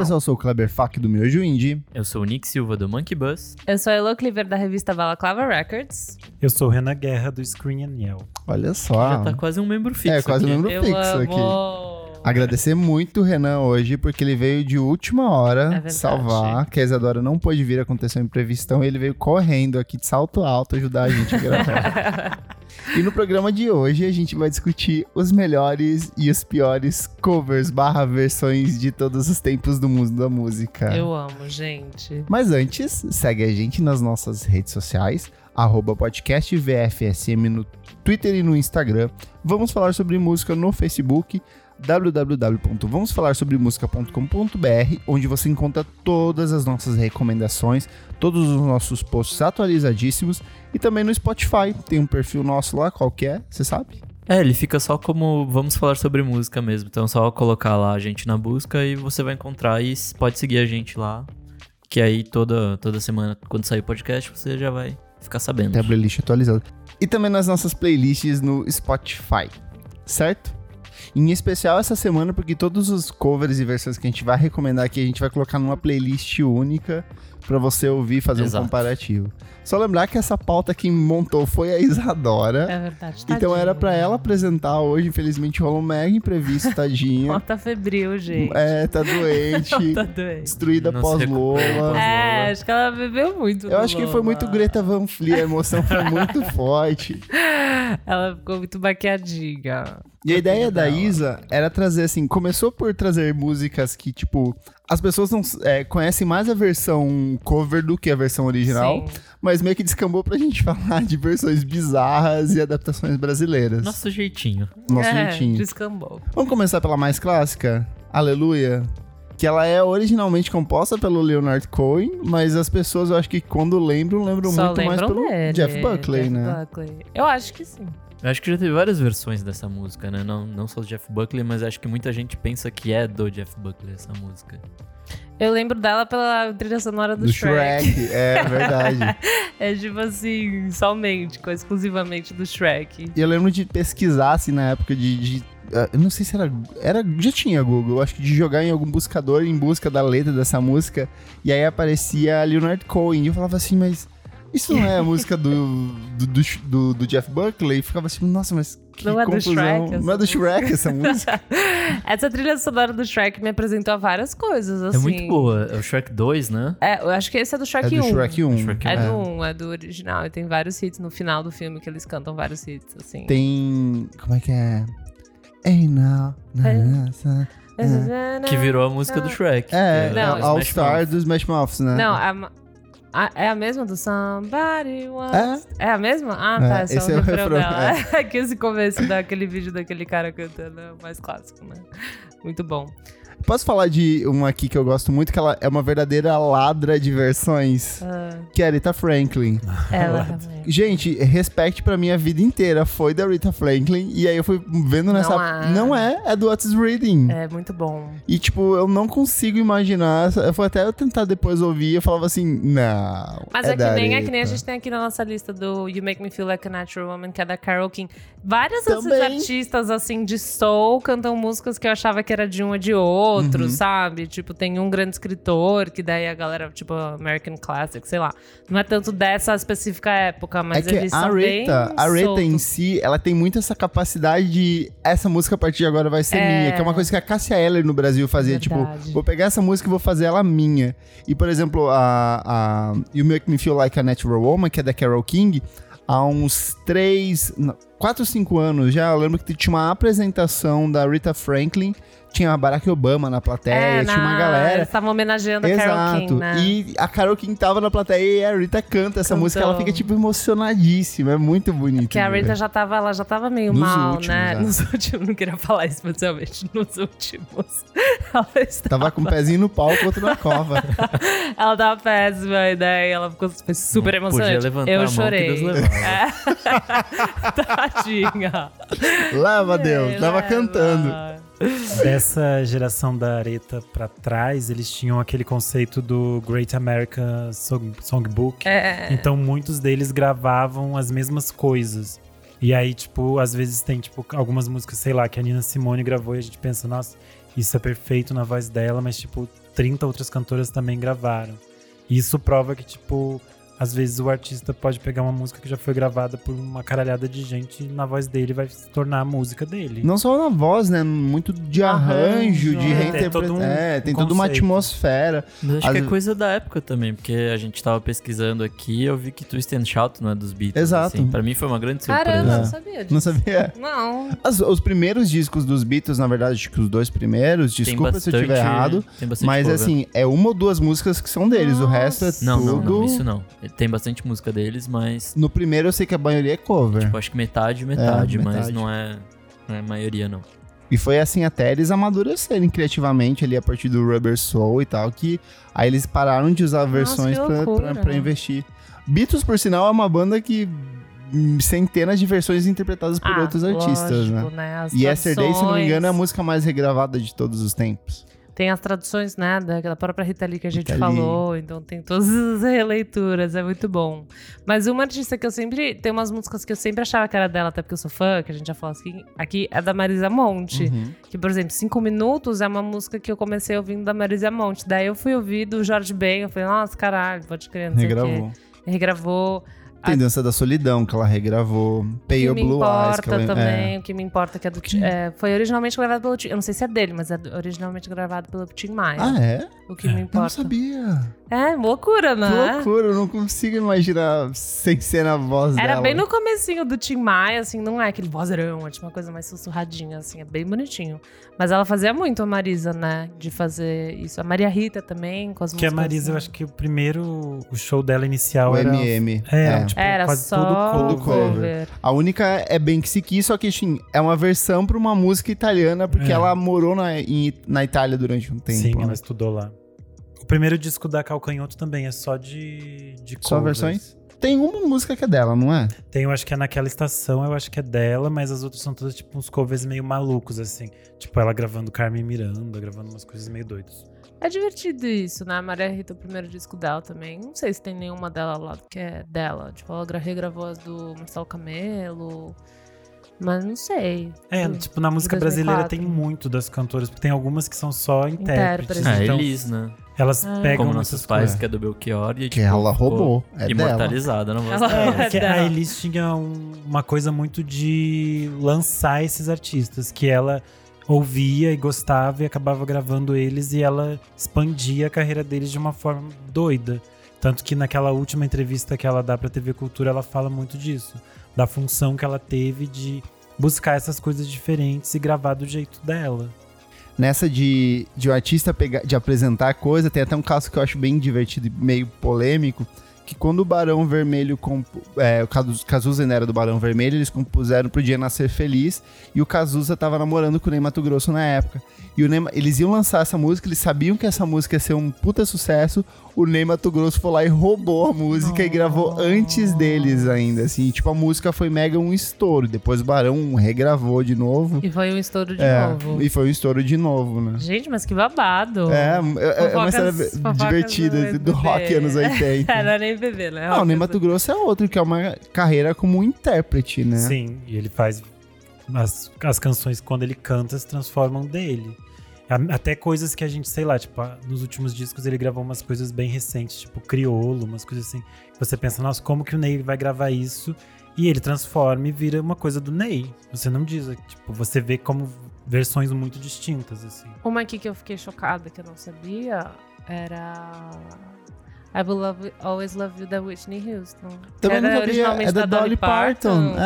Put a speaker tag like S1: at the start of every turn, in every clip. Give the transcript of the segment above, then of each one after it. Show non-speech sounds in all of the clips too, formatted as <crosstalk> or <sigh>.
S1: Mas eu sou o Kleber Fak do Miojo Indie.
S2: Eu sou o Nick Silva do Monkey Bus.
S3: Eu sou a Elo Cleaver da revista Balaclava Records.
S4: Eu sou o Renan Guerra do Screen and Yell.
S1: Olha só.
S2: Já tá quase um membro fixo.
S1: Ah. é, quase um
S2: aqui.
S1: número
S3: Eu
S1: fixo aqui. Ah,
S3: amo.
S1: Agradecer muito o Renan hoje, porque ele veio de última
S3: É
S1: hora
S3: verdade.
S1: salvar, que a Isadora não pôde vir, aconteceu um imprevistão, e ele veio correndo aqui de salto alto ajudar a gente a gravar.
S3: <laughs>
S1: e no programa de hoje a gente vai discutir os melhores e os piores covers barra versões de todos os tempos do mundo da música.
S3: Eu amo, gente.
S1: Mas antes, segue a gente nas nossas redes sociais, arroba podcast VFSM no Twitter e no Instagram. Vamos falar sobre música no Facebook, www.vamosfalarsobremusica.com.br, onde você encontra todas as nossas recomendações, todos os nossos posts atualizadíssimos e também no Spotify. Tem um perfil nosso lá, qualquer, você sabe?
S2: É, ele fica só como vamos falar sobre música mesmo. Então é só colocar lá a gente na busca e você vai encontrar e s- pode seguir a gente lá. Que aí toda, toda semana, quando sair o podcast, você já vai ficar sabendo.
S1: Tem a playlist atualizada. E também nas nossas playlists no Spotify, certo? Em especial essa semana, porque todos os covers e versões que a gente vai recomendar aqui, a gente vai colocar numa playlist única pra você ouvir e fazer
S2: Exato.
S1: um comparativo. Só lembrar que essa pauta quem montou foi a Isadora.
S3: É verdade.
S1: então
S3: tadinho.
S1: era pra ela apresentar hoje, infelizmente rolou um mega
S3: <laughs>
S1: imprevisto, tadinha.
S3: Nota febril, gente. <laughs>
S1: é, tá doente,
S3: Tá doente.
S1: destruída
S2: Não se recupera,
S1: pós-lola.
S2: pós-
S3: É, acho que ela bebeu muito.
S1: Eu acho que foi muito
S3: grande.
S1: Greta Van Fleet, a emoção foi muito forte.
S3: Ela ficou muito baqueadinha.
S1: E a ideia da
S2: dela.
S1: Isa
S3: é.
S1: era trazer assim, começou por trazer músicas que, tipo, as pessoas não é, conhecem mais a versão cover do que a versão original,
S3: Sim.
S1: mas meio que descambou pra gente <laughs> falar de versões bizarras e adaptações brasileiras.
S2: Nosso jeitinho.
S1: Nosso
S3: é,
S1: jeitinho.
S3: Descambou.
S1: Vamos começar pela mais clássica, Aleluia. Que ela é originalmente composta pelo Leonard Cohen, mas as pessoas eu acho que quando lembram, lembram
S3: Só
S1: muito mais
S3: lembram
S1: pelo
S3: dele.
S1: Jeff Buckley,
S3: Jeff
S1: né?
S3: Buckley. Eu acho que sim.
S2: Eu acho que já teve várias versões dessa música, né? Não, não só do Jeff Buckley, mas acho que muita gente pensa que é do Jeff Buckley essa música.
S3: Eu lembro dela pela trilha sonora do,
S1: Do Shrek. é
S3: <laughs>
S1: verdade.
S3: É tipo assim, somente, co- exclusivamente do Shrek.
S1: E eu lembro de pesquisar, assim, na época de. de- ah, eu não sei se era, era. Já tinha Google, eu acho que de jogar em algum buscador em busca da letra dessa música. E aí aparecia Leonard Cohen. E eu falava assim, mas. Isso não é a música do, do, do, do- do Jeff Buckley? E ficava assim, nossa, mas. Que
S3: Não é do
S1: confusão.
S3: Shrek essa
S1: Não é do Shrek
S3: <laughs>
S1: essa música.
S3: Essa trilha sonora do Shrek me apresentou a várias coisas, assim.
S2: É muito boa. É o Shrek 2, né?
S3: É, eu acho que esse é do Shrek
S1: é
S3: 1.
S1: do Shrek 1.
S2: Shrek
S3: É,
S1: É.
S3: do 1, é do original. E tem vários hits no final do filme que eles cantam vários hits, assim.
S1: Tem. Como é que é? Ei, não.
S3: É.
S1: na- na- na-
S2: Que virou a música do Shrek.
S1: É,
S2: que
S3: Não,
S1: é All
S2: Smash
S1: Star
S2: Mouth.
S1: dos Smash Mouths, né?
S3: Não, a ma- a- é a mesma do Somebody Once. É, a mesma? Ah,
S1: É,
S3: tá. Esse,
S1: esse
S3: é o refrão,
S1: refrão,
S3: dela. É. <laughs> que esse começo daquele vídeo daquele cara cantando é o mais clássico, né? Muito bom.
S1: Posso falar de uma aqui que eu gosto muito, que ela é uma verdadeira ladra de versões?
S3: Ah,
S1: Que é a Rita Franklin. é
S3: ela também.
S1: Gente, respect pra minha vida inteira foi da Rita Franklin. E aí eu fui vendo nessa.
S3: há.
S1: Não é, é do What's Reading.
S3: É muito bom.
S1: E tipo, eu não consigo imaginar. Eu fui até eu tentar depois ouvir eu falava assim, não.
S3: Mas é, que
S1: da
S3: nem, é que nem a
S1: Rita.
S3: gente tem aqui na nossa lista do You Make Me Feel Like a Natural Woman, que é da Carole King. Várias dessas
S1: Também.
S3: artistas, assim, de soul cantam músicas que eu achava que era de um ou de outro,
S1: Uhum.
S3: sabe? Tipo, tem um grande escritor, que daí a galera, tipo, American Classic, sei lá. Não é tanto dessa específica época, mas
S1: é
S3: eles
S1: que a
S3: são bem
S1: Rita, a Rita em
S3: soltos.
S1: si, ela tem muito essa capacidade de essa música a partir de agora vai ser minha, que é uma coisa que a Cássia Eller no Brasil fazia,
S3: Verdade.
S1: tipo, vou pegar essa música e vou fazer ela minha. E por exemplo, a, a You Make Me Feel Like a Natural Woman, que é da Carole King, há uns três, não, quatro, cinco anos já, eu lembro que tinha uma apresentação da Rita Franklin, tinha a Barack Obama na plateia,
S3: É,
S1: tinha uma
S3: na-
S1: galera.
S3: Eles estavam homenageando a Carole King, né?
S1: E a Carol King tava na plateia e a Rita canta essa
S3: Cantou.
S1: música, ela fica tipo emocionadíssima, é muito bonito.
S3: Porque a
S1: né?
S3: Rita já tava, ela já tava meio
S1: Nos
S3: mal,
S1: últimos,
S3: né?
S1: né?
S3: Nos <laughs> últimos, não queria falar especialmente nos últimos. <laughs> Ela está-
S1: tava com um pezinho no palco, outro na cova.
S3: Ela tava péssima, e daí ela ficou foi super
S2: Não
S3: emocionante.
S2: Podia levantar a
S3: Eu
S2: mão
S3: chorei. É.
S2: que Deus
S3: <laughs>
S2: levava.
S3: Tadinha.
S1: Leva Deus,
S3: Ei,
S1: tava
S3: É, leva.
S1: cantando.
S4: Dessa geração da areta pra trás, eles tinham aquele conceito do Great American Song- Songbook.
S3: É.
S4: Então muitos deles gravavam as mesmas coisas. E aí, tipo, às vezes tem, tipo, algumas músicas, sei lá, que a Nina Simone gravou e a gente pensa, nossa, Isso é perfeito na voz dela, mas, tipo, 30 outras cantoras também gravaram. E isso prova que, tipo, às vezes o artista pode pegar uma música que já foi gravada por uma caralhada de gente e na voz dele vai se tornar a música dele.
S1: Não só na voz, né? Muito de arranjo,
S4: Arranjo,
S1: de
S4: é, tem
S1: reinterpretação.
S4: todo um
S1: é, tem toda uma
S4: conceito.
S1: atmosfera.
S2: Mas acho
S1: Às
S2: que é
S1: ve-
S2: coisa da época também, porque a gente tava pesquisando aqui e eu vi que Twist and Shout não é dos Beatles.
S1: Exato.
S2: Assim. Pra mim foi uma grande surpresa.
S3: Caramba,
S1: É.
S3: não sabia disso.
S1: Não sabia?
S3: Não.
S1: As- os primeiros discos dos Beatles, na verdade, acho que os dois primeiros,
S2: Tem
S1: desculpa se eu
S2: bastante-
S1: estiver errado.
S2: Tem bastante
S1: Mas
S2: cover.
S1: assim, é uma ou duas músicas que são deles, o resto é
S2: Não,
S1: tudo.
S2: não, não, isso não. Tem bastante música deles, mas
S1: No primeiro eu sei que a maioria é cover.
S2: tipo, acho que metade, metade,
S1: É,
S2: mas
S1: metade.
S2: não é. Não é maioria, não.
S1: E foi assim até eles amadurecerem criativamente ali a partir do Rubber Soul e tal, que aí eles pararam de usar versões
S3: que
S1: pra, pra,
S3: loucura. né?
S1: pra investir. Beatles, por sinal, é uma banda que hum, centenas de versões interpretadas por
S3: Ah,
S1: outros artistas, né?
S3: lógico, né? As
S1: E Yesterday, se não me engano, é a
S3: traduções.
S1: música mais regravada de todos os tempos.
S3: Tem as traduções, né? Daquela própria Rita Lee que a gente
S1: Rita Lee.
S3: falou. Então tem todas as releituras. É muito bom. Mas uma artista que eu sempre... Tem umas músicas que eu sempre achava que era dela, até porque eu sou fã, que a gente já falou aqui, aqui é da Marisa Monte.
S1: Uhum.
S3: Que, por exemplo, Cinco Minutos é uma música que eu comecei ouvindo da Marisa Monte. Daí eu fui ouvir do Jorge Ben. Eu falei, nossa, caralho, pode crer, não sei o quê.
S1: Regravou.
S3: Regravou.
S1: Tem
S3: A-
S1: Dança da Solidão, que ela regravou.
S3: O que
S1: Pale
S3: me
S1: Blue Eyes,
S3: importa
S1: que ela... é,
S3: também, o que me importa que é do... Ti- é, foi originalmente gravado pelo... Tim- Eu não sei se é dele, mas é do- originalmente gravado pelo Tim Maia.
S1: Ah, é?
S3: O que me
S1: Eu não
S3: importa.
S1: sabia.
S3: É, loucura,
S1: Que
S3: né?
S1: loucura, eu não consigo imaginar sem ser na voz dela.
S3: Era bem no comecinho do Tim Maia, assim, não é aquele vozerão, é tipo uma coisa mais sussurradinha, assim, é bem bonitinho. Mas ela fazia muito a Marisa, né, de fazer isso. A Maria Rita também, com as
S4: Que a
S3: músicas,
S4: Marisa, eu
S3: né?
S4: acho que o primeiro o show dela inicial
S1: O
S4: era.
S1: MM.
S4: É, era, tipo,
S3: Era
S4: quase
S3: só
S4: tudo
S1: Tudo
S4: cover.
S1: cover. A única é Bem Que Se Quis, só que assim, é uma versão pra uma música italiana, porque
S4: É.
S1: ela morou na, em- na Itália durante um tempo.
S4: Sim,
S1: né?
S4: ela estudou lá. O primeiro disco da Calcanhoto também é só de, de
S1: Só
S4: covers.
S1: versões? Tem uma música que é dela, não é?
S4: Tem, eu acho que é naquela estação, eu acho que é dela, mas as outras são todas tipo uns covers meio malucos, assim. Tipo, ela gravando Carmen Miranda, gravando umas coisas meio doidas.
S3: É divertido isso, né? A Maria Rita, o primeiro disco dela também. Não sei se tem nenhuma dela lá que é dela. Tipo, ela gra- regravou as do Marcelo Camelo. Mas não sei.
S4: É,
S3: Hum,
S4: tipo, na música
S3: 2004.
S4: brasileira tem muito das cantoras, porque tem algumas que são só intérpretes.
S3: Intérpretes.
S2: É,
S4: então,
S2: Elis, né?
S4: elas
S3: Ah.
S4: pegam
S2: Como
S4: essas
S2: Nossos Pais,
S4: coisas.
S2: que é do Belchior.
S1: Que
S2: E, tipo,
S1: ela
S2: ficou
S1: roubou. É dela.
S2: Imortalizada na voz
S3: Ela-
S2: dela.
S3: <laughs>
S4: É, porque
S3: dela.
S4: a Elis tinha um- uma coisa muito de lançar esses artistas, que ela ouvia e gostava e acabava gravando eles e ela expandia a carreira deles de uma forma doida. Tanto que naquela última entrevista que ela dá pra TV Cultura, ela fala muito disso, da função que ela teve de buscar essas coisas diferentes e gravar do jeito dela.
S1: Nessa de, de o artista pegar, de apresentar a coisa, tem até um caso que eu acho bem divertido e meio polêmico, que quando o Barão Vermelho, compu- é, o Cazu- Cazuza ainda era do Barão Vermelho, eles compuseram pro Dia Nascer Feliz, e o Cazuza tava namorando com o Ney Mato Grosso na época. E o Ney, Ma- eles iam lançar essa música, eles sabiam que essa música ia ser um puta sucesso, o Ney Mato Grosso foi lá e roubou a música e gravou antes deles ainda, assim, tipo, a música foi mega um estouro, depois o Barão regravou de novo,
S3: E foi um estouro de
S1: É,
S3: novo.
S1: e foi um estouro de novo, né?
S3: Gente, mas que babado.
S1: É, é, é uma
S3: Fofocas-
S1: história
S3: fofocas
S1: divertida
S3: do
S1: do rock
S3: bebê.
S1: anos
S3: <laughs>
S1: 80.
S3: É, não é nem bebê, né?
S1: Não, o Ney Mato Grosso é outro, que é uma carreira como intérprete, né?
S4: Sim, e ele faz as, as canções que quando ele canta se transformam dele. A- Até coisas que a gente, sei lá, tipo, a- nos últimos discos ele gravou umas coisas bem recentes, tipo Criolo, umas coisas assim. que Você pensa, nossa, como que o Ney vai gravar isso? E ele transforma e vira uma coisa do Ney. Você não diz, é, tipo, você vê como versões muito distintas, assim.
S3: Uma aqui que eu fiquei chocada, que eu não sabia, era... I Will Love- Always Love You, da Whitney Houston.
S1: Também
S3: era
S1: não sabia,
S3: originalmente
S1: é da Dolly Parton.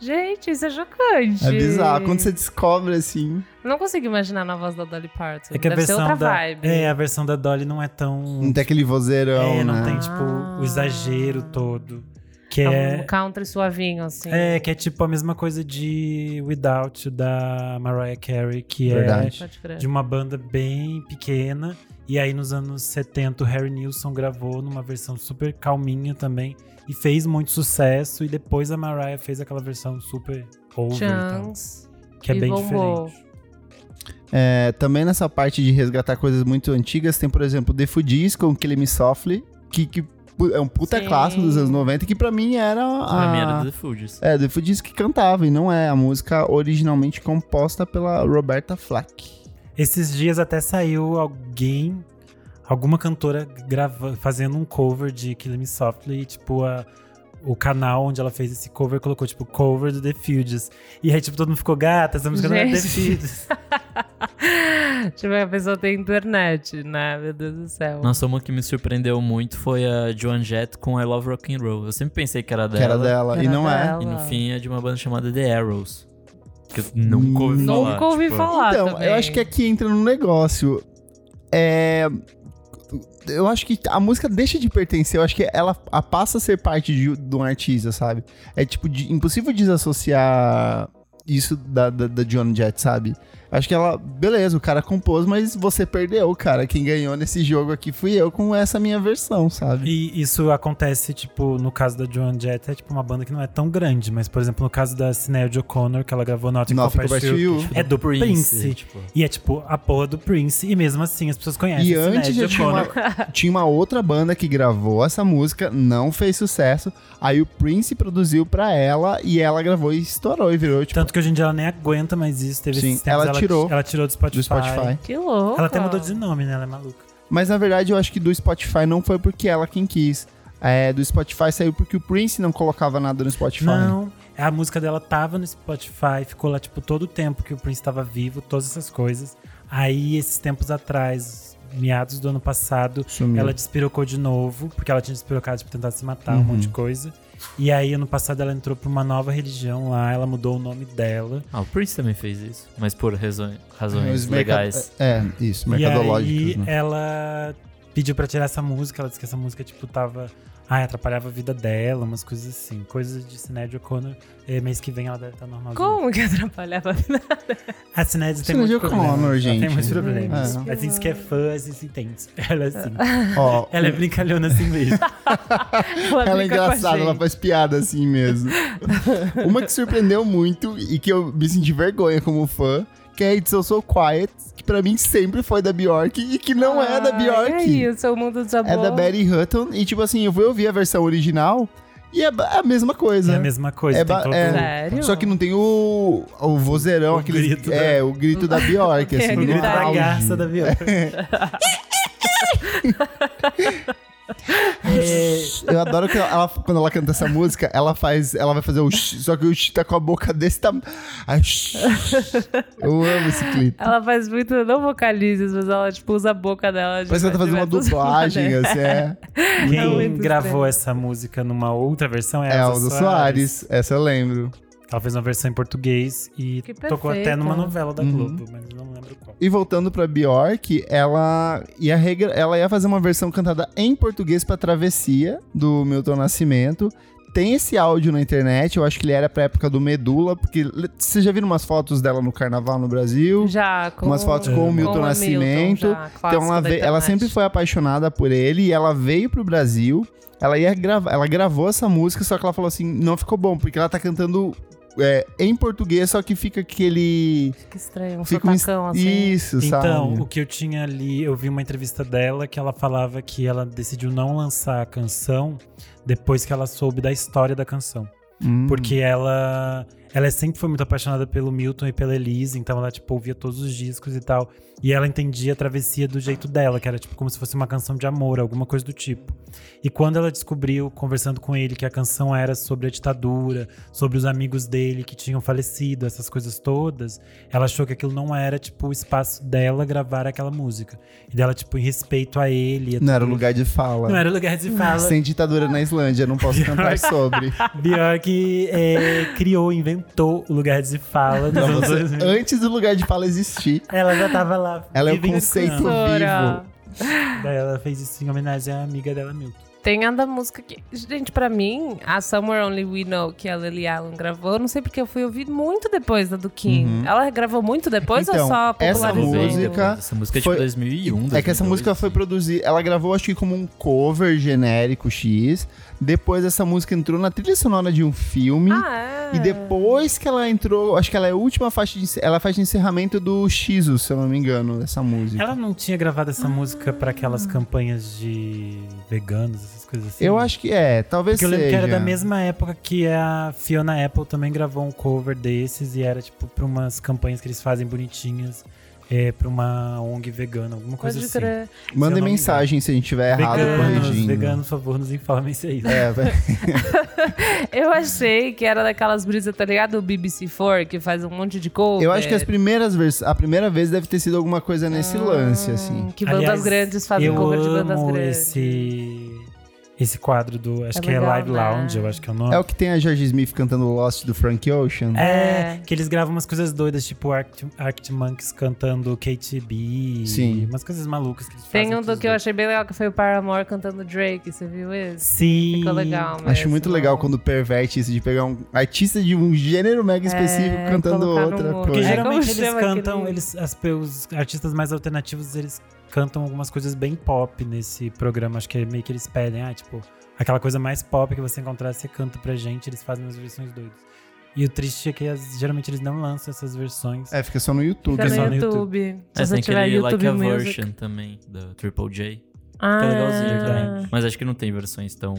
S3: Gente, isso é chocante.
S1: É, é bizarro. Quando você descobre, assim,
S3: Eu Não consigo imaginar na voz da Dolly Parton.
S4: É que a
S3: Deve ser
S4: versão
S3: outra
S4: da
S3: vibe.
S4: é a versão da Dolly não é tão
S1: não tem aquele vozeirão,
S4: é, não
S1: né?
S4: tem tipo o exagero todo, que
S3: Ah. É
S4: é
S3: um country suavinho, assim.
S4: É, que é tipo a mesma coisa de Without You, da Mariah Carey, que
S1: Verdade.
S3: Pode
S4: é
S3: crer.
S4: de uma banda bem pequena. E aí nos anos 70 o Harry Nilsson gravou numa versão super calminha também e fez muito sucesso. E depois a Mariah fez aquela versão super over, e tal,
S3: Chance. <laughs>
S4: que é
S3: e
S4: bem
S3: bombou.
S4: diferente.
S1: É, também nessa parte de resgatar coisas muito antigas, tem, por exemplo, The Fugees com Kill Me Softly, que, que pu- é um puta
S3: Sim.
S1: clássico dos anos 90, que pra mim era a...
S2: Pra mim era do The Fugees.
S1: É, The Fugees que cantava, e não é a música originalmente composta pela Roberta Flack.
S4: Esses dias até saiu alguém, alguma cantora grava, fazendo um cover de Kill Me Softly, e, tipo, a, o canal onde ela fez esse cover colocou, tipo, cover do The Fugees. E aí, tipo, todo mundo ficou, gata, essa música não é The
S3: Gente.
S4: Fugees.
S3: tipo, a pessoa tem internet, né? Meu Deus do céu.
S2: Nossa, uma que me surpreendeu muito foi a Joan Jett com I Love Rock and Roll. Eu sempre pensei que era dela.
S1: Que era dela. e
S3: Era
S1: não é.
S3: dela.
S2: E no fim é de uma banda chamada The Arrows. Que eu nunca ouvi falar.
S3: Nunca ouvi
S2: tipo,
S3: falar
S1: então,
S3: também.
S1: eu acho que aqui entra no negócio. É. Eu acho que a música deixa de pertencer, eu acho que ela a- passa a ser parte de, de um artista, sabe? É tipo, de- impossível desassociar isso da, da, da John Jett, sabe? Acho que ela, beleza, o cara compôs, mas você perdeu, cara. Quem ganhou nesse jogo aqui fui eu com essa minha versão, sabe?
S4: E isso acontece, tipo, no caso da Joan Jett, é tipo uma banda que não é tão grande, mas, por exemplo, no caso da Sinead O'Connor, que ela gravou Nothing
S1: Nothing
S4: Compares
S1: Compares
S4: to You,
S1: to You.
S4: é do Prince.
S2: tipo.
S4: E é tipo a porra do Prince, e mesmo assim as pessoas conhecem.
S1: E
S4: a Sinéad
S1: antes já tinha
S4: O'Connor.
S1: uma,
S4: <laughs>
S1: tinha uma outra banda que gravou essa música, não fez sucesso. Aí o Prince produziu pra ela e ela gravou e estourou e virou tipo.
S4: Tanto que hoje em dia ela nem aguenta mais isso. Teve
S1: Sim,
S4: esses tempos,
S1: ela tirou
S4: Ela tirou do Spotify.
S1: do Spotify.
S3: Que louco.
S4: Ela até mudou de nome, né? Ela é maluca.
S1: Mas na verdade eu acho que do Spotify não foi porque ela quem quis. É, do Spotify saiu porque o Prince não colocava nada no Spotify.
S4: Não, É, a música dela tava no Spotify, ficou lá, tipo, todo o tempo que o Prince tava vivo, todas essas coisas. Aí, esses tempos atrás, meados do ano passado,
S1: Sumiu.
S4: ela despirocou de novo, porque ela tinha despirocado, tipo, tentar se matar, um monte de coisa. E aí, ano passado, ela entrou pra uma nova religião lá, ela mudou o nome dela.
S2: Ah, o Prince também fez isso, mas por razões,
S1: Os
S2: razões
S1: merca-
S2: legais.
S1: É, isso, mercadológicos.
S4: E aí,
S1: né?
S4: ela pediu pra tirar essa música, ela disse que essa música, tipo, tava... Ai, atrapalhava a vida dela, umas coisas assim. Coisas de Sinéad O'Connor. Eh, Mês que vem ela deve estar normal.
S3: Como que atrapalhava <laughs> a vida?
S4: A Sinéad tem
S1: Sinéad
S4: muito
S1: O'Connor,
S4: problema.
S1: gente.
S4: Ela tem muitos problemas.
S1: É.
S4: A gente que é fã, a gente entende. Ela é assim.
S1: Ó,
S4: Ela é brincalhona assim
S1: <laughs>
S4: mesmo.
S1: Ela é
S3: brinca com a
S1: engraçada, ela
S3: gente.
S1: faz piada assim mesmo.
S3: <laughs>
S1: Uma que surpreendeu muito e que eu me senti vergonha como fã, que é a edição Sou Quiet, que pra mim sempre foi da Bjork e que não é da
S3: Ah, E
S1: Bjork.
S3: aí, tá o seu mundo desabou.
S1: É da Betty Hutton e tipo assim, eu fui ouvir a versão original e é ba- a mesma coisa.
S4: É a mesma coisa.
S1: É
S4: tem
S1: ba-
S4: todo- um
S1: é.
S3: Sério?
S1: Só que não tem o, o vozeirão,
S4: O
S1: aquele.
S4: grito da-
S1: é, o grito da
S3: <laughs>
S1: Bjork,
S3: Não tem
S1: assim,
S3: a
S1: no
S4: O um grito da
S1: auge.
S4: garça
S1: <laughs>
S4: da Bjork. É,
S1: Eu adoro que ela, ela- quando ela canta essa música, ela faz, ela vai fazer o shh, só que o shh tá com a boca desse tamanho. Ai, shh. Eu amo esse clipe.
S3: Ela faz muito, não vocalizes, mas ela, tipo, usa a boca dela. de-
S1: Parece que ela tá
S3: <laughs>
S1: fazendo uma
S3: diversas
S1: dublagem,
S3: maneiras.
S1: assim, é.
S3: É
S4: Quem
S3: muito
S4: gravou
S3: estranho.
S4: essa música numa outra versão é a
S1: É,
S4: Elza
S1: Elza
S4: Soares.
S1: Soares, essa eu lembro.
S4: Ela fez uma versão em português e
S3: Que
S4: tocou até
S3: perfeita.
S4: numa novela da
S1: Uhum.
S4: Globo, mas não lembro qual.
S1: E voltando pra Bjork, ela ia, regra- ela ia fazer uma versão cantada em português pra Travessia, do Milton Nascimento. Tem esse áudio na internet, eu acho que ele era pra época do Medula, porque le- vocês já viram umas fotos dela no carnaval no Brasil?
S3: Já, com...
S1: assim, Umas fotos com o Milton
S3: a
S1: Nascimento.
S3: já,
S1: Então
S3: clássico
S1: ela,
S3: da
S1: ve- ela
S3: internet.
S1: sempre foi apaixonada por ele e ela veio pro Brasil. Ela ia gravar, ela gravou essa música, só que ela falou assim, não ficou bom, porque ela tá cantando é, em português, só que fica aquele.
S3: Que estranho, um
S1: fica um est-
S3: sotacão, assim.
S1: Isso, sabe?
S4: Então, o que eu tinha ali, eu vi uma entrevista dela que ela falava que ela decidiu não lançar a canção depois que ela soube da história da canção.
S1: Hum.
S4: Porque ela ela é sempre foi muito apaixonada pelo Milton e pela Elise, então ela tipo ouvia todos os discos e tal, e ela entendia a travessia do jeito dela, que era tipo como se fosse uma canção de amor, alguma coisa do tipo. E quando ela descobriu conversando com ele que a canção era sobre a ditadura, sobre os amigos dele que tinham falecido, essas coisas todas, ela achou que aquilo não era tipo o espaço dela gravar aquela música. E dela tipo em respeito a ele, a
S1: Não era o
S4: tudo.
S1: lugar de fala.
S4: não era o lugar de fala.
S1: Sem ditadura na Islândia, não
S4: <laughs>
S1: posso cantar sobre.
S4: Bjork é, criou, inventou o lugar de fala. dos
S1: Não,
S4: anos
S1: você-
S4: 2000.
S1: antes do lugar de fala existir.
S4: Ela já tava lá.
S1: Ela é o
S4: vivenciando.
S1: conceito.
S3: Professora.
S4: Daí ela fez isso em homenagem à amiga dela, Milton.
S3: Tem a da música que. Gente, pra mim, a Somewhere Only We Know, que a Lily Allen gravou, eu não sei porque eu fui ouvir muito depois da do Kim. Ela gravou muito depois
S1: Uhum. Então,
S3: ou só
S1: essa
S3: popularizou?
S1: música-
S2: Essa música é tipo
S1: foi-
S2: 2001,
S1: É que essa
S2: 2002.
S1: música foi produzida. Ela gravou, acho que como um cover genérico X. Depois essa música entrou na trilha sonora de um filme.
S3: Ah, é.
S1: E depois que ela entrou, acho que ela é a última faixa de, encer- ela faz de encerramento do Xizo, se eu não me engano, dessa música.
S4: Ela não tinha gravado essa música pra aquelas campanhas de veganos, essas coisas assim.
S1: Ah. Eu acho que é, talvez
S4: Porque eu lembro que era
S1: seja.
S4: da mesma época que a Fiona Apple também gravou um cover desses e era tipo pra umas campanhas que eles fazem bonitinhas. é, pra uma ONG vegana, alguma coisa
S3: Pode
S4: assim.
S3: crer.
S4: eu
S1: Mandem
S4: não me
S1: mensagem se a gente tiver errado
S4: Veganos,
S1: corrigindo.
S4: veganos, por favor, nos informem se é isso. <laughs>
S1: É, vai-
S3: Eu achei que era daquelas brisas, tá ligado? O BBC4, que faz um monte de coisa.
S1: eu acho que as primeiras vers... a primeira vez deve ter sido alguma coisa nesse
S3: Ah.
S1: lance, assim.
S3: Hum, Que bandas
S4: Aliás,
S3: grandes fazem
S4: eu
S3: cover de bandas
S4: amo
S3: grandes.
S4: Esse, esse quadro do. Acho
S3: É
S4: que é
S3: legal,
S4: Live
S3: né?
S4: Lounge, eu acho que é o nome.
S1: É o que tem a George Smith cantando Lost do Frank Ocean.
S4: É,
S3: É.
S4: que eles gravam umas coisas doidas, tipo Arct, Arct Monkeys cantando KTB.
S1: Sim.
S4: Umas coisas malucas que eles fazem.
S3: Tem um do
S4: dos
S3: que eu
S4: dois.
S3: achei bem legal, que foi o Paramore cantando Drake, você viu esse?
S4: Sim.
S3: Ficou legal mesmo.
S1: Acho muito legal quando perverte isso de pegar um artista de um gênero mega específico
S3: É,
S1: cantando
S3: colocar num
S1: outra
S3: outro.
S4: Porque
S3: É,
S1: coisa.
S3: geral- como
S4: geralmente eles
S3: chama
S4: cantam,
S3: aquele-
S4: eles, as, os artistas mais alternativos, eles cantam algumas coisas bem pop nesse programa. Acho que é meio que eles pedem, ah, tipo, aquela coisa mais pop que você encontrar, você canta pra gente, eles fazem umas versões doidas. E o triste é que as- geralmente eles não lançam essas versões.
S1: É, fica só no YouTube.
S3: Fica
S4: é só
S3: no
S4: no
S3: YouTube. Se
S2: É,
S3: você
S2: tem
S3: tiver
S2: aquele
S3: YouTube
S2: Like a
S3: Music.
S2: Version também, da Triple J.
S3: Ah,
S2: Que é legalzinho também. Mas acho que não tem versões tão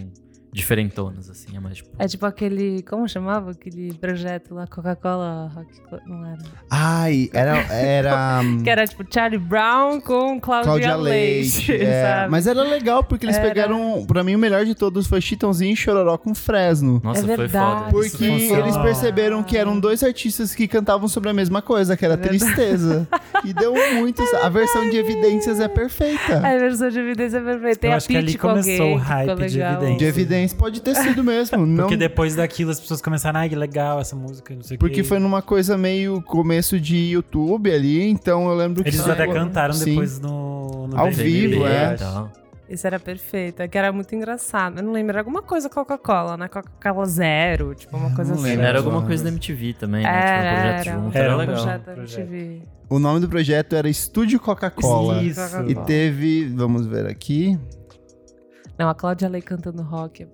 S2: diferentonas, assim. É mais tipo.
S3: É tipo aquele. Como chamava aquele projeto lá? Coca-Cola Rock Club? Não era.
S1: Ai, era. era
S3: <laughs> Que era tipo Charlie Brown com Cláudia,
S1: Cláudia
S3: Leite.
S1: Leite. é.
S3: <laughs> sabe?
S1: Mas era legal porque eles
S3: Era.
S1: pegaram. Pra mim, o melhor de todos foi Chitãozinho e Chororó com Fresno.
S2: Nossa,
S3: É
S2: foi
S3: verdade.
S2: foda.
S3: Isso
S1: Porque
S4: funcionou.
S1: eles perceberam que eram dois artistas que cantavam sobre a mesma coisa, que era
S3: É Verdade. <laughs>
S1: tristeza. E deu muito. a versão de evidências é perfeita.
S3: A versão de evidência é perfeita. Tem
S4: Eu
S3: a
S4: acho que ali
S3: Pitty com alguém.
S4: começou o
S3: que ficou
S4: hype de
S3: legal.
S4: Evidência.
S1: De evidência pode ter sido mesmo. não...
S4: Porque depois daquilo as pessoas começaram, ai, que legal essa música, não sei o quê.
S1: Porque foi numa coisa meio começo de YouTube ali, então eu lembro que.
S4: Eles
S1: foi-
S4: até cantaram
S1: Sim.
S4: depois no, no
S1: Ao
S4: BBB,
S1: vivo, é.
S4: eu acho.
S3: Isso era perfeito. Que era muito engraçado. Eu não lembro. Era alguma coisa Coca-Cola, né? Coca-Cola Zero. Tipo, uma
S1: não
S3: coisa assim.
S1: lembro.
S2: Era
S1: Era
S2: alguma
S1: zoado.
S2: coisa da MTV também, né? Tipo, um projeto
S3: Era, era.
S2: junto.
S4: Era
S2: Era
S4: um
S2: legal.
S3: projeto da
S4: Projeto.
S3: MTV.
S1: O nome do projeto era Estúdio Coca-Cola.
S4: Isso.
S1: E teve, vamos ver aqui.
S3: Não, a Cláudia Leite cantando rock é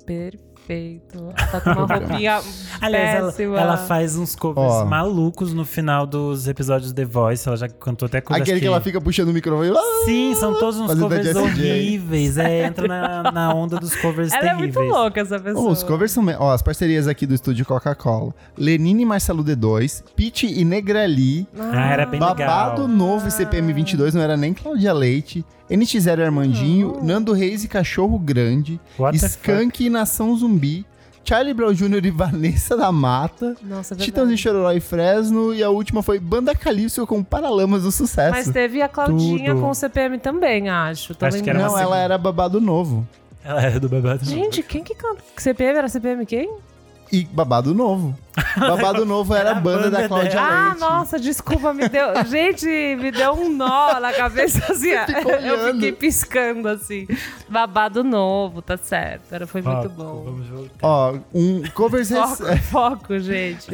S3: perfeito. Ela tá com
S1: <laughs>
S3: uma roupinha
S4: Aliás,
S3: péssima.
S4: ela, ela faz uns covers
S1: Ó.
S4: malucos no final dos episódios The Voice. Ela já cantou até coisa
S1: Aquele que ela fica puxando o microfone. Ah!
S4: Sim, são todos uns
S1: Fazendo
S4: covers
S1: da Jessie J.
S4: horríveis. É, entra na, na onda dos covers
S3: Ela é
S4: terríveis.
S3: muito louca, essa pessoa.
S1: Ó, os covers são. me- Ó, as parcerias aqui do estúdio Coca-Cola. Lenine e Marcelo D2, Pete e Negrali,
S4: Ah, era bem
S1: Babado
S4: legal.
S1: Novo e CPM 22, não era nem Cláudia Leite, NX0 Armandinho, Nando Reis e Cachorro Grande,
S4: What the fuck?
S1: Skank e Nação Zumbi, Charlie Brown Jr. e <laughs> Vanessa da Mata,
S3: Nossa, é
S1: Titãs e
S3: verdade.
S1: Chororó e Fresno, e a última foi Banda Calypso com Paralamas do Sucesso.
S3: Mas teve a Claudinha
S4: Tudo.
S3: com o CPM também, acho. Tô
S4: Acho que era
S3: lembrando.
S1: não,
S4: uma
S1: ela
S4: segunda.
S1: era Babado Novo.
S4: Ela era do Babado Novo.
S3: Gente, quem que canta? CPM era CPM quem?
S1: E Babado
S4: <laughs>
S1: Novo. Babado Novo era a
S4: Era a
S1: banda,
S4: banda
S1: da Cláudia
S4: dela.
S3: Ah,
S1: Leite.
S3: nossa, desculpa,
S1: <laughs>
S3: me deu. Gente, me deu um nó na cabeça assim. ó.
S1: ficou
S3: Eu
S1: olhando.
S3: fiquei piscando assim. Babado novo, tá certo. Era, foi muito
S4: Ó,
S3: bom.
S4: Vamos voltar.
S1: Ó, um covers, rec-
S3: Foco, foco, gente.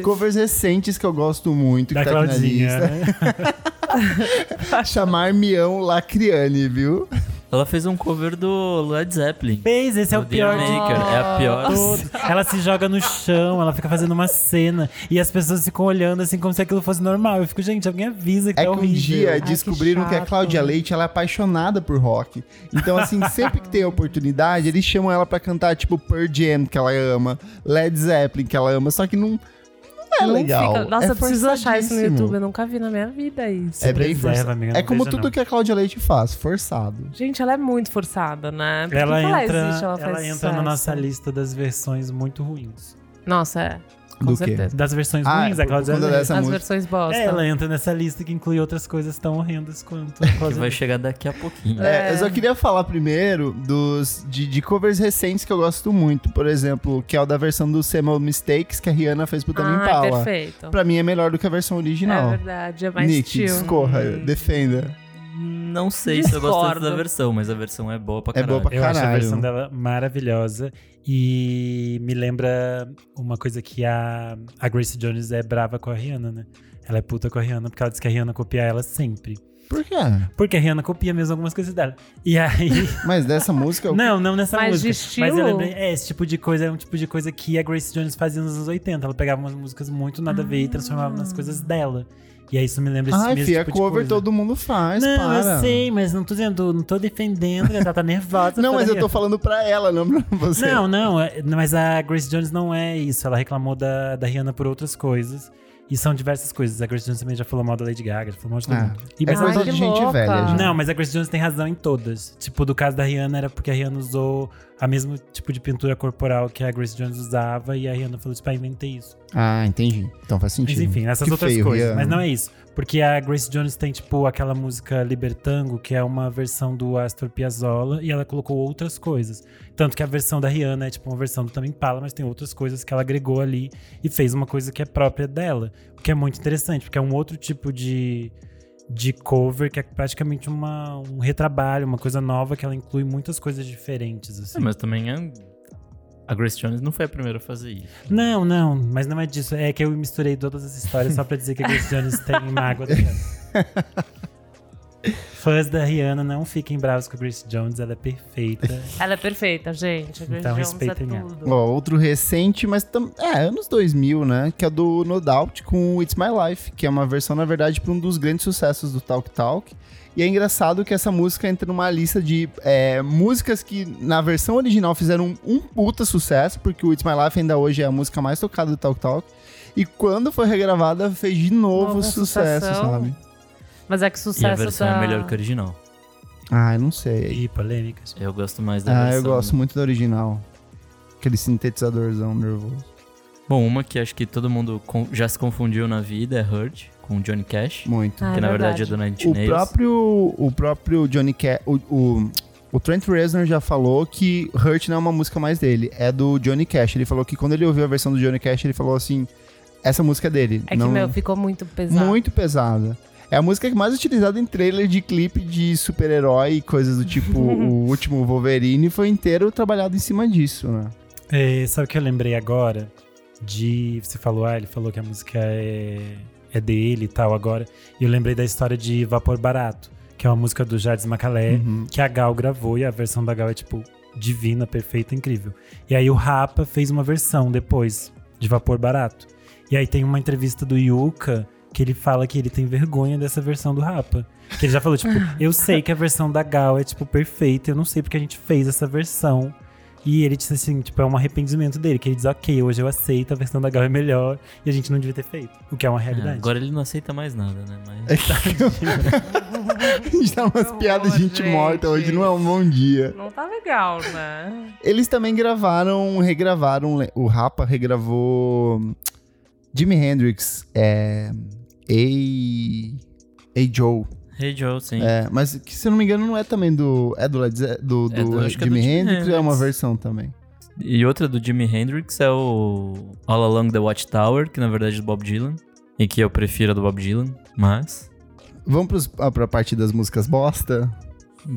S1: <laughs> covers recentes que eu gosto muito,
S4: Da
S1: que tá aqui na
S4: Claudinha,
S1: lista.
S4: né?
S3: Tá.
S1: Chamar Mião Lacriane, viu?
S2: Ela fez um cover do Led Zeppelin.
S4: Fez, esse é o
S2: do Dear
S4: pior de
S2: Maker. É a pior.
S4: todos. Ela se joga no chão, ela fica fazendo uma cena. E as pessoas ficam olhando assim como se aquilo fosse normal. Eu fico, gente, alguém avisa que
S1: É
S4: tá
S1: que um
S4: horrível.
S1: dia
S3: que
S1: descobriram que, a
S3: chato.
S1: Cláudia Leite ela é apaixonada por rock. Então,
S3: <laughs>
S1: assim, sempre que tem a oportunidade, eles chamam ela pra cantar, tipo, Pearl Jam, que ela ama, Led Zeppelin, que ela ama, só que não, não é
S3: Não
S1: legal.
S3: fica- Nossa,
S1: é
S3: eu preciso achar isso no
S1: forçadíssimo.
S3: YouTube. né? Eu nunca vi na minha vida isso.
S1: É bem
S4: Preserva,
S1: forçado.
S4: amiga, não
S1: É como
S4: veja,
S1: tudo
S4: não.
S1: que a Cláudia Leite faz, forçado.
S3: Gente, ela é muito forçada, né? Por que
S4: Ela
S3: que
S4: entra,
S3: existe?
S4: ela
S3: faz
S4: entra na
S3: sucesso?
S4: nossa lista das versões muito ruins.
S3: Nossa, é. Com
S1: Do quê?
S3: certeza.
S4: Das versões
S1: Ah,
S4: ruins, a
S1: por
S4: Cláudia
S1: conta
S4: Leite.
S1: dessa
S3: As
S1: música.
S3: versões bosta.
S4: É, ela entra nessa lista que inclui outras coisas tão horrendas quanto a
S2: Que
S4: Cláudia
S2: vai
S4: Leite.
S2: chegar daqui a pouquinho.
S1: É, eu só queria falar primeiro dos de, de covers recentes que eu gosto muito. Por exemplo, que é o da versão do Seminal Mistakes que a Rihanna fez pro Tame
S3: ah,
S1: Impala.
S3: perfeito.
S1: Pra mim é melhor do que a versão original.
S3: É verdade, é mais
S1: Nick,
S3: chill.
S1: discorra, defenda.
S2: Não sei se eu gosto tanto
S3: Discordo.
S2: da versão, mas a versão é boa pra
S1: É
S2: caralho.
S1: boa pra
S4: Eu acho a
S1: Caralho.
S4: versão dela maravilhosa e me lembra uma coisa que a, a Grace Jones é brava com a Rihanna, né? Ela é puta com a Rihanna porque ela diz que a Rihanna copia ela sempre.
S1: Por quê?
S4: Porque a Rihanna copia mesmo algumas coisas dela. E aí.
S1: Mas dessa música. eu-
S4: não, não nessa
S3: Mas de
S4: música. Mas eu
S3: estilo?
S4: lembrei. É, esse tipo de coisa é um tipo de coisa que a Grace Jones fazia nos anos 80. Ela pegava umas músicas muito nada a ver
S3: Ah.
S4: e transformava nas coisas dela. E aí isso me lembra esse
S1: Ai,
S4: mesmo
S1: fia,
S4: tipo de
S1: cover
S4: coisa.
S1: todo mundo faz,
S4: Não,
S1: para.
S4: eu sei, mas não tô dizendo, não tô defendendo, ela tá
S1: <laughs>
S4: nervosa.
S1: Não, mas eu
S4: falando
S1: tô falando pra ela, não pra você.
S4: Não, não, é- mas a Grace Jones não é isso. Ela reclamou da, da Rihanna por outras coisas. E são diversas coisas. A Grace Jones também já falou mal da Lady Gaga, já falou mal de todo
S1: Ah,
S4: mundo. E,
S1: É
S4: mas
S3: Ai,
S1: coisa
S3: que
S1: de gente
S3: louca.
S1: velha, gente.
S4: Não, mas a Grace Jones tem razão em todas. Tipo, do caso da Rihanna, era porque a Rihanna usou a mesmo tipo de pintura corporal que a Grace Jones usava e a Rihanna falou, tipo, ah, inventei isso.
S1: Ah, entendi. Então faz
S4: Mas
S1: sentido.
S4: enfim, essas
S1: Que
S4: outras
S1: feio,
S4: coisas.
S1: Rihanna.
S4: Mas não é isso. Porque a Grace Jones tem, tipo, aquela música Libertango, que é uma versão do Astor Piazzolla, e ela colocou outras coisas. Tanto que a versão da Rihanna é, tipo, uma versão do Também Pala, mas tem outras coisas que ela agregou ali e fez uma coisa que é própria dela. O que é muito interessante, porque é um outro tipo de, de cover que é praticamente uma, um retrabalho, uma coisa nova que ela inclui muitas coisas diferentes, assim.
S2: É, mas também é- a Grace Jones não foi a primeira a fazer isso.
S4: Não, não, mas não é disso. É que eu misturei todas as histórias só pra dizer que a Grace Jones tem mágoa da Rihanna. Fãs da Rihanna, não fiquem bravos com a Grace Jones, ela é perfeita.
S3: Ela é perfeita, gente. A Grace
S4: Então,
S3: Jones é
S4: respeitem ela.
S3: tudo.
S1: Ó, outro recente, mas tam... é, anos 2000, né? Que é do No Doubt com It's My Life, que é uma versão, na verdade, para um dos grandes sucessos do Talk Talk. E é engraçado que essa música entra numa lista de é, músicas que, na versão original, fizeram um, um puta sucesso, porque o It's My Life ainda hoje é a música mais tocada do Talk Talk. E quando foi regravada, fez de novo
S3: Nova
S1: sucesso,
S3: sensação.
S1: sabe?
S3: Mas é
S2: E
S3: que o
S2: a
S3: sucesso
S2: versão
S3: da...
S2: é melhor que a original.
S1: Ah, eu não sei.
S4: e polêmicas.
S2: Eu gosto mais da
S1: Ah,
S2: versão.
S1: eu gosto muito da original. Aquele sintetizadorzão nervoso.
S2: Bom, uma que acho que todo mundo con- já se confundiu na vida é Hurt, com Johnny Cash.
S1: Muito.
S3: Ah,
S2: que
S3: é
S2: na verdade,
S3: verdade.
S2: é do Nine
S1: O
S2: Nails.
S1: próprio, o próprio Johnny Cash, o, o, o Trent Reznor já falou que Hurt não é uma música mais dele, é do Johnny Cash. Ele falou que quando ele ouviu a versão do Johnny Cash, ele falou assim, essa música é dele.
S3: É que,
S1: não,
S3: meu, ficou muito pesado.
S1: muito pesada. É a música mais utilizada em trailer de clipe de super-herói e coisas do
S3: <laughs>
S1: tipo o último Wolverine foi inteiro trabalhado em cima disso, né?
S4: É, sabe o que eu lembrei agora? De. Você falou, ah, ele falou que a música é, é dele e tal agora. E eu lembrei da história de Vapor Barato, que é uma música do Jardim Macalé,
S1: Uhum. <laughs>
S4: que a Gal gravou e a versão da Gal é tipo divina, perfeita, incrível. E aí o Rapa fez uma versão depois de Vapor Barato. E aí tem uma entrevista do Yuka que ele fala que ele tem vergonha dessa versão do Rapa. Que ele
S3: <laughs>
S4: já falou, tipo, eu sei que a versão da Gal é, tipo, perfeita, eu não sei porque a gente fez essa versão. E ele disse assim, tipo, é um arrependimento dele, que ele diz, ok, hoje eu aceito, a versão da Gal é melhor, e a gente não devia ter feito. O que é uma
S2: É,
S4: realidade.
S2: agora ele não aceita mais nada, né? Mas...
S1: É. A gente tá umas
S3: horror,
S1: piadas de gente
S3: gente.
S1: morta hoje, não é um bom dia.
S3: Não tá legal, né?
S1: Eles também gravaram, regravaram, o Rapa regravou Jimi Hendrix, é, Ei, Ei Joe,
S2: Hey Joe, sim.
S1: é, mas que se eu não me engano não é também do, é do, Led Ze- do,
S2: É do-
S1: do
S2: acho que é do
S1: Jimi
S2: Jimi
S1: Hendrix, é uma
S2: Hendrix.
S1: versão também.
S2: E outra do Jimi Hendrix é o All Along the Watchtower, que na verdade é do Bob Dylan. E que eu prefiro a do Bob Dylan, mas
S1: Vamos pros, ah, pra parte das músicas bosta?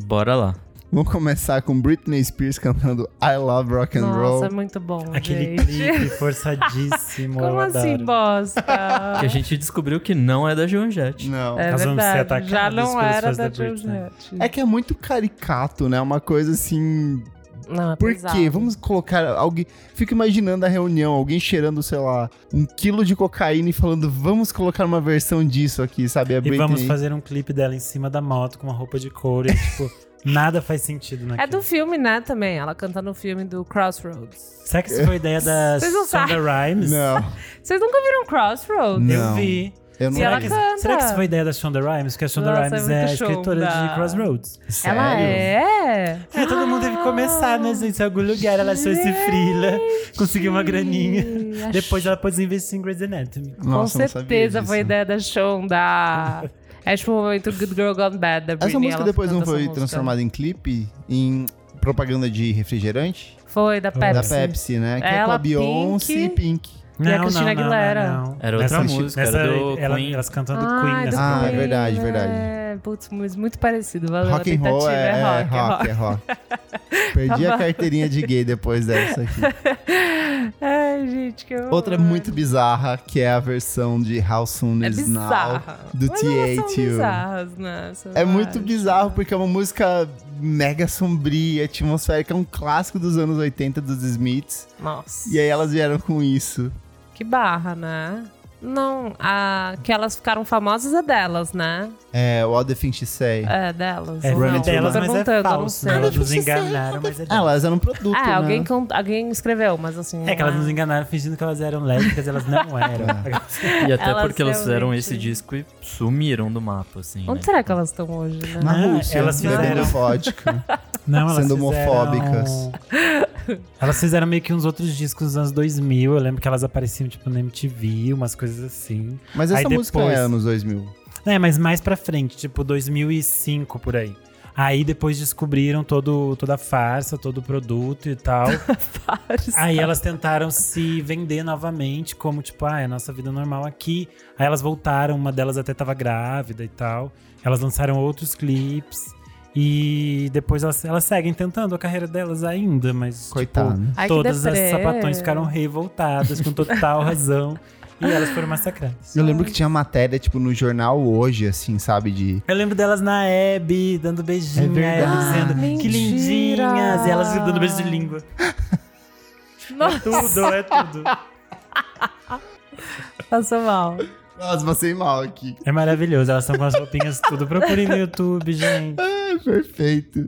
S2: bora lá.
S1: Vamos começar com Britney Spears cantando I Love Rock and
S3: Nossa,
S1: Roll.
S3: é muito bom,
S4: Aquele
S3: gente. <laughs>
S4: clipe forçadíssimo.
S3: Como
S4: eu
S3: assim,
S1: <laughs>
S4: adoro.
S3: bosta? Ah.
S2: Que a gente descobriu que não é da Joan Jett.
S1: Não.
S3: É
S4: Nós vamos ser
S3: verdade, já
S4: atacados
S3: não
S4: pelos
S3: era
S4: fãs
S3: da
S4: da Britney.
S3: Juliette.
S1: É que é muito caricato, né? Uma coisa assim,
S3: Não, é
S1: Por
S3: pesado.
S1: quê? Vamos colocar alguém. Fico imaginando a reunião, alguém cheirando, sei lá, um quilo de cocaína e falando, vamos colocar uma versão disso aqui, sabe? É A
S4: E
S1: Britney.
S4: vamos fazer um clipe dela em cima da moto com uma roupa de couro. E, tipo,
S2: <laughs>
S4: nada faz sentido naquilo.
S3: É do filme, né, também. Ela canta no filme do Crossroads.
S4: Será que isso foi ideia
S3: <laughs>
S4: da
S3: Vocês não
S4: Sandra Rhimes?
S1: Não,
S3: Vocês nunca viram Crossroads?
S1: Não.
S4: Eu vi.
S1: eu não
S3: E ela
S4: Será que,
S3: canta.
S4: será que isso foi ideia da Shonda Rhimes? Porque a Shonda
S3: Nossa, é
S4: Rhimes
S3: muito
S4: é, a escritora
S3: Shonda.
S4: de Crossroads.
S1: Sério?
S3: Ela é?
S4: É, todo mundo teve que começar, né, gente? Em algum lugar
S2: é
S4: ela achou esse frila, conseguiu uma graninha.
S3: Gente,
S4: Depois ela pôde investir em Grey's Anatomy.
S1: Nossa,
S3: Com
S1: não sabia
S3: certeza
S1: disso.
S3: foi ideia da Shonda. É tipo o momento Good Girl Gone Bad da Britney.
S1: Essa música
S3: ela
S1: depois não
S3: canta essa
S1: foi
S3: música.
S1: transformada em clipe? Em propaganda de refrigerante?
S3: Foi, da Pepsi.
S1: Da Pepsi, né? Que é com a
S3: Ela,
S1: Beyoncé e Pink.
S3: E a Christina Aguilera.
S4: Não, não.
S2: Era outra música, era do
S4: ela-
S2: Queen.
S4: Elas cantando
S3: Ah,
S4: Queen
S3: é do
S1: Ah,
S4: nessa
S1: é
S3: Queen,
S1: verdade,
S3: né?
S1: verdade.
S3: Putz, mas muito parecido. Valeu,
S1: rock
S3: a
S1: and roll
S3: tentativa
S1: é, é rock,
S3: é rock.
S1: é rock. Perdi
S3: Tá
S1: a
S3: bom.
S1: carteirinha de gay depois dessa aqui.
S3: Ai, gente, que horror.
S1: Outra muito bizarra, que é a versão de How Soon
S3: é
S1: Is Now,
S3: bizarra.
S1: do
S3: Mas é elas são
S1: T.A.T.U.
S3: bizarras, né? São
S1: É muito
S3: várias.
S1: bizarro porque é uma música mega sombria, atmosférica, é um clássico dos anos 80 dos Smiths.
S3: Nossa.
S1: E aí elas vieram com isso.
S3: Que barra, né? Não, a, que elas ficaram famosas é delas, né?
S1: É, What the Thing She Say.
S3: É delas.
S4: É
S3: ou não?
S1: Run It
S3: Tô
S4: delas, mas é
S3: perguntando, eu não
S4: falso.
S3: sei.
S4: né? Elas
S1: Olha
S4: nos
S1: que você
S4: enganaram, mas é
S1: Ah,
S4: delas.
S1: elas eram produto,
S3: Ah,
S1: né?
S3: alguém, con- alguém escreveu, mas assim.
S4: É que elas
S3: não
S4: nos enganaram fingindo que elas eram lésbicas, elas não
S2: <laughs>
S4: eram.
S2: E até
S3: Elas
S2: porque elas fizeram esse
S3: realmente-
S2: disco e sumiram do mapa, assim.
S3: Onde
S2: né?
S3: será que elas estão hoje, né?
S1: Na
S4: Não,
S1: Rússia,
S4: elas
S1: bebendo
S4: fizeram- um <laughs>
S1: vodka.
S4: Não, elas
S1: Sendo
S4: fizeram-
S1: homofóbicas.
S4: Elas fizeram meio que uns outros discos dos anos 2000. Eu lembro que elas apareciam, tipo, na MTV, umas coisas assim.
S1: Mas
S4: Aí
S1: essa música
S4: depois-
S1: é anos 2000.
S4: É, mas mais pra frente, tipo, 2005 por aí. Aí depois descobriram todo, toda a farsa, todo o produto e tal. Aí elas tentaram se vender novamente, como tipo, ah, é a nossa vida normal aqui. Aí elas voltaram, uma delas até tava grávida e tal. Elas lançaram outros clipes. E depois elas, elas seguem tentando a carreira delas ainda, mas. tipo,
S1: Coitado.
S3: Ai, que
S4: todas as
S3: deprê.
S4: sapatões ficaram revoltadas, com total razão. E elas foram massacradas.
S1: Eu lembro que tinha matéria, tipo, no jornal hoje, assim, sabe? De.
S4: Eu lembro delas na Hebe, dando beijinho,
S1: É
S4: a Hebe
S1: verdade.
S4: dizendo que
S3: Ah, Mentira. É
S4: lindinhas. E elas dando beijo de língua.
S3: Nossa,
S4: Tudo, é tudo.
S3: passou mal.
S1: Nossa, passei mal aqui.
S4: É maravilhoso, elas estão com as roupinhas tudo. Procurem no YouTube, gente.
S1: É perfeito.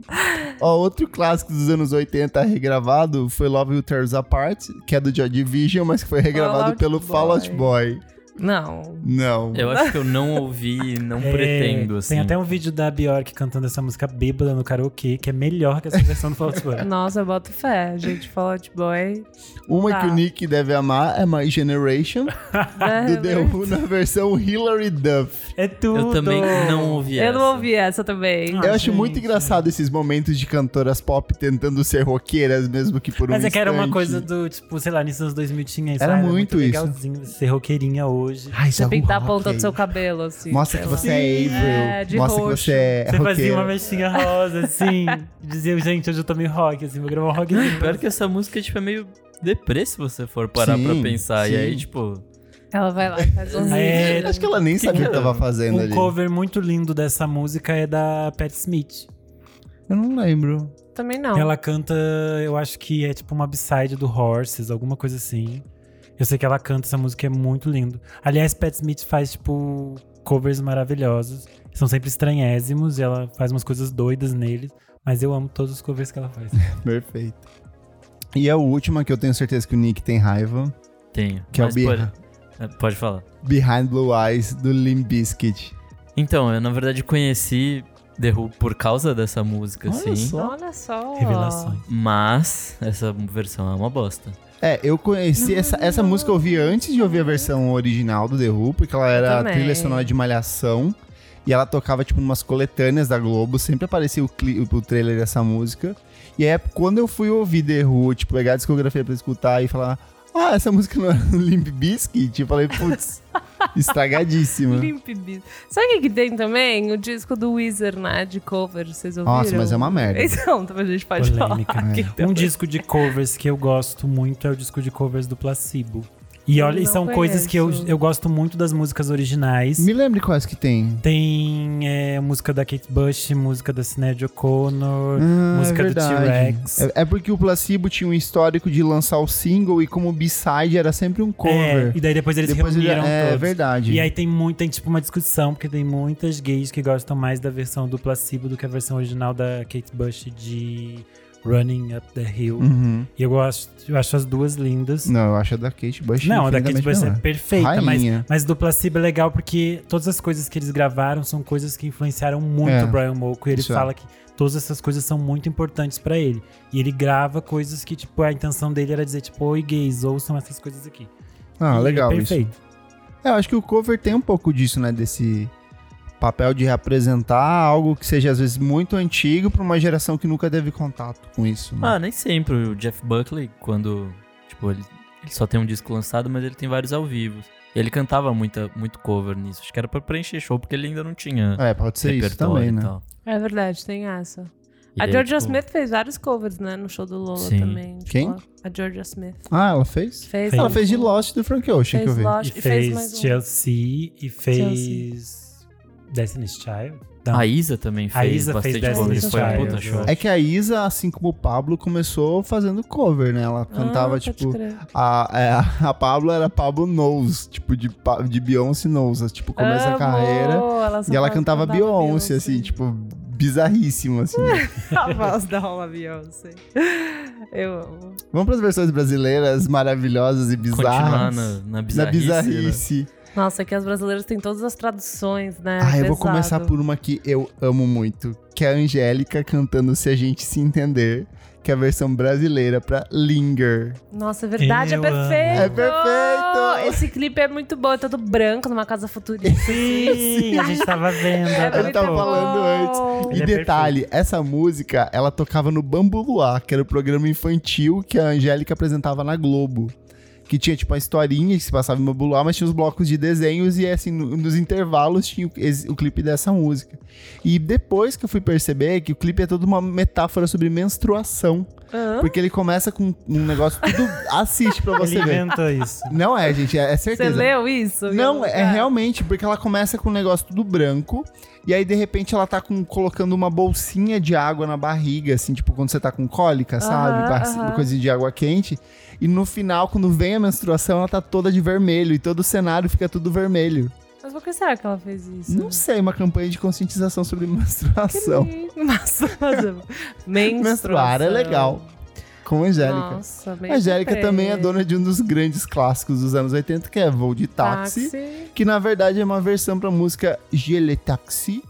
S1: Ó, outro clássico dos anos 80 regravado foi Love You Tears Apart, que é do Joy Division, mas que foi regravado
S3: Fall Out
S1: pelo
S3: Boy.
S1: Fall Out Boy.
S3: Não.
S1: Não.
S2: Eu acho que eu não ouvi e
S1: <laughs>
S2: não
S4: É,
S2: pretendo, assim.
S4: Tem até um vídeo da Bjork cantando essa música bêbada no karaokê, que é melhor que essa versão do Fallout Boy.
S3: Nossa, eu boto fé. Gente, Fall Out Boy.
S1: Uma
S3: Tá.
S1: que o Nick deve amar é My Generation,
S3: né?
S4: Ah,
S1: do The Who na versão Hilary Duff.
S4: É tudo.
S2: <laughs> Eu também não ouvi
S3: Eu
S2: essa.
S3: não ouvi essa também.
S4: Ah,
S1: Eu acho muito
S4: gente.
S1: engraçado esses momentos de cantoras pop tentando ser roqueiras, mesmo que por um
S4: Mas é que era uma
S1: instante.
S4: coisa do, tipo, sei lá, nisso nos 2000 tinha isso.
S1: Era
S4: ah,
S1: muito isso.
S4: legalzinho ser roqueirinha hoje.
S1: Ai,
S3: Você
S1: joga um
S3: pintar a
S1: rock
S3: ponta
S1: aí.
S3: do seu cabelo, assim.
S1: Mostra
S3: sei
S1: que
S3: lá.
S1: você é Avril.
S3: É, de
S1: Mostra que
S3: roxo.
S1: você é
S4: Você fazia
S1: roqueira.
S4: uma mexinha rosa,
S1: <laughs>
S4: assim, e dizia, gente, hoje eu tô meio rock, assim, vou gravar um rockzinho.
S2: Pior que essa música, tipo, é meio deprê se você for parar
S1: Sim,
S2: pra pensar.
S1: sim.
S2: E aí, tipo...
S3: Ela vai lá e faz um
S4: É,
S1: Acho que ela nem
S2: Que
S1: sabia o
S2: que
S1: que tava
S2: era?
S1: fazendo
S4: Um
S1: ali.
S4: cover muito lindo dessa música é da Pat Smith.
S1: Eu não lembro.
S3: Também não.
S4: Ela canta, eu acho que é tipo uma b-side do Horses, alguma coisa assim. Eu sei que ela canta essa música, é muito lindo. Aliás, Pat Smith faz, tipo, covers maravilhosos. São sempre estranhésimos e ela faz umas coisas doidas neles. Mas eu amo todos os covers que ela faz.
S1: Perfeito. E a última que eu tenho certeza que o Nick tem raiva,
S2: Tenho.
S1: que é o
S2: mas
S1: Birra.
S2: pode- é, pode falar.
S1: Behind Blue Eyes, do Limp Bizkit.
S2: Então, eu na verdade conheci The Who por causa dessa música,
S1: Olha
S2: assim.
S1: só.
S3: Olha só.
S4: Revelações.
S2: Mas essa versão é uma bosta.
S1: É, eu conheci essa, essa música, eu ouvi antes de ouvir a versão original do The Who, porque ela era a
S3: também.
S1: trilha sonora de Malhação. E ela tocava, tipo, umas coletâneas da Globo, sempre aparecia o, cli- o trailer dessa música. E aí, quando eu fui ouvir The Who, tipo, pegar a discografia pra escutar e falar, ah, essa música não era do Limp Bizkit, eu falei,
S3: <laughs>
S1: putz, estragadíssima.
S3: Limp Bizkit. Sabe o que, que tem também? O disco do Weezer, né? De cover, vocês ouviram?
S1: Nossa, mas é uma merda.
S3: <laughs> Então, talvez a gente pode
S4: Polêmica.
S1: É.
S3: <laughs> falar. aqui
S4: Um
S3: também.
S4: disco de covers que eu gosto muito é o disco de covers do Placebo. E
S3: Eu
S4: olha, e
S3: não
S4: são coisas que eu,
S3: conheço.
S4: eu gosto muito das músicas originais.
S1: Me lembre quais que tem.
S4: Tem é, música da Kate Bush, música da Sinead O'Connor,
S1: Ah,
S4: música
S1: é
S4: do
S1: verdade.
S4: T-Rex.
S1: É, é porque o Placebo tinha um histórico de lançar o single e como B-side era sempre um cover.
S4: É, e daí depois eles
S1: Depois ele-
S4: reuniram
S1: é
S4: todos.
S1: verdade.
S4: E aí tem muito, tem tipo uma discussão, porque tem muitas gays que gostam mais da versão do Placebo do que a versão original da Kate Bush de Running Up the Hill.
S1: Uhum.
S4: E eu gosto, eu acho as duas lindas.
S1: Não, eu acho a da Kate Bush.
S4: Não, a da Kate
S1: infinitamente
S4: Bush é
S1: melhor.
S4: perfeita, mas,
S1: Rainha.
S4: mas do Placebo é legal porque todas as coisas que eles gravaram são coisas que influenciaram muito
S1: É,
S4: o Brian Molko. E ele
S1: isso é.
S4: fala que todas essas coisas são muito importantes pra ele. E ele grava coisas que, tipo, a intenção dele era dizer, tipo, oi gays, ouçam essas coisas aqui.
S1: Ah,
S4: E é
S1: legal isso.
S4: perfeito.
S1: É, eu acho que o cover tem um pouco disso, né? Desse papel de representar algo que seja às vezes muito antigo pra uma geração que nunca teve contato com isso. Né?
S2: Ah, nem sempre. O Jeff Buckley, quando. Tipo, ele, ele só tem um disco lançado, mas ele tem vários ao vivo. E ele cantava muita, muito cover nisso. Acho que era pra preencher show, porque ele ainda não tinha
S4: Ah,
S1: é, pode ser isso
S2: repertório
S1: também,
S2: e
S1: né?
S2: tal.
S3: É verdade, tem essa.
S2: E
S3: a
S2: aí,
S3: Georgia
S2: tipo,
S3: Smith fez vários covers, né? No show do Lola
S2: Sim.
S3: também. tipo,
S1: Quem?
S3: A Georgia Smith.
S1: Ah, ela fez?
S3: Fez. um
S1: Ela fez de Lost do Frank Ocean,
S3: Fez um.
S1: que eu vi.
S3: Lost
S4: E
S3: e fez mais
S4: fez
S3: um.
S4: Chelsea e fez Destiny's Child.
S1: Tá.
S4: Não.
S2: A Isa também
S4: A
S2: fez
S4: Isa fez
S2: bastante
S4: Destiny's
S2: cover. Isso foi um
S4: Child,
S2: puta show.
S1: É que a Isa, assim como o Pablo, começou fazendo cover, né? Ela cantava,
S3: Ah, pode
S1: tipo.
S3: crer.
S1: A, é, a Pablo era Pablo Knows, tipo, de, Pa- de Beyoncé Knows. Tipo, começa a
S3: Amo!
S1: carreira. E
S3: só
S1: ela
S3: fala-
S1: cantava Beyoncé, assim, tipo, bizarríssimo, assim.
S3: <laughs> É. A voz da Ola Beyoncé. Eu amo.
S1: Vamos pras versões brasileiras maravilhosas e
S2: Continuar
S1: bizarras.
S2: na, na
S1: Na
S2: bizarrice. né?
S1: bizarrice.
S3: Nossa, é que as brasileiras têm todas as traduções, né?
S1: Ah, eu vou
S3: Pesado.
S1: começar por uma que eu amo muito, que é a Angélica cantando Se a gente se entender, que é a versão brasileira pra Linger.
S3: Nossa, é verdade,
S4: Eu
S3: é
S4: amo.
S3: perfeito!
S1: É perfeito!
S3: Esse clipe é muito bom, é todo branco, numa
S1: <laughs>
S3: casa futurista.
S4: <laughs>
S3: É
S4: Sim, a gente tava vendo.
S1: Ela
S3: muito
S1: tava
S3: bom.
S1: falando
S4: Ele
S1: e
S4: é
S1: detalhe, essa música ela tocava no Bambu Luar, que era o programa infantil que a Angélica apresentava na Globo. Que tinha, tipo, a historinha que se passava no Bambu Luar, mas tinha os blocos de desenhos e, assim, no- nos intervalos tinha o, esse- o clipe dessa música. E depois que eu fui perceber que o clipe é toda uma metáfora sobre menstruação.
S3: Hã?
S1: Porque ele começa com um negócio tudo... Assiste
S4: <laughs>
S1: pra você
S4: Ele
S1: ver.
S4: inventou isso.
S1: Não é, gente, é, é
S3: Você
S1: certeza.
S3: leu isso? assim, em
S1: Não,
S3: algum
S1: é
S3: um lugar?
S1: realmente, porque ela começa com um negócio tudo branco, e aí de repente ela tá com, colocando uma bolsinha de água na barriga, assim, tipo quando você tá com cólica, sabe? Bar-
S3: aham.
S1: Uma coisinha de água quente. E no final, quando vem a menstruação, ela tá toda de vermelho, e todo o cenário fica tudo vermelho.
S3: Mas por que será que ela fez isso?
S1: Não sei, uma campanha de conscientização sobre <laughs> menstruação.
S3: Nossa,
S1: Menstruar é legal. Com a Angélica.
S3: Nossa,
S1: a Angélica também é dona de um dos grandes clássicos dos anos 80, que é Voo de Táxi. que na verdade é uma versão pra música Gele Taxi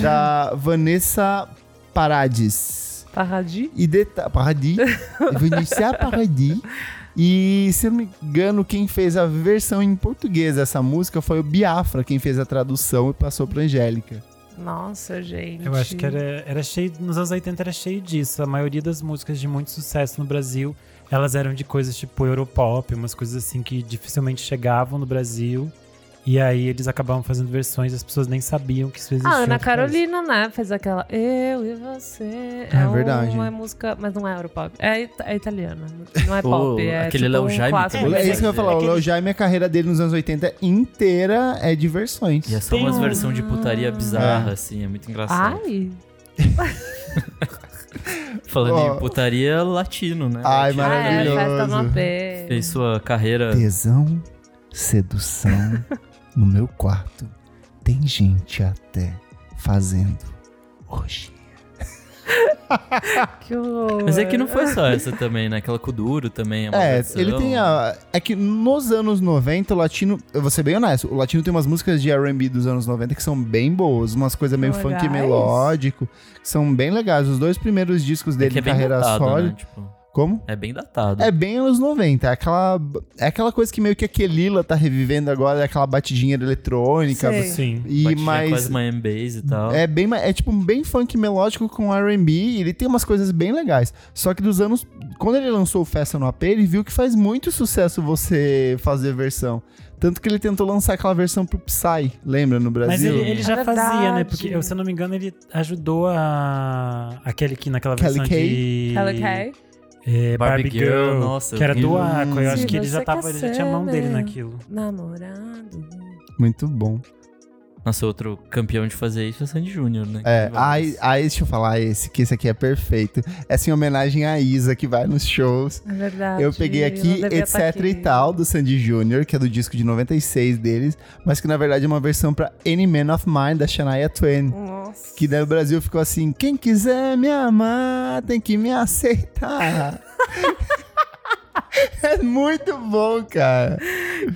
S1: da Vanessa Paradis.
S3: Parradi?
S1: E deta- Paradis, Vanessa Paradis. E se eu não me engano, quem fez a versão em português dessa música foi o Biafra, quem fez a tradução e passou pra Angélica.
S3: Nossa, gente.
S4: Eu acho que era, era cheio. Nos anos 80 era cheio disso. A maioria das músicas de muito sucesso no Brasil, elas eram de coisas tipo Europop, umas coisas assim que dificilmente chegavam no Brasil. E aí eles acabavam fazendo versões, as pessoas nem sabiam que isso existia.
S3: Ah, Ana
S4: no país.
S3: Carolina, né? Fez aquela Eu e Você.
S1: É verdade.
S3: Uma música, mas não é Europop. É, ita- é italiana. Não é
S2: Pô,
S3: pop. É
S2: aquele
S3: tipo
S2: Léo
S3: um
S2: Jaime
S3: clássico.
S2: também.
S1: é isso que eu ia falar,
S4: é
S1: o
S4: que
S1: Léo
S4: ele-
S1: Jaime, a carreira dele nos anos 80 inteira é de versões.
S2: E é só
S4: Tem
S2: umas
S4: um-
S2: versões de putaria bizarra, assim, é muito engraçado.
S3: Ai,
S2: Falando
S1: Ó.
S2: em putaria, latino, né?
S1: Ai,
S2: Latino
S3: ah, é,
S1: Maravilhoso.
S3: festa no pé.
S2: Fez sua carreira
S1: Tesão, sedução no meu quarto. Tem gente até fazendo hoje.
S3: Que horror.
S2: Mas é que não foi só essa também, né? Aquela Kuduro também é uma
S1: É,
S2: versão.
S1: ele tem a. É que nos anos 90, o latino. Eu vou ser bem honesto, o latino tem umas músicas de RB dos anos 90 que são bem boas, umas coisas meio funk
S3: Legais.
S1: melódico, que são bem legais. Os dois primeiros discos
S2: É
S1: dele,
S2: que é bem
S1: Carreira
S2: datado,
S1: Solo.
S2: né? Tipo,
S1: Como?
S2: é bem datado.
S1: É bem anos 90, é aquela, é aquela coisa que meio que a Kelila tá revivendo agora, é aquela batidinha eletrônica.
S3: Sei.
S4: Sim.
S1: E
S2: Batidinha é
S1: mais,
S2: quase Miami Bass e tal.
S1: É bem, ma- é tipo um bem funk melódico com R&B, e ele tem umas coisas bem legais. Só que dos anos, quando ele lançou o Festa no AP, ele viu que faz muito sucesso você fazer versão. Tanto que ele tentou lançar aquela versão pro Psy, lembra no
S4: Mas
S1: Brasil?
S4: ele, ele já
S3: É
S4: fazia, né?
S3: verdade.
S4: Porque, eu, se eu não me engano, ele ajudou a. Aquele que naquela
S1: Kelly
S4: versão
S1: Kay?
S4: de.
S3: Ela cai.
S4: É, Barbie,
S2: Barbie
S4: Girl,
S2: Girl, nossa,
S4: que era do
S2: horrível.
S4: Aqua. Eu acho
S3: Se
S4: que ele já
S3: você
S4: tava,
S3: quer
S4: ele já tinha a mão
S3: ser,
S4: dele
S3: né?
S4: naquilo.
S3: Namorado.
S1: Muito bom.
S2: Nossa, outro campeão de fazer isso é Sandy Júnior, né?
S1: É,
S2: Que
S1: ai,
S2: vários.
S1: ai, deixa eu falar esse, que esse aqui é perfeito. Essa em homenagem à Isa, que vai nos shows.
S3: É verdade.
S1: Eu peguei
S3: não
S1: aqui
S3: devia
S1: Etc
S3: tá aqui.
S1: e Tal, do Sandy Jr., que é do disco de 96 deles, mas que na verdade é uma versão pra Any Man of Mine, da Shania Twain.
S3: Nossa.
S1: Que daí o Brasil ficou assim: quem quiser me amar tem que me aceitar. <laughs> é muito bom, cara.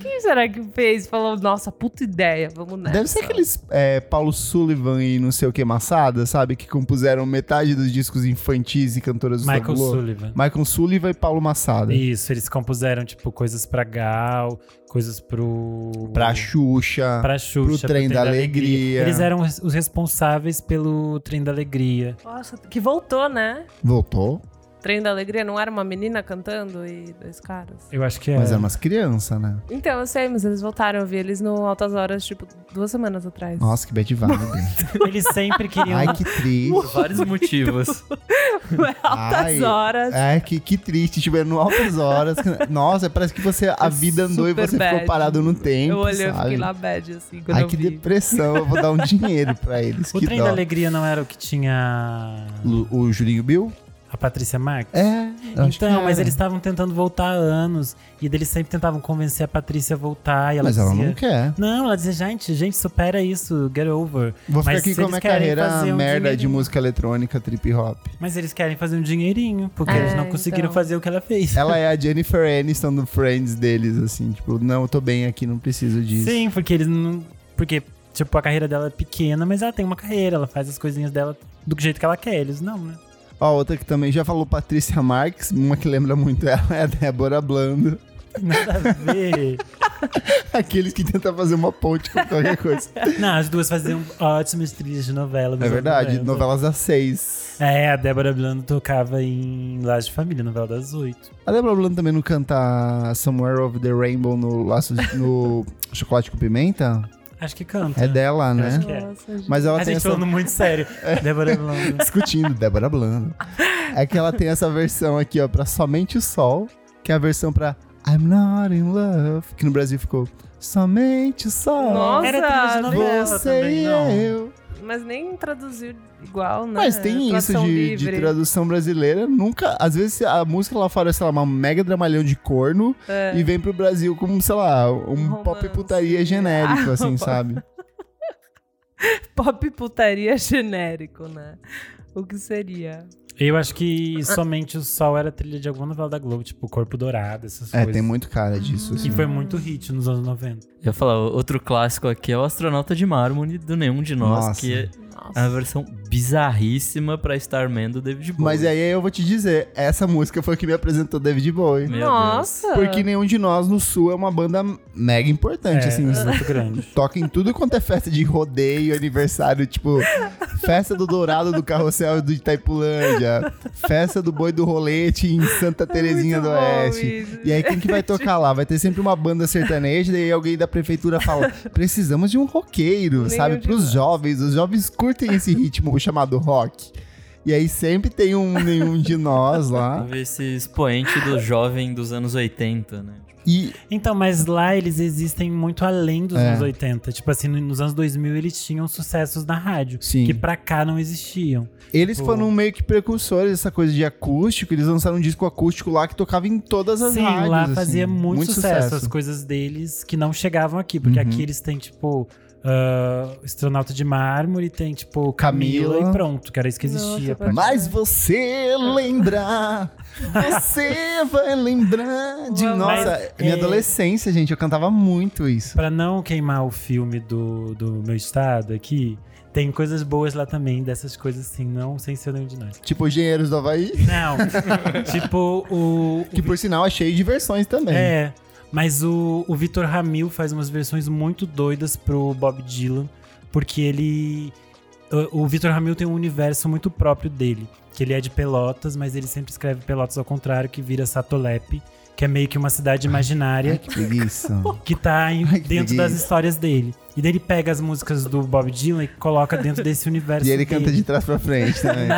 S3: Quem será que fez? Falou, nossa, puta ideia, vamos nessa.
S1: Deve ser aqueles é, Paulo Sullivan e não sei o que Massada, sabe? Que compuseram metade dos discos infantis e cantoras do
S4: Michael
S1: Globo.
S4: Sullivan.
S1: Michael Sullivan e Paulo Massada.
S4: Isso, eles compuseram, tipo, coisas pra Gal, coisas pro.
S1: Pra Xuxa.
S4: pra Xuxa,
S1: pro Trem da Alegria.
S4: Eles eram os os responsáveis pelo Trem da Alegria.
S3: Nossa, que voltou, né?
S1: Voltou?
S3: Trem da Alegria não era uma menina cantando e dois caras?
S4: Eu acho que é.
S1: Mas eram umas crianças, né?
S3: Então, eu sei, mas eles voltaram. Eu vi eles no Altas Horas, tipo, duas semanas atrás. <laughs>
S1: Nossa, que bad
S4: <laughs>
S1: vibe.
S4: Eles sempre queriam.
S1: Ai, que triste.
S2: Por <laughs> vários motivos.
S3: Altas
S1: Ai,
S3: Horas.
S1: Ai, que, que triste. Tipo, é no altas horas. Nossa, parece que <laughs> você a vida andou e
S3: super
S1: você
S3: bad.
S1: ficou parado no tempo,
S3: eu olhei, eu
S1: sabe?
S3: fiquei lá bad, assim, quando
S1: Ai,
S3: eu
S1: que
S3: vi.
S1: depressão. Eu vou dar um dinheiro pra eles.
S4: <laughs> O
S1: que
S4: trem
S1: dó.
S4: da alegria não era o que tinha
S1: Lu- O Julinho Bill?
S4: a Patrícia Marques?
S1: É. eu acho que
S4: Então, mas
S1: era.
S4: eles estavam tentando voltar há anos. E daí eles sempre tentavam convencer a Patrícia a voltar. E ela
S1: Mas ela
S4: dizia,
S1: não quer.
S4: Não, ela dizia, gente, gente, supera isso, get over.
S1: Vou ficar
S4: Mas
S1: aqui
S4: se
S1: com a
S4: eles
S1: minha
S4: querem
S1: carreira
S4: fazer um
S1: merda de
S4: dinheirinho.
S1: música eletrônica, trip hop.
S4: Mas eles querem fazer um dinheirinho, porque
S3: É,
S4: eles não conseguiram
S3: então.
S4: fazer o que ela fez.
S1: Ela é a Jennifer Aniston do Friends deles, assim. Tipo, não, eu tô bem aqui, não preciso disso.
S4: Sim, porque eles não. Porque, tipo, a carreira dela é pequena, mas ela tem uma carreira, ela faz as coisinhas dela do jeito que ela quer. Eles não, né?
S1: Ó, outra que também já falou Patrícia Marques, uma que lembra muito ela <laughs> é a Débora Blando.
S4: Nada a ver.
S1: Aqueles que tentam fazer uma ponte com
S4: <laughs>
S1: qualquer coisa.
S4: não, as duas faziam ótimas trilhas de novela.
S1: É
S4: dos
S1: verdade,
S4: anos 90.
S1: novelas às seis.
S4: É, a Débora Blando tocava em Laje de Família, novela das oito.
S1: A Débora Blando é também não canta Somewhere Over the Rainbow no, Laços, no Chocolate com Pimenta?
S4: Acho que canta.
S1: É dela, né?
S4: que é.
S3: Nossa, gente.
S1: Mas ela
S4: A
S1: tem
S4: gente
S1: essa...
S4: falando muito
S1: <laughs>
S4: sério.
S1: É.
S4: Débora Blando. <laughs>
S1: Discutindo, Débora Blando. É que ela tem essa versão aqui, ó, pra Somente o Sol, que é a versão pra I'm Not In Love, que no Brasil ficou Somente o Sol,
S3: Nossa,
S4: Era trilha de novela
S1: você
S4: também,
S1: e
S4: não.
S1: eu.
S3: Mas nem traduziu igual, né?
S1: Mas tem isso
S3: Tradução
S1: de, de
S3: livre.
S1: tradução brasileira, nunca... Às vezes a música lá fora é, sei lá, uma mega dramalhão de corno,
S3: É.
S1: e vem pro Brasil como, sei lá, um
S3: Romance.
S1: pop putaria genérico,
S3: Ah,
S1: assim,
S3: pop.
S1: sabe?
S3: Pop putaria genérico, né? O que seria?
S4: Eu acho que somente o sol era trilha de alguma novela da Globo, tipo Corpo Dourado, essas
S1: É,
S4: coisas.
S1: tem muito cara disso,
S4: Que
S1: assim.
S4: foi muito hit nos anos 90.
S2: Eu ia falar, outro clássico aqui é o Astronauta de Mármore do Nenhum de Nós,
S1: Nossa.
S2: que é
S3: Nossa.
S1: Ah,
S2: a versão bizarríssima pra Starman do David Bowie.
S1: Mas aí eu vou te dizer, essa música foi que me apresentou David Bowie.
S2: Meu
S3: Nossa!
S1: Porque nenhum de nós no sul é uma banda mega importante,
S4: é,
S1: assim.
S4: é muito grande.
S1: Toca em tudo quanto é festa de rodeio, aniversário, tipo, festa do Dourado do Carrossel do Itaipulândia, festa do Boi do Rolete em Santa Terezinha do
S3: É Muito bom
S1: Oeste.
S3: isso.
S1: E aí, quem que vai tocar lá? Vai ter sempre uma banda sertaneja, daí alguém da prefeitura fala: precisamos de um roqueiro,
S3: Nenhum
S1: sabe?
S3: de
S1: Pros
S3: nós.
S1: jovens. Os jovens curtem esse ritmo chamado rock. E aí sempre tem um nenhum de nós lá.
S2: Deus. Esse expoente do jovem dos anos 80, né?
S1: E
S4: Então, mas lá eles existem muito além dos
S1: É.
S4: anos 80. Tipo assim, no- nos anos 2000 eles tinham sucessos na rádio.
S1: Sim.
S4: Que pra cá não existiam.
S1: eles
S4: Tipo-
S1: foram meio que precursores dessa coisa de acústico. Eles lançaram um disco acústico lá que tocava em todas as
S4: Sim,
S1: rádios.
S4: lá
S1: assim.
S4: fazia muito, sucesso, as coisas deles que não chegavam aqui. Porque
S1: Uhum.
S4: aqui eles têm, tipo, ah, Astronauta de Mármore, tem, tipo, Camila,
S1: Camila.
S4: e pronto, que era isso que
S3: Nossa,
S4: existia. pra
S3: pode
S1: Mas você lembrar, você vai lembrar de
S3: Mas,
S1: nossa, minha
S4: é-
S1: adolescência, gente, eu cantava muito isso.
S4: Pra não queimar o filme do, do meu estado aqui, tem coisas boas lá também, dessas coisas assim, não sem ser nenhum de nós.
S1: Tipo, Engenheiros do Havaí, <laughs>
S4: Não, tipo o. o-
S1: que por sinal é cheio de versões também.
S4: é, mas o, o Vitor Hamil faz umas versões muito doidas pro Bob Dylan, porque ele. O, o Vitor Hamil tem um universo muito próprio dele, que ele é de Pelotas, mas ele sempre escreve Pelotas ao contrário, que vira Satolep, que é meio que uma cidade imaginária
S1: Ai, que
S4: <laughs>
S1: preguiça.
S4: que tá
S1: <laughs>
S4: em-
S1: Ai, que
S4: dentro das
S1: preguiça.
S4: histórias dele. E daí ele pega as músicas do Bob Dylan e coloca dentro
S1: <laughs>
S4: desse universo.
S1: e ele
S4: dele.
S1: canta de trás pra frente
S4: <laughs>
S1: também.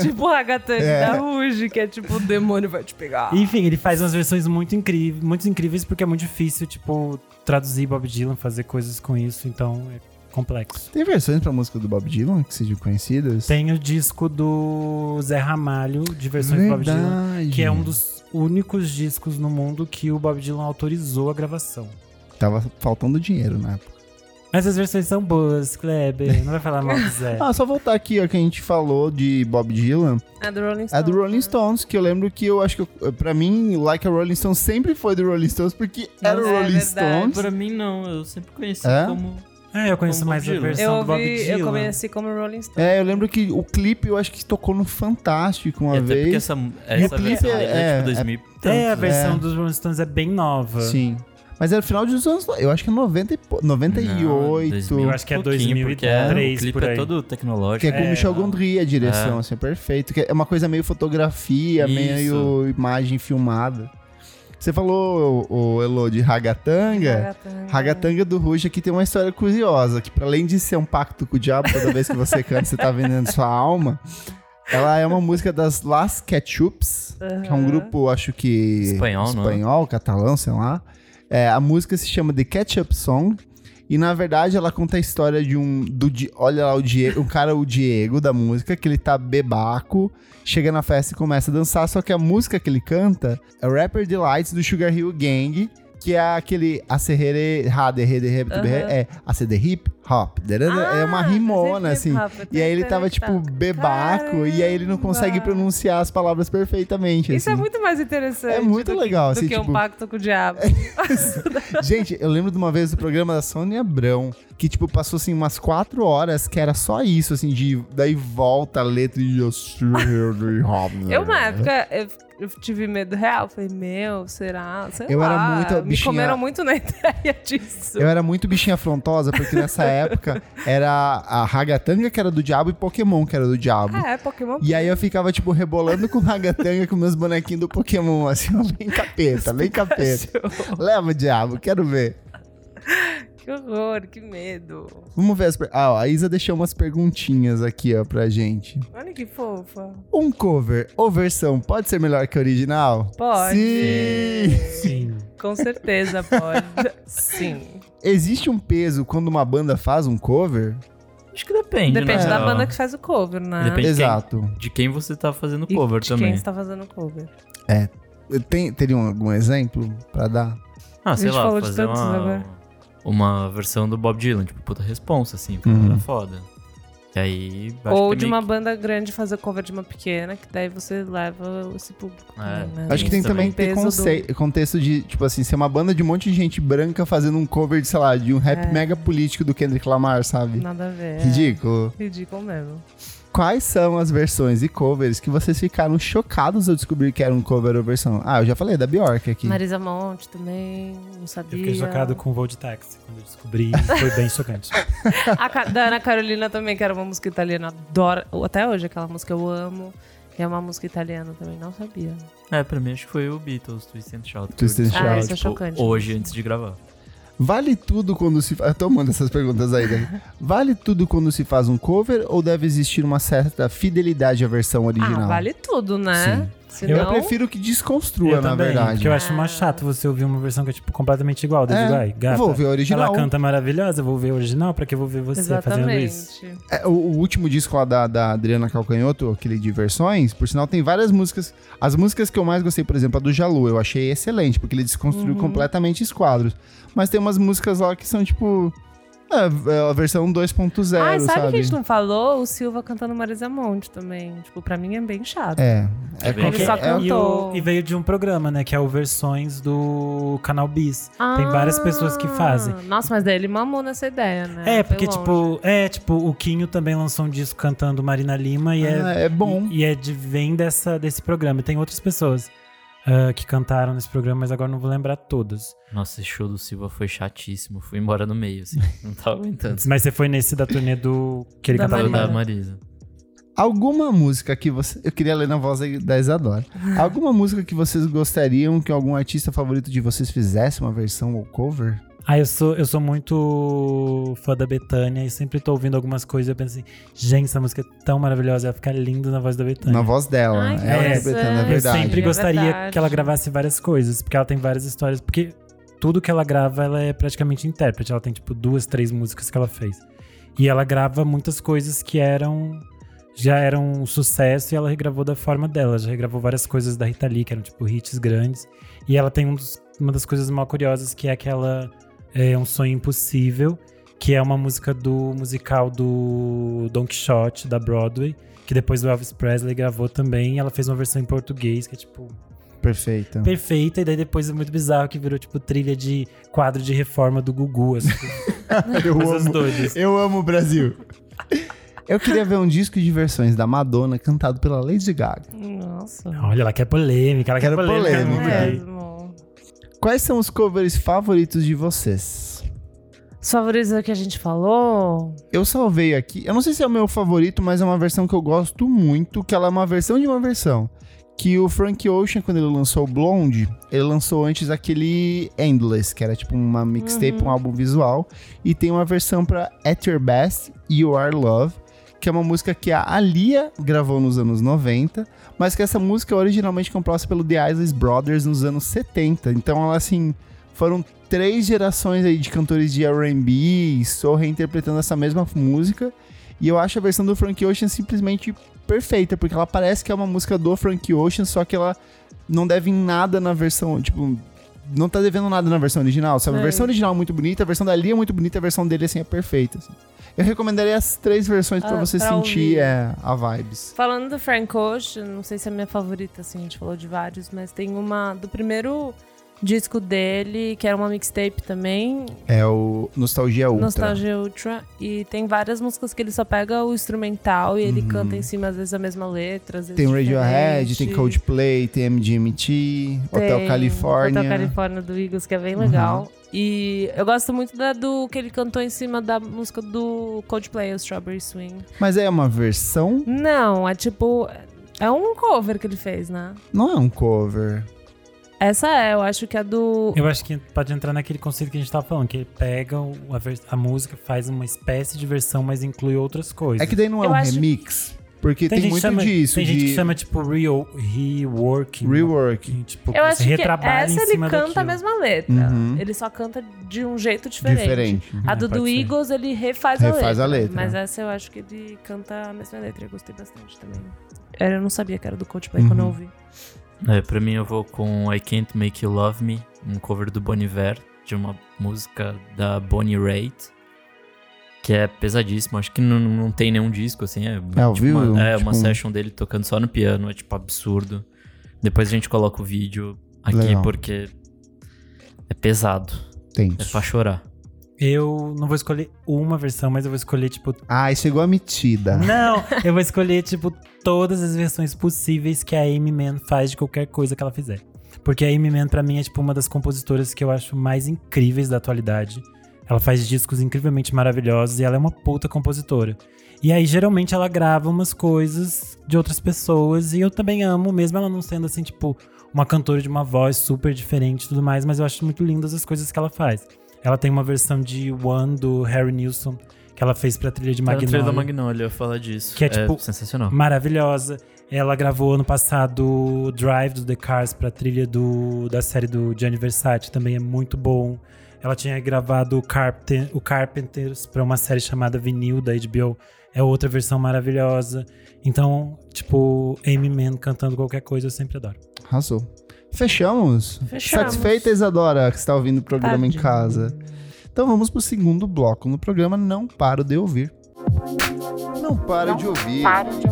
S3: tipo o Hagatani
S1: É.
S3: da Ruge, que é tipo o demônio vai te pegar.
S4: Enfim, ele faz umas versões muito incríveis, muito incríveis porque é muito difícil, tipo, traduzir Bob Dylan, fazer coisas com isso, então é complexo.
S1: Tem versões pra música do Bob Dylan que sejam conhecidas?
S4: Tem o disco do Zé Ramalho, de versões do Bob Dylan,
S1: Verdade.
S4: que é um dos únicos discos no mundo que o Bob Dylan autorizou a gravação.
S1: Tava faltando dinheiro na época.
S4: Mas as versões são boas, Kleber. Não vai falar mal do Zé.
S1: <laughs> Ah, só voltar aqui, ó, que a gente falou de Bob Dylan.
S3: É do Rolling
S1: É
S3: Stone.
S1: do Rolling
S3: né?
S1: Stones, que eu lembro que eu acho que, eu, pra mim, Like a Rolling Stone sempre foi do Rolling Stones, porque era o
S3: É
S1: Rolling
S3: verdade.
S1: Stones.
S2: Pra mim, não. Eu sempre conheci
S1: É?
S2: como...
S4: É, eu conheço
S2: Como
S4: mais
S2: Bob
S4: a
S2: Dylan.
S4: versão
S3: Eu
S4: do Bob
S3: ouvi,
S4: Dylan.
S3: eu conheci como Rolling Stone.
S1: É, eu lembro que o clipe eu acho que tocou no Fantástico uma
S2: E É, até porque
S1: vez.
S2: essa, essa
S1: clipe
S2: versão
S1: é-
S2: dele é,
S1: é-
S2: tipo 2000 e tantos,
S4: É,
S2: né?
S4: a versão dos Rolling Stones é bem nova.
S1: Sim. Mas era final dos anos. Eu acho que é 90 e pou- 98.
S4: Eu acho que é
S2: Um pouquinho, porque
S4: 2003
S2: o clipe
S4: por aí.
S2: é todo tecnológico.
S1: que é com o
S4: é,
S1: Michel
S4: não.
S1: Gondry a direção,
S2: É.
S1: assim, é perfeito. Que é uma coisa meio fotografia,
S2: Isso.
S1: meio imagem filmada. Você falou, o Elo, de Ragatanga.
S3: Ah.
S1: Ragatanga do Ruge aqui tem uma história curiosa, que para além de ser um pacto com o diabo, toda vez que você canta, você tá vendendo sua alma. Ela é uma música das Las Ketchups, que é um
S3: Aham.
S1: grupo, acho que.
S2: Espanhol, não é?
S1: Espanhol, catalão, sei lá. É, a música se chama The Ketchup Song. E na verdade ela conta a história de um. Do, Di- olha lá, o Diego, o cara, o Diego da música, que ele tá bebaco, chega na festa e começa a dançar, só que a música que ele canta é Rapper Delights do Sugar Hill Gang, que é aquele a serrere, ha, de, re, de, re, de, re,
S3: Aham. Ah,
S1: é a CD hip hop, darana, é uma rimona assim. E aí ele tava tipo bebaco e aí ele não consegue pronunciar as palavras perfeitamente.
S3: Isso é
S1: assim.
S3: muito mais interessante.
S1: É muito
S3: do que-
S1: legal,
S3: Do
S1: assim,
S3: que
S1: tipo-
S3: um pacto com o diabo.
S1: Gente, eu lembro de uma vez do programa da Sônia Abrão, que, tipo, passou, assim, umas quatro horas, que era só isso, assim, de... Daí volta a letra e... né?
S3: Eu, na É época, eu, eu tive medo real. Falei, meu, será? Sei
S1: Eu
S3: lá.
S1: era muito a
S3: Me
S1: bichinha-
S3: comeram muito na <laughs> ideia disso.
S1: Eu era muito bichinha afrontosa, porque
S3: <laughs>
S1: nessa época era a Ragatanga, que era do diabo, e Pokémon, que era do diabo.
S3: Ah, é, Pokémon.
S1: E aí eu ficava, tipo, rebolando com Ragatanga, com meus bonequinhos do Pokémon, assim, ó, vem capeta, vem capeta.
S3: <laughs>
S1: Leva, diabo, quero ver.
S3: Que horror, que medo.
S1: Vamos ver as... per- Ah, ó, a Isa deixou umas perguntinhas aqui, ó, pra gente.
S3: Olha que fofa.
S1: Um cover ou versão pode ser melhor que a original?
S3: Pode.
S1: Sim!
S4: Sim.
S3: Com certeza <laughs> pode. Sim.
S1: Existe um peso quando uma banda faz um cover?
S2: Acho que depende,
S3: Depende
S2: né?
S3: da banda que faz o cover, né?
S2: Depende. Tem
S1: Exato.
S2: De quem você tá fazendo
S3: E
S2: cover
S3: de
S2: também.
S3: quem está fazendo cover.
S1: Tem, teria um- algum exemplo pra dar?
S2: Ah, sei
S3: gente
S2: lá,
S3: falou de
S2: fazer
S3: tantos
S2: uma,
S3: agora.
S2: uma versão do Bob Dylan, tipo, puta responsa, assim, o
S1: Uhum.
S2: cara era foda. E aí... acho
S3: Ou
S2: que é
S3: de
S2: meio
S3: uma banda grande fazer cover de uma pequena, que daí você leva esse público.
S2: É.
S3: também, né?
S1: Acho que tem
S2: Isso
S1: também que ter
S3: Peso
S1: conce- contexto de, tipo assim, ser uma banda de um monte de gente branca fazendo um cover de, sei lá, de um rap
S3: É.
S1: mega político do Kendrick Lamar, sabe?
S3: Nada a ver. é.
S1: Ridículo.
S3: Ridículo mesmo.
S1: Quais são as versões e covers que vocês ficaram chocados ao descobrir que era um cover ou versão? Ah, eu já falei da Bjork aqui.
S3: Marisa Monte também, não sabia.
S4: Eu fiquei
S3: ah.
S4: chocado com o voo de táxi quando eu descobri. Foi bem chocante.
S3: A Ca- da Ana Carolina também, que era uma música italiana. Adoro. Até hoje aquela música eu amo. E é uma música italiana também, não sabia.
S2: É, pra mim acho que foi o Beatles, Twist and Shout. que eu
S1: Twist and
S2: descobri,
S1: Shout. Ah,
S3: isso é chocante.
S2: Hoje, antes de gravar.
S1: Vale tudo quando se faz. Eu tô amando essas perguntas aí, Dani.
S3: <laughs>
S1: Vale tudo quando se faz um cover ou deve existir uma certa fidelidade à versão original?
S3: Ah, vale tudo, né? Se
S1: Eu
S3: não,
S1: prefiro que desconstrua,
S4: Eu
S1: na
S4: também,
S1: verdade. né?
S4: Porque eu acho mais chato você ouvir uma versão que é, tipo, completamente igual.
S1: É,
S4: Desde vai, gata.
S1: vou ver o original.
S4: Ela canta maravilhosa, eu vou ver o original, pra que eu vou ver você fazendo isso?
S3: Exatamente.
S1: É, o, o último disco lá da, da Adriana Calcanhoto, aquele de versões, por sinal, tem várias músicas. As músicas que eu mais gostei, por exemplo, a do Jalu, eu achei excelente, porque ele
S3: Uhum.
S1: desconstruiu completamente os quadros. Mas tem umas músicas lá que são tipo. é, é a versão 2.0,
S3: Ah, sabe,
S1: sabe?
S3: que a gente não falou? O Silva cantando Marisa Monte também. Tipo, pra mim é bem chato.
S1: É. É,
S2: É bem
S1: qualquer-
S3: só
S1: é-
S3: canta-
S4: E,
S3: Cantou.
S4: o- e veio de um programa, né? Que é o Versões do Canal Bis. Tem várias pessoas que fazem.
S3: Ah, Nossa, mas daí ele mamou nessa ideia, né?
S4: É, porque,
S3: Foi longe.
S4: tipo, é, tipo, o Quinho também lançou um disco cantando Marina Lima e é,
S1: Ah, é bom.
S4: E, e é de, vem dessa, desse programa. E tem outras pessoas ah, que cantaram nesse programa, mas agora não vou lembrar todas.
S2: Nossa, esse show do Silva foi chatíssimo. Fui embora no
S1: <laughs>
S2: meio, assim. Não tava aguentando.
S4: Mas você foi nesse da turnê do. que ele
S3: Da
S4: cantava
S2: Tava
S3: Marina.
S2: da
S4: Marina.
S2: Marisa.
S1: Alguma música que você. Eu queria ler na voz da
S3: <laughs>
S1: Isadora. Alguma música que vocês gostariam que algum artista favorito de vocês fizesse uma versão ou cover?
S4: Ah, eu sou, eu sou muito fã da Betânia e sempre tô ouvindo algumas coisas e eu penso assim, gente, essa música é tão maravilhosa, vai ficar linda na voz da Betânia.
S1: Na voz dela.
S3: Ai,
S1: né?
S3: que
S1: ela
S4: é,
S1: interpretando, é
S3: interessante.
S4: Tá. Eu
S1: verdade.
S4: sempre
S3: É
S4: gostaria
S3: verdade.
S4: que ela gravasse várias coisas, porque ela tem várias histórias, porque tudo que ela grava, ela é praticamente intérprete. Ela tem, tipo, duas, três músicas que ela fez. E ela grava muitas coisas que eram. Já eram um sucesso e ela regravou da forma dela. Já regravou várias coisas da Rita Lee, que eram, tipo, hits grandes. E ela tem um dos- uma das coisas mal curiosas, que é aquela. É um sonho impossível, que é uma música do musical do Don Quixote, da Broadway que depois o Elvis Presley gravou também. E ela fez uma versão em português que é tipo
S1: Perfeita.
S4: perfeita. E daí depois é muito bizarro que virou tipo trilha de quadro de reforma do Gugu.
S1: <laughs>
S4: Assim,
S1: <laughs> Eu
S4: coisas
S1: amo, <laughs>
S4: doidas.
S1: eu amo o Brasil. Eu queria ver um disco de versões da Madonna cantado pela Lady Gaga.
S3: Nossa. É
S4: Olha, ela quer polêmica, ela quer
S1: Quero
S4: polêmica. né?
S1: polêmica.
S4: mulher.
S3: Mesmo.
S1: Quais são os covers favoritos de vocês?
S3: Os favoritos que a gente falou.
S1: Eu salvei aqui, eu não sei se é o meu favorito, mas é uma versão que eu gosto muito, que ela é uma versão de uma versão. Que o Frank Ocean, quando ele lançou o Blonde, ele lançou antes aquele Endless, que era tipo uma mixtape, um álbum visual. E tem uma versão pra At Your Best, You Are Love, que é uma música que a Alia gravou nos anos 90, mas que essa música é originalmente composta pelo The Isley Brothers nos anos 70. Então ela, assim, foram três gerações aí de cantores de R&B, só reinterpretando essa mesma música. E eu acho a versão do Frank Ocean simplesmente perfeita, porque ela parece que é uma música do Frank Ocean, só que ela não deve em nada na versão, tipo, não tá devendo nada na versão original, sabe? A
S3: É.
S1: versão original é muito bonita, a versão da Lia é muito bonita, a versão dele, assim, é perfeita. assim. Eu recomendaria as três versões pra
S3: Ah,
S1: você
S3: pra
S1: sentir
S3: ouvir.
S1: é, a vibes.
S3: Falando do Frank Ocean, não sei se é a minha favorita, assim, a gente falou de vários, mas tem uma do primeiro disco dele, que era uma mixtape também,
S1: É o Nostalgia Ultra.
S3: Nostalgia Ultra. E tem várias músicas que ele só pega o instrumental e ele
S1: Uhum.
S3: canta em cima, às vezes, a mesma letra. Às vezes
S1: Tem Radiohead,
S3: é diferente.
S1: tem Coldplay, tem MGMT, Hotel
S3: Tem
S1: California. Uhum.
S3: Hotel California do Eagles, que é bem legal. E eu gosto muito da, do que ele cantou em cima da música do Coldplay, o Strawberry Swing.
S1: Mas é uma versão,
S3: Não, é tipo. É um cover que ele fez, né?
S1: não é um cover.
S3: Essa é, eu acho que é do.
S4: Eu acho que pode entrar naquele conceito que a gente tava falando, que ele pega o- a, vers- a música, faz uma espécie de versão, mas inclui outras coisas.
S1: É que daí não é
S3: Eu
S1: um
S3: acho-
S1: remix. Porque tem,
S4: gente que
S1: muito
S4: chama-
S1: disso.
S4: Tem
S1: de
S4: gente que chama, tipo, reo- reworking.
S1: rework.
S4: Que, tipo,
S3: Eu acho que
S4: retrabalha
S3: essa
S4: em
S3: ele
S4: cima
S3: canta a
S4: daquilo.
S3: mesma letra.
S1: Uhum.
S3: Ele só canta de um jeito diferente.
S1: Diferente.
S3: A
S4: É,
S3: do,
S4: pode
S3: do
S4: ser.
S3: Eagles ele refaz,
S1: Refaz a
S3: a, letra,
S1: letra.
S3: Mas essa eu acho que é ele canta a mesma letra. Eu gostei bastante também. Eu não sabia que era do Coldplay
S1: Uhum.
S3: quando eu ouvi.
S2: É, pra mim eu vou com I Can't Make You Love Me, um cover do Bon Iver, de uma música da Bonnie Raitt, que é pesadíssimo, acho que não, não tem nenhum disco, assim, é,
S1: É, ao
S2: tipo
S1: vivo,
S2: uma, é, uma
S1: tipo-
S2: session dele tocando só no piano, é tipo absurdo. Depois a gente coloca o vídeo aqui
S1: Legal.
S2: porque é pesado,
S1: Tem.
S2: é pra chorar.
S4: Eu não vou escolher uma versão, mas eu vou escolher, tipo.
S1: Ai, Ah, chegou a metida.
S4: Não, eu vou escolher, tipo, todas as versões possíveis que a Amy Mann faz de qualquer coisa que ela fizer. Porque a Amy Mann, pra mim, é, tipo, uma das compositoras que eu acho mais incríveis da atualidade. Ela faz discos incrivelmente maravilhosos e ela é uma puta compositora. E aí, geralmente, ela grava umas coisas de outras pessoas e eu também amo, mesmo ela não sendo, assim, tipo, uma cantora de uma voz super diferente e tudo mais, mas eu acho muito lindas as coisas que ela faz. Ela tem uma versão de One do Harry Nilsson, que ela fez pra trilha de
S2: Tá no trailer da
S4: Magnolia.
S2: Magnolia, eu falar disso.
S4: Que é, tipo,
S2: sensacional.
S4: Maravilhosa. Ela gravou ano passado Drive do The Cars pra trilha do, da série do Gianni Versace, também é muito bom. Ela tinha gravado o, Carpenter, o Carpenters pra uma série chamada Vinil da HBO, é outra versão maravilhosa. Então, tipo, Amy Mann cantando qualquer coisa eu sempre adoro.
S1: Arrasou. Fechamos?
S3: Fechamos.
S1: Satisfeita, Isadora, que está ouvindo o programa em
S3: Tadinho.
S1: casa. Então vamos pro segundo bloco. No programa Não Paro de Ouvir. Não paro de ouvir.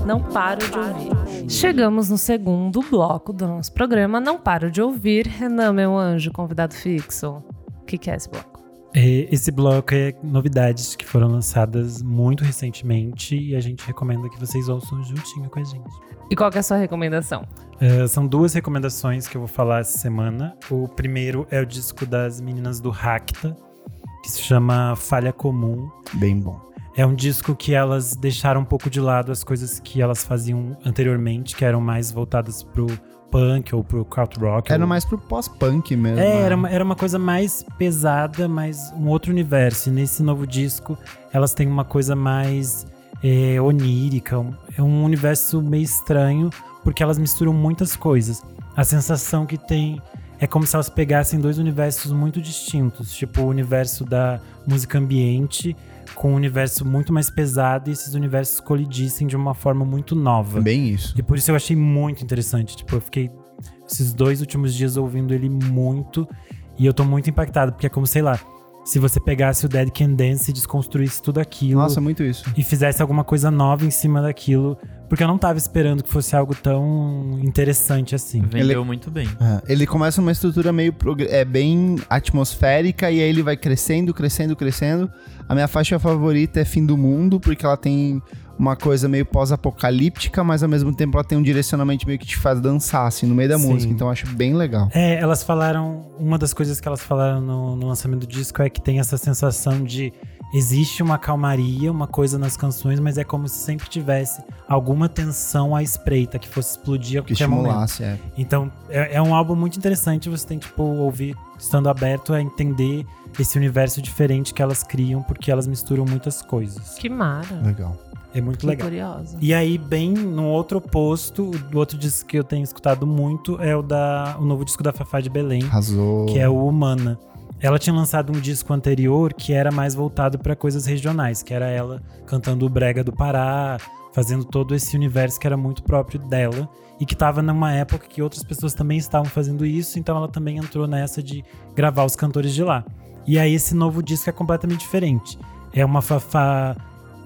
S3: Não paro de ouvir. Chegamos no segundo bloco do nosso programa. Não paro de ouvir. Renan, meu anjo, convidado fixo. O que, que é esse bloco?
S4: É, Esse bloco é novidades que foram lançadas muito recentemente e a gente recomenda que vocês ouçam juntinho com a gente.
S3: E qual que é a sua recomendação?
S4: É, são duas recomendações que eu vou falar essa semana. O primeiro é o disco das meninas do Racta, que se chama Falha Comum.
S1: Bem bom.
S4: É um disco que elas deixaram um pouco de lado as coisas que elas faziam anteriormente, que eram mais voltadas pro punk ou pro krautrock.
S1: Era
S4: ou-
S1: mais pro pós-punk mesmo.
S4: é,
S1: né?
S4: era uma, era uma coisa mais pesada, mas um outro universo. E nesse novo disco, elas têm uma coisa mais é, onírica. um- É um universo meio estranho, porque elas misturam muitas coisas. A sensação que tem é como se elas pegassem dois universos muito distintos. Tipo, o universo da música ambiente com um universo muito mais pesado e esses universos colidissem de uma forma muito nova.
S1: É Bem isso.
S4: E é por isso eu achei muito interessante. Tipo, eu fiquei esses dois últimos dias ouvindo ele muito. E eu tô muito impactado, porque é como, sei lá, se você pegasse o Dead Can Dance e desconstruísse tudo aquilo
S1: Nossa, muito isso.
S4: e fizesse alguma coisa nova em cima daquilo. Porque eu não tava esperando que fosse algo tão interessante assim.
S2: Vendeu muito bem.
S1: É, Ele começa uma estrutura meio prog- é bem atmosférica e aí ele vai crescendo, crescendo, crescendo. A minha faixa favorita é Fim do Mundo, porque ela tem uma coisa meio pós-apocalíptica, mas ao mesmo tempo ela tem um direcionamento meio que te faz dançar, assim, no meio da
S4: Sim.
S1: música. Então eu acho bem legal.
S4: É, elas falaram. Uma das coisas que elas falaram no, no lançamento do disco é que tem essa sensação de. Existe uma calmaria, uma coisa nas canções, mas é como se sempre tivesse alguma tensão à espreita que fosse explodir a
S1: Que
S4: qualquer momento.
S1: estimulasse, é.
S4: Então, é, é um álbum muito interessante. Você tem, tipo, ouvir estando aberto a entender esse universo diferente que elas criam, porque elas misturam muitas coisas.
S3: Que mara.
S1: Legal.
S4: É muito
S3: Que
S4: legal.
S3: curiosa.
S4: E aí, bem no outro oposto, o outro disco que eu tenho escutado muito é o da o novo disco da Fafá de Belém,
S1: Arrasou.
S4: que é o Humana. Ela tinha lançado um disco anterior que era mais voltado para coisas regionais, que era ela cantando o brega do Pará, fazendo todo esse universo que era muito próprio dela e que estava numa época que outras pessoas também estavam fazendo isso, então ela também entrou nessa de gravar os cantores de lá. E aí esse novo disco é completamente diferente. É uma fafá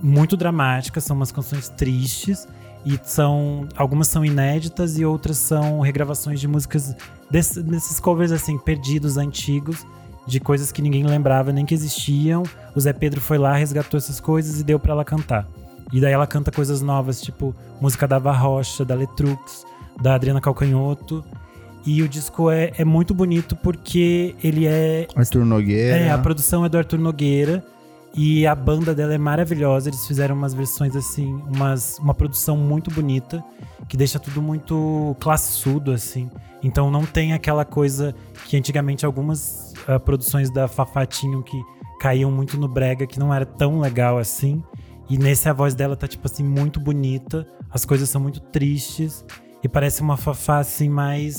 S4: muito dramática, são umas canções tristes e são algumas são inéditas e outras são regravações de músicas desse- desses covers assim, perdidos, antigos, de coisas que ninguém lembrava nem que existiam. O Zé Pedro foi lá, resgatou essas coisas e deu pra ela cantar. E daí ela canta coisas novas, tipo música da Ava Rocha, da Letrux, da Adriana Calcanhoto. E o disco é, é muito bonito porque ele é
S1: Arthur Nogueira.
S4: é, a produção é do Arthur Nogueira e a banda dela é maravilhosa. Eles fizeram umas versões assim, umas, uma produção muito bonita, que deixa tudo muito classudo, assim. Então não tem aquela coisa que antigamente algumas ah, produções da Fafá tinham que caíam muito no brega, que não era tão legal assim. E nesse a voz dela tá, tipo assim, muito bonita. As coisas são muito tristes. E parece uma Fafá, assim, mais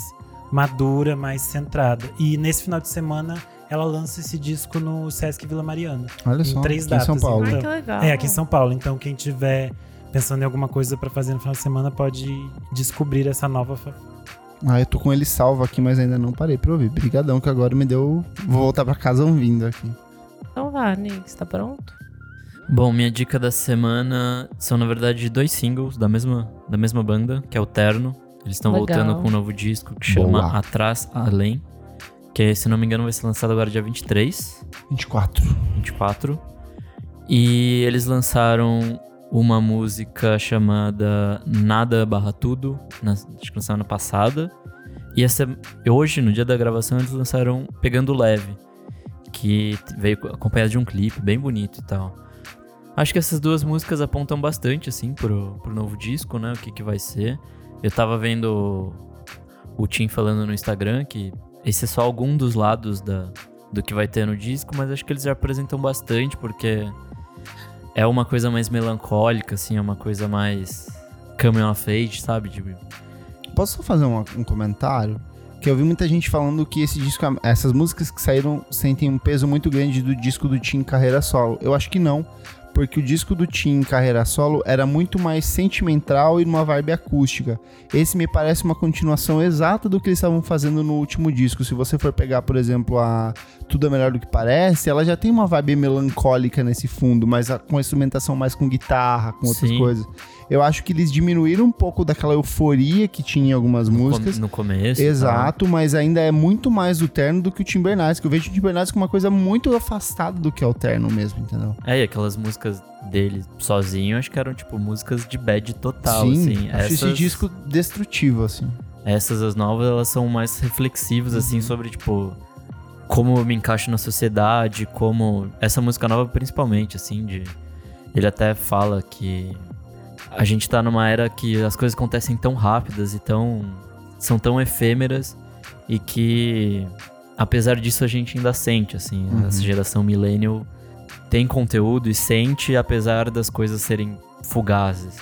S4: madura, mais centrada. E nesse final de semana, ela lança esse disco no Sesc Vila Mariana.
S1: Olha
S4: em
S1: só.
S4: três
S1: aqui
S4: datas,
S1: em São Paulo.
S3: Ai,
S4: então.
S3: que legal.
S4: É, aqui em São Paulo. Então, quem tiver pensando em alguma coisa pra fazer no final de semana, pode descobrir essa nova Fafá.
S1: Ah, eu tô com ele salvo aqui, mas ainda não parei pra ouvir. Brigadão que agora me deu... Vou voltar pra casa ouvindo aqui.
S3: Então vá, Nix, tá pronto?
S2: Bom, minha dica da semana são, na verdade, dois singles da mesma, da mesma banda, que é o Terno. Eles estão
S3: Legal.
S2: voltando com um novo disco que chama
S1: Boa.
S2: Atrás Além, que, se não me engano, vai ser lançado agora dia 23.
S1: 24.
S2: 24. E eles lançaram uma música chamada Nada Barra Tudo, na, acho que na semana passada. E essa, hoje, no dia da gravação, eles lançaram Pegando Leve, que t- veio co- acompanhado de um clipe bem bonito e tal. Acho que essas duas músicas apontam bastante, assim, pro, pro novo disco, né? O que, que vai ser. Eu tava vendo o Tim falando no Instagram que esse é só algum dos lados da, do que vai ter no disco, mas acho que eles já apresentam bastante, porque é uma coisa mais melancólica, assim, é uma coisa mais coming of age, sabe? De-
S1: Posso só fazer uma- um comentário? Que eu vi muita gente falando que esse disco, essas músicas que saíram sentem um peso muito grande do disco do Tim Carreira Solo. Eu acho que não, porque o disco do Tim Carreira Solo era muito mais sentimental e numa vibe acústica. Esse me parece uma continuação exata do que eles estavam fazendo no último disco. Se você for pegar, por exemplo, a Tudo é Melhor do que Parece, ela já tem uma vibe melancólica nesse fundo, mas a- com a instrumentação mais com guitarra, com outras
S2: Sim.
S1: coisas. Eu acho que eles diminuíram um pouco daquela euforia que tinha em algumas
S2: no, com-
S1: músicas.
S2: no começo. tá. e
S1: Exato, mas ainda é muito mais o terno do que o Tim Bernardes, que eu vejo o Tim Bernardes com uma coisa muito afastada do que é o terno mesmo, entendeu?
S2: tal. É, e aquelas músicas dele sozinho, acho que eram, tipo, músicas de bad total,
S1: Sim,
S2: assim.
S1: acho esse
S2: Essas-
S1: disco destrutivo, assim.
S2: Essas, as novas, elas são mais reflexivas, assim, sobre, tipo, como eu me encaixo na sociedade, como. Essa música nova, principalmente, assim, de. Ele até fala que a gente tá numa era que as coisas acontecem tão rápidas e tão. são tão efêmeras e que. Apesar disso, a gente ainda sente, assim.
S1: Uhum.
S2: Essa geração millennial tem conteúdo e sente, apesar das coisas serem fugazes.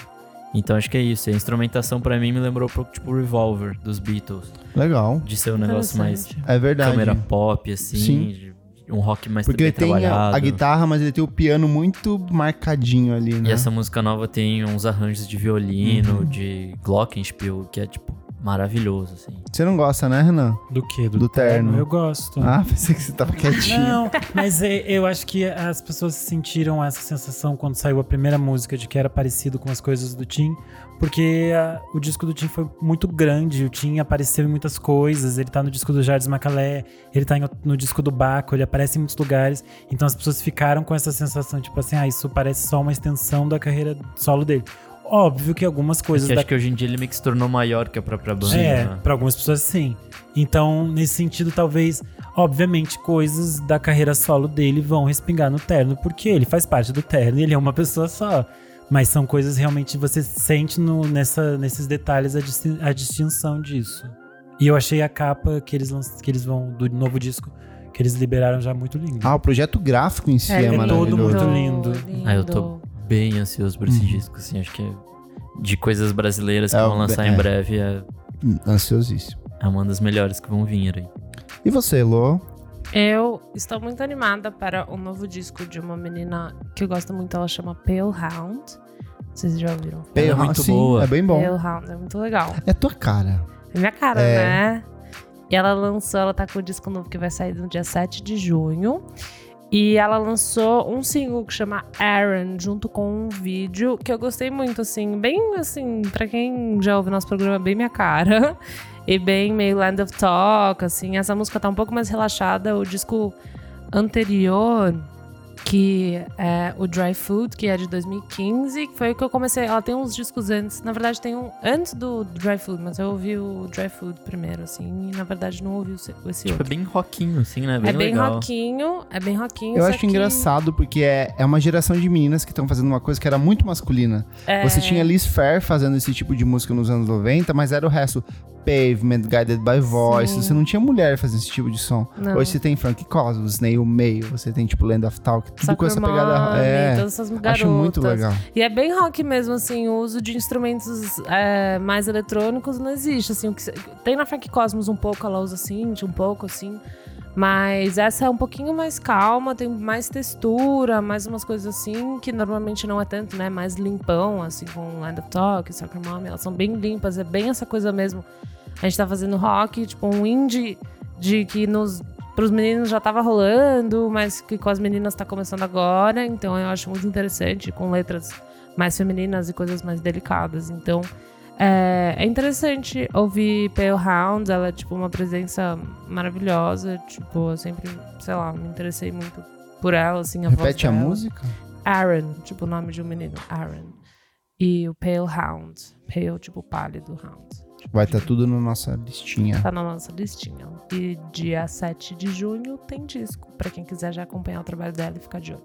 S2: Então acho que é isso. E a instrumentação pra mim me lembrou um pouco tipo Revolver dos Beatles,
S1: Legal.
S2: de ser um negócio mais
S3: Interessante.
S1: É verdade.
S2: câmera pop assim,
S1: Sim.
S2: de- um rock mais
S1: Porque
S2: bem
S1: ele tem a-
S2: trabalhado.
S1: a, guitarra, mas ele tem o piano muito marcadinho ali, né? Uhum.
S2: E essa música nova tem uns arranjos de violino, de glockenspiel, que é tipo maravilhoso, assim.
S1: Você não gosta, né, Renan?
S4: Do que?
S1: Do terno.
S4: Eu gosto.
S1: Ah, <laughs> pensei que você tava quietinho.
S4: Não, mas e- eu acho que as pessoas sentiram essa sensação quando saiu a primeira música de que era parecido com as coisas do Tim, porque ah, o disco do Tim foi muito grande, o Tim apareceu em muitas coisas, ele tá no disco do Jardim Macalé, ele tá em o- no disco do Baco, ele aparece em muitos lugares, então as pessoas ficaram com essa sensação, tipo assim, ah, isso parece só uma extensão da carreira solo dele. Óbvio que algumas coisas
S2: É Que
S4: da
S2: acho que hoje em dia ele meio que se tornou maior que a própria banda.
S4: é,
S2: né?
S4: pra algumas pessoas sim. Então, nesse sentido, talvez, obviamente, coisas da carreira solo dele vão respingar no terno, porque ele faz parte do terno e ele é uma pessoa só. Mas são coisas realmente você sente no- nessa, nesses detalhes a, distin- a distinção disso. E eu achei a capa que eles, lanç- que eles vão do novo disco que eles liberaram já muito linda.
S1: Ah, o projeto gráfico em si é,
S4: é todo
S1: maravilhoso.
S4: muito lindo.
S2: Ah, eu tô bem ansioso por esse disco, assim. Acho que é de coisas brasileiras que
S1: Uhum. É,
S2: vão lançar em
S1: é.
S2: breve é,
S1: Ansiosíssimo.
S2: é uma das melhores que vão vir aí.
S1: E você, Lô?
S3: Eu estou muito animada para o novo disco de uma menina que eu gosto muito, ela chama Pale Hound. Vocês já ouviram?
S2: Ela é
S1: Bem,
S2: muito
S1: sim,
S2: boa.
S1: É bem bom.
S3: Pale Hound, é muito legal.
S1: É tua cara.
S3: É minha cara,
S1: É.
S3: né? E ela lançou, ela tá com o disco novo que vai sair no dia 7 de junho. E ela lançou um single que chama Aaron, junto com um vídeo que eu gostei muito, assim, bem assim, pra quem já ouve nosso programa, bem minha cara. E bem meio Land of Talk, assim. Essa música tá um pouco mais relaxada. O disco anterior, que é o Dry Food, que é de 2015, que foi o que eu comecei. Ela tem uns discos antes, na verdade tem um antes do Dry Food, mas eu ouvi o Dry Food primeiro, assim, e na verdade não ouvi o se- esse
S2: Tipo, é
S3: outro.
S2: bem rockinho, assim, né? Bem
S3: é bem
S2: legal.
S3: rockinho, é bem rockinho.
S1: Eu
S3: só
S1: acho
S3: que-
S1: engraçado porque é, é uma geração de meninas que estão fazendo uma coisa que era muito masculina.
S3: É.
S1: Você tinha Liz Fair fazendo esse tipo de música nos anos 90, mas era o resto. Pavement, Guided by Voice.
S3: Sim.
S1: Você não tinha mulher fazendo esse tipo de som.
S3: Não.
S1: Hoje você tem Frank Cosmos, Snail Mail, você tem tipo Land of Talk, tudo
S3: Sucker
S1: com essa
S3: Mommy,
S1: pegada. É,
S3: todas essas garotas.
S1: acho muito legal.
S3: E é bem rock mesmo, assim, o uso de instrumentos é, mais eletrônicos não existe, assim, o que se- tem na Funk Cosmos um pouco, ela usa synth, um pouco, assim, mas essa é um pouquinho mais calma, tem mais textura, mais umas coisas assim, que normalmente não é tanto, né, mais limpão, assim, com Land of Talk, Soccer Mom, elas são bem limpas, é bem essa coisa mesmo, a gente tá fazendo rock, tipo, um indie de que nos para os meninos já tava rolando, mas que com as meninas tá começando agora, então eu acho muito interessante, com letras mais femininas e coisas mais delicadas. Então é, é interessante ouvir Pale Hound, ela é tipo uma presença maravilhosa, tipo, eu sempre, sei lá, me interessei muito por ela, assim, a voz
S1: Repete a
S3: dela.
S1: música?
S3: Aaron, tipo o nome de um menino, Aaron. E o Pale Hound, Pale, tipo pálido, Hound.
S1: Vai estar tudo na nossa listinha.
S3: Tá na nossa listinha. E dia 7 de junho tem disco, pra quem quiser já acompanhar o trabalho dela e ficar de olho.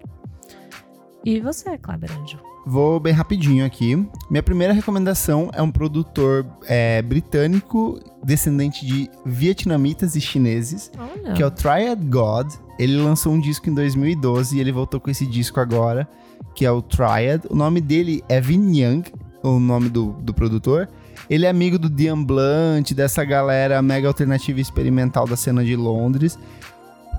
S3: E você, Kleber Anjo?
S1: Vou bem rapidinho aqui. Minha primeira recomendação é um produtor é, britânico, descendente de vietnamitas e chineses,
S3: Olha.
S1: que é o Triad God. Ele lançou um disco em 2012 e ele voltou com esse disco agora, que é o Triad. O nome dele é Vin Young, o nome do, do produtor. Ele é amigo do Diane Blunt, dessa galera mega alternativa e experimental da cena de Londres.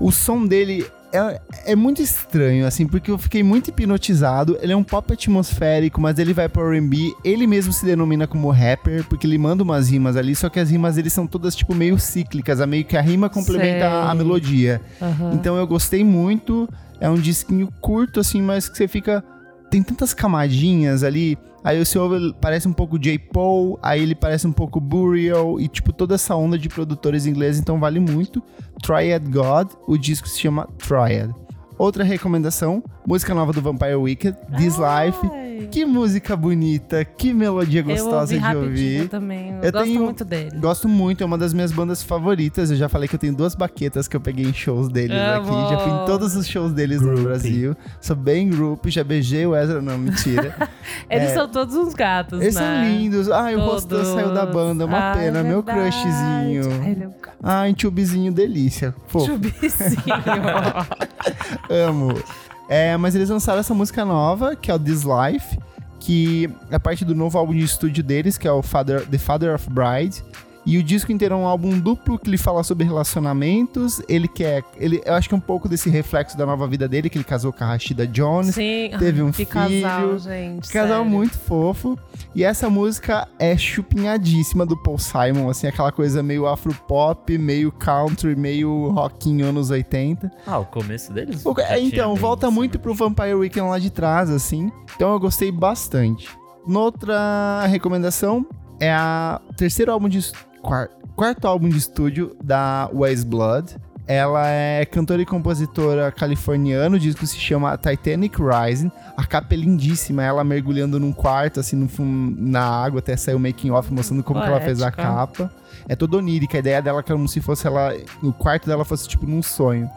S1: O som dele é, é muito estranho, assim, porque eu fiquei muito hipnotizado. Ele é um pop atmosférico, mas ele vai pro R&B. Ele mesmo se denomina como rapper, porque ele manda umas rimas ali, só que as rimas dele são todas, tipo, meio cíclicas. É meio que a rima complementa a- a
S3: Sei.
S1: melodia.
S3: Aham.
S1: Então eu gostei muito. É um disquinho curto, assim, mas que você fica. Tem tantas camadinhas ali. Aí o senhor ele parece um pouco J. Paul, aí ele parece um pouco Burial, e tipo toda essa onda de produtores ingleses, então vale muito. Triad God, o disco se chama Triad. Outra recomendação: música nova do Vampire Wicked, This Life.
S3: Ai,
S1: Que música bonita, que melodia
S3: Ah. eu ouvi
S1: gostosa de
S3: rapidinho
S1: ouvir.
S3: também. Eu,
S1: Eu
S3: gosto
S1: tenho-
S3: muito dele.
S1: Gosto muito, é uma das minhas bandas favoritas. Eu já falei que eu tenho duas baquetas que eu peguei em shows deles
S3: Amo.
S1: aqui. Já fui em todos os shows deles
S4: Groupie.
S1: no Brasil. Sou bem grupo, já beijei o Ezra, não, mentira.
S3: <laughs> Eles
S1: É.
S3: são todos uns gatos,
S1: Eles
S3: né?
S1: são lindos. Ai, o Rostan
S3: Todos.
S1: saiu da banda, uma
S3: Ah,
S1: pena.
S3: é
S1: Meu
S3: verdade.
S1: crushzinho.
S3: Ai, ele é um gato.
S1: Ai, tubezinho delícia. Pô, <laughs>
S3: Chubicinho.
S1: amo. É, mas eles lançaram essa música nova, que é o This Life, que é parte do novo álbum de estúdio deles, que é o Father, The Father of Bride. E o disco inteiro é um álbum duplo que ele fala sobre relacionamentos. Ele quer. Ele, eu acho que é um pouco desse reflexo da nova vida dele, que ele casou com a Rashida Jones.
S3: Sim,
S1: Teve um
S3: que
S1: filho.
S3: casal, gente.
S1: Casal
S3: sério.
S1: muito fofo. E essa música é chupinhadíssima do Paul Simon, assim, aquela coisa meio afropop, meio country, meio rockinho anos 80.
S2: Ah, o começo deles?
S1: O-
S2: já tinha
S1: então,
S2: bem
S1: volta
S2: isso,
S1: muito
S2: né?
S1: pro Vampire Weekend lá de trás, assim. Então eu gostei bastante. Noutra recomendação é a terceiro álbum de es- quar- quarto álbum de estúdio da Wise Blood. Ela é cantora e compositora californiana, o disco se chama Titanic Rising. A capa é lindíssima, ela mergulhando num quarto, assim, no fun- na água, até saiu o making off mostrando como que ela fez a
S3: Poética.
S1: capa. É toda onírica, a ideia dela é como se fosse ela. O quarto dela fosse tipo num sonho.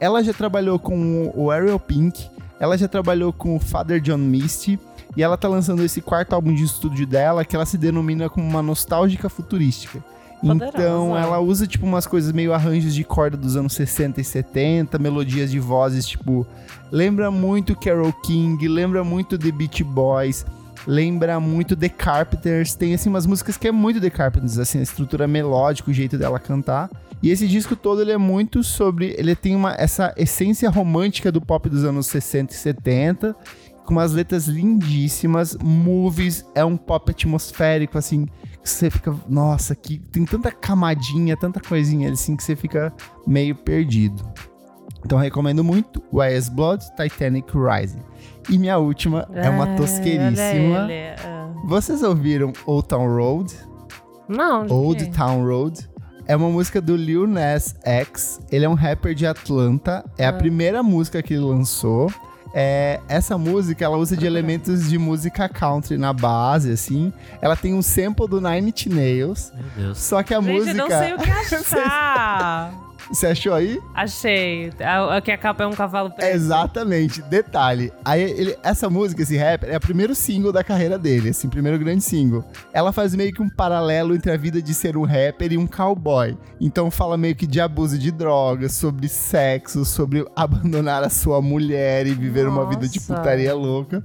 S1: Ela já trabalhou com o Ariel Pink, ela já trabalhou com o Father John Misty, e ela tá lançando esse quarto álbum de estúdio dela, que ela se denomina como uma nostálgica futurística.
S3: Poderosa.
S1: Então, ela usa, tipo, umas coisas meio arranjos de corda dos anos 60 e 70, melodias de vozes, tipo... Lembra muito Carole King, lembra muito The Beach Boys, lembra muito The Carpenters. Tem, assim, umas músicas que é muito The Carpenters, assim, a estrutura melódica, o jeito dela cantar. E esse disco todo, ele é muito sobre... Ele tem uma, essa essência romântica do pop dos anos 60 e 70, com umas letras lindíssimas, movies, é um pop atmosférico, assim, que você fica, nossa, que tem tanta camadinha, tanta coisinha assim que você fica meio perdido. Então recomendo muito Wise Blood Titanic Rising. E minha última é uma
S3: Ah,
S1: tosqueiríssima.
S3: olha ele, ah.
S1: Vocês ouviram Old Town Road?
S3: Não, de
S1: Old
S3: quem?
S1: Town Road. É uma música do Lil Nas X. Ele é um rapper de Atlanta. É
S3: Ah.
S1: a primeira música que ele lançou. É, essa música, ela
S3: Ah.
S1: usa de elementos de música country na base, assim. Ela tem um sample do Nine Inch Nails.
S2: Meu Deus.
S1: Só que a
S3: Gente, eu
S1: música...
S3: não sei
S1: <laughs>
S3: o que achar.
S1: Você achou aí?
S3: Achei. A, a que a capa é um cavalo preto.
S1: Exatamente, detalhe. Aí ele- essa música, esse rapper, é o primeiro single da carreira dele, assim, primeiro grande single. Ela faz meio que um paralelo entre a vida de ser um rapper e um cowboy. Então fala meio que de abuso de drogas, sobre sexo, sobre <laughs> abandonar a sua mulher e viver uma vida de
S3: Nossa.
S1: putaria louca.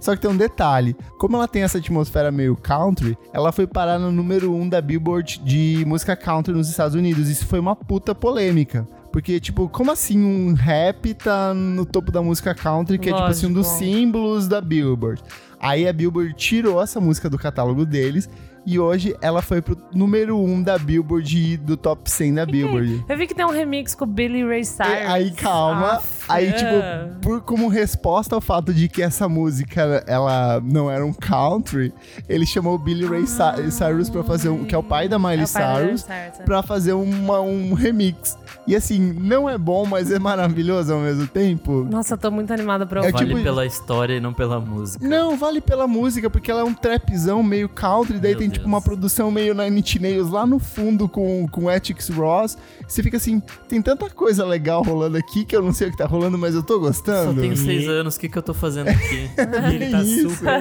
S1: Só que tem um detalhe, como ela tem essa atmosfera meio country, ela foi parar no número 1 um da Billboard de música country nos Estados Unidos. Isso foi uma puta polêmica. Porque, tipo, como assim um rap tá no topo da música country, que é, tipo assim, um dos
S3: Lógico.
S1: símbolos da Billboard? Aí a Billboard tirou essa música do catálogo deles e hoje ela foi pro número 1 um da Billboard e do top 100 da Billboard.
S3: Eu vi que tem um remix com o Billy Ray Cyrus.
S1: E É, aí, calma.
S3: Aff,
S1: Aí,
S3: ah.
S1: tipo, por, como resposta ao fato de que essa música ela não era um country, ele chamou o Billy Ray Cy- Cyrus pra fazer um. que é o pai da Miley
S3: Ah. É o pai da Miley
S1: Cyrus,
S3: é.
S1: pra fazer uma- um remix. E assim, não é bom, mas é maravilhoso ao mesmo tempo.
S3: Nossa, eu tô muito animada pra
S1: É
S3: ouvir.
S2: Vale
S1: tipo-
S2: pela história e não pela música.
S1: Não, vale pela música, porque ela é um trapzão meio country, daí
S2: Meu
S1: tem tipo
S2: Deus.
S1: uma produção meio Nine Inch Nails lá no fundo com, com Ethics Ross. Você fica assim, tem tanta coisa legal rolando aqui que eu não sei o que tá rolando, mas eu tô
S2: Só
S1: gostando.
S2: tenho
S4: E-
S2: seis anos, o que, que eu tô fazendo
S1: <laughs>
S2: aqui?
S4: E ele tá
S1: Isso.
S4: super.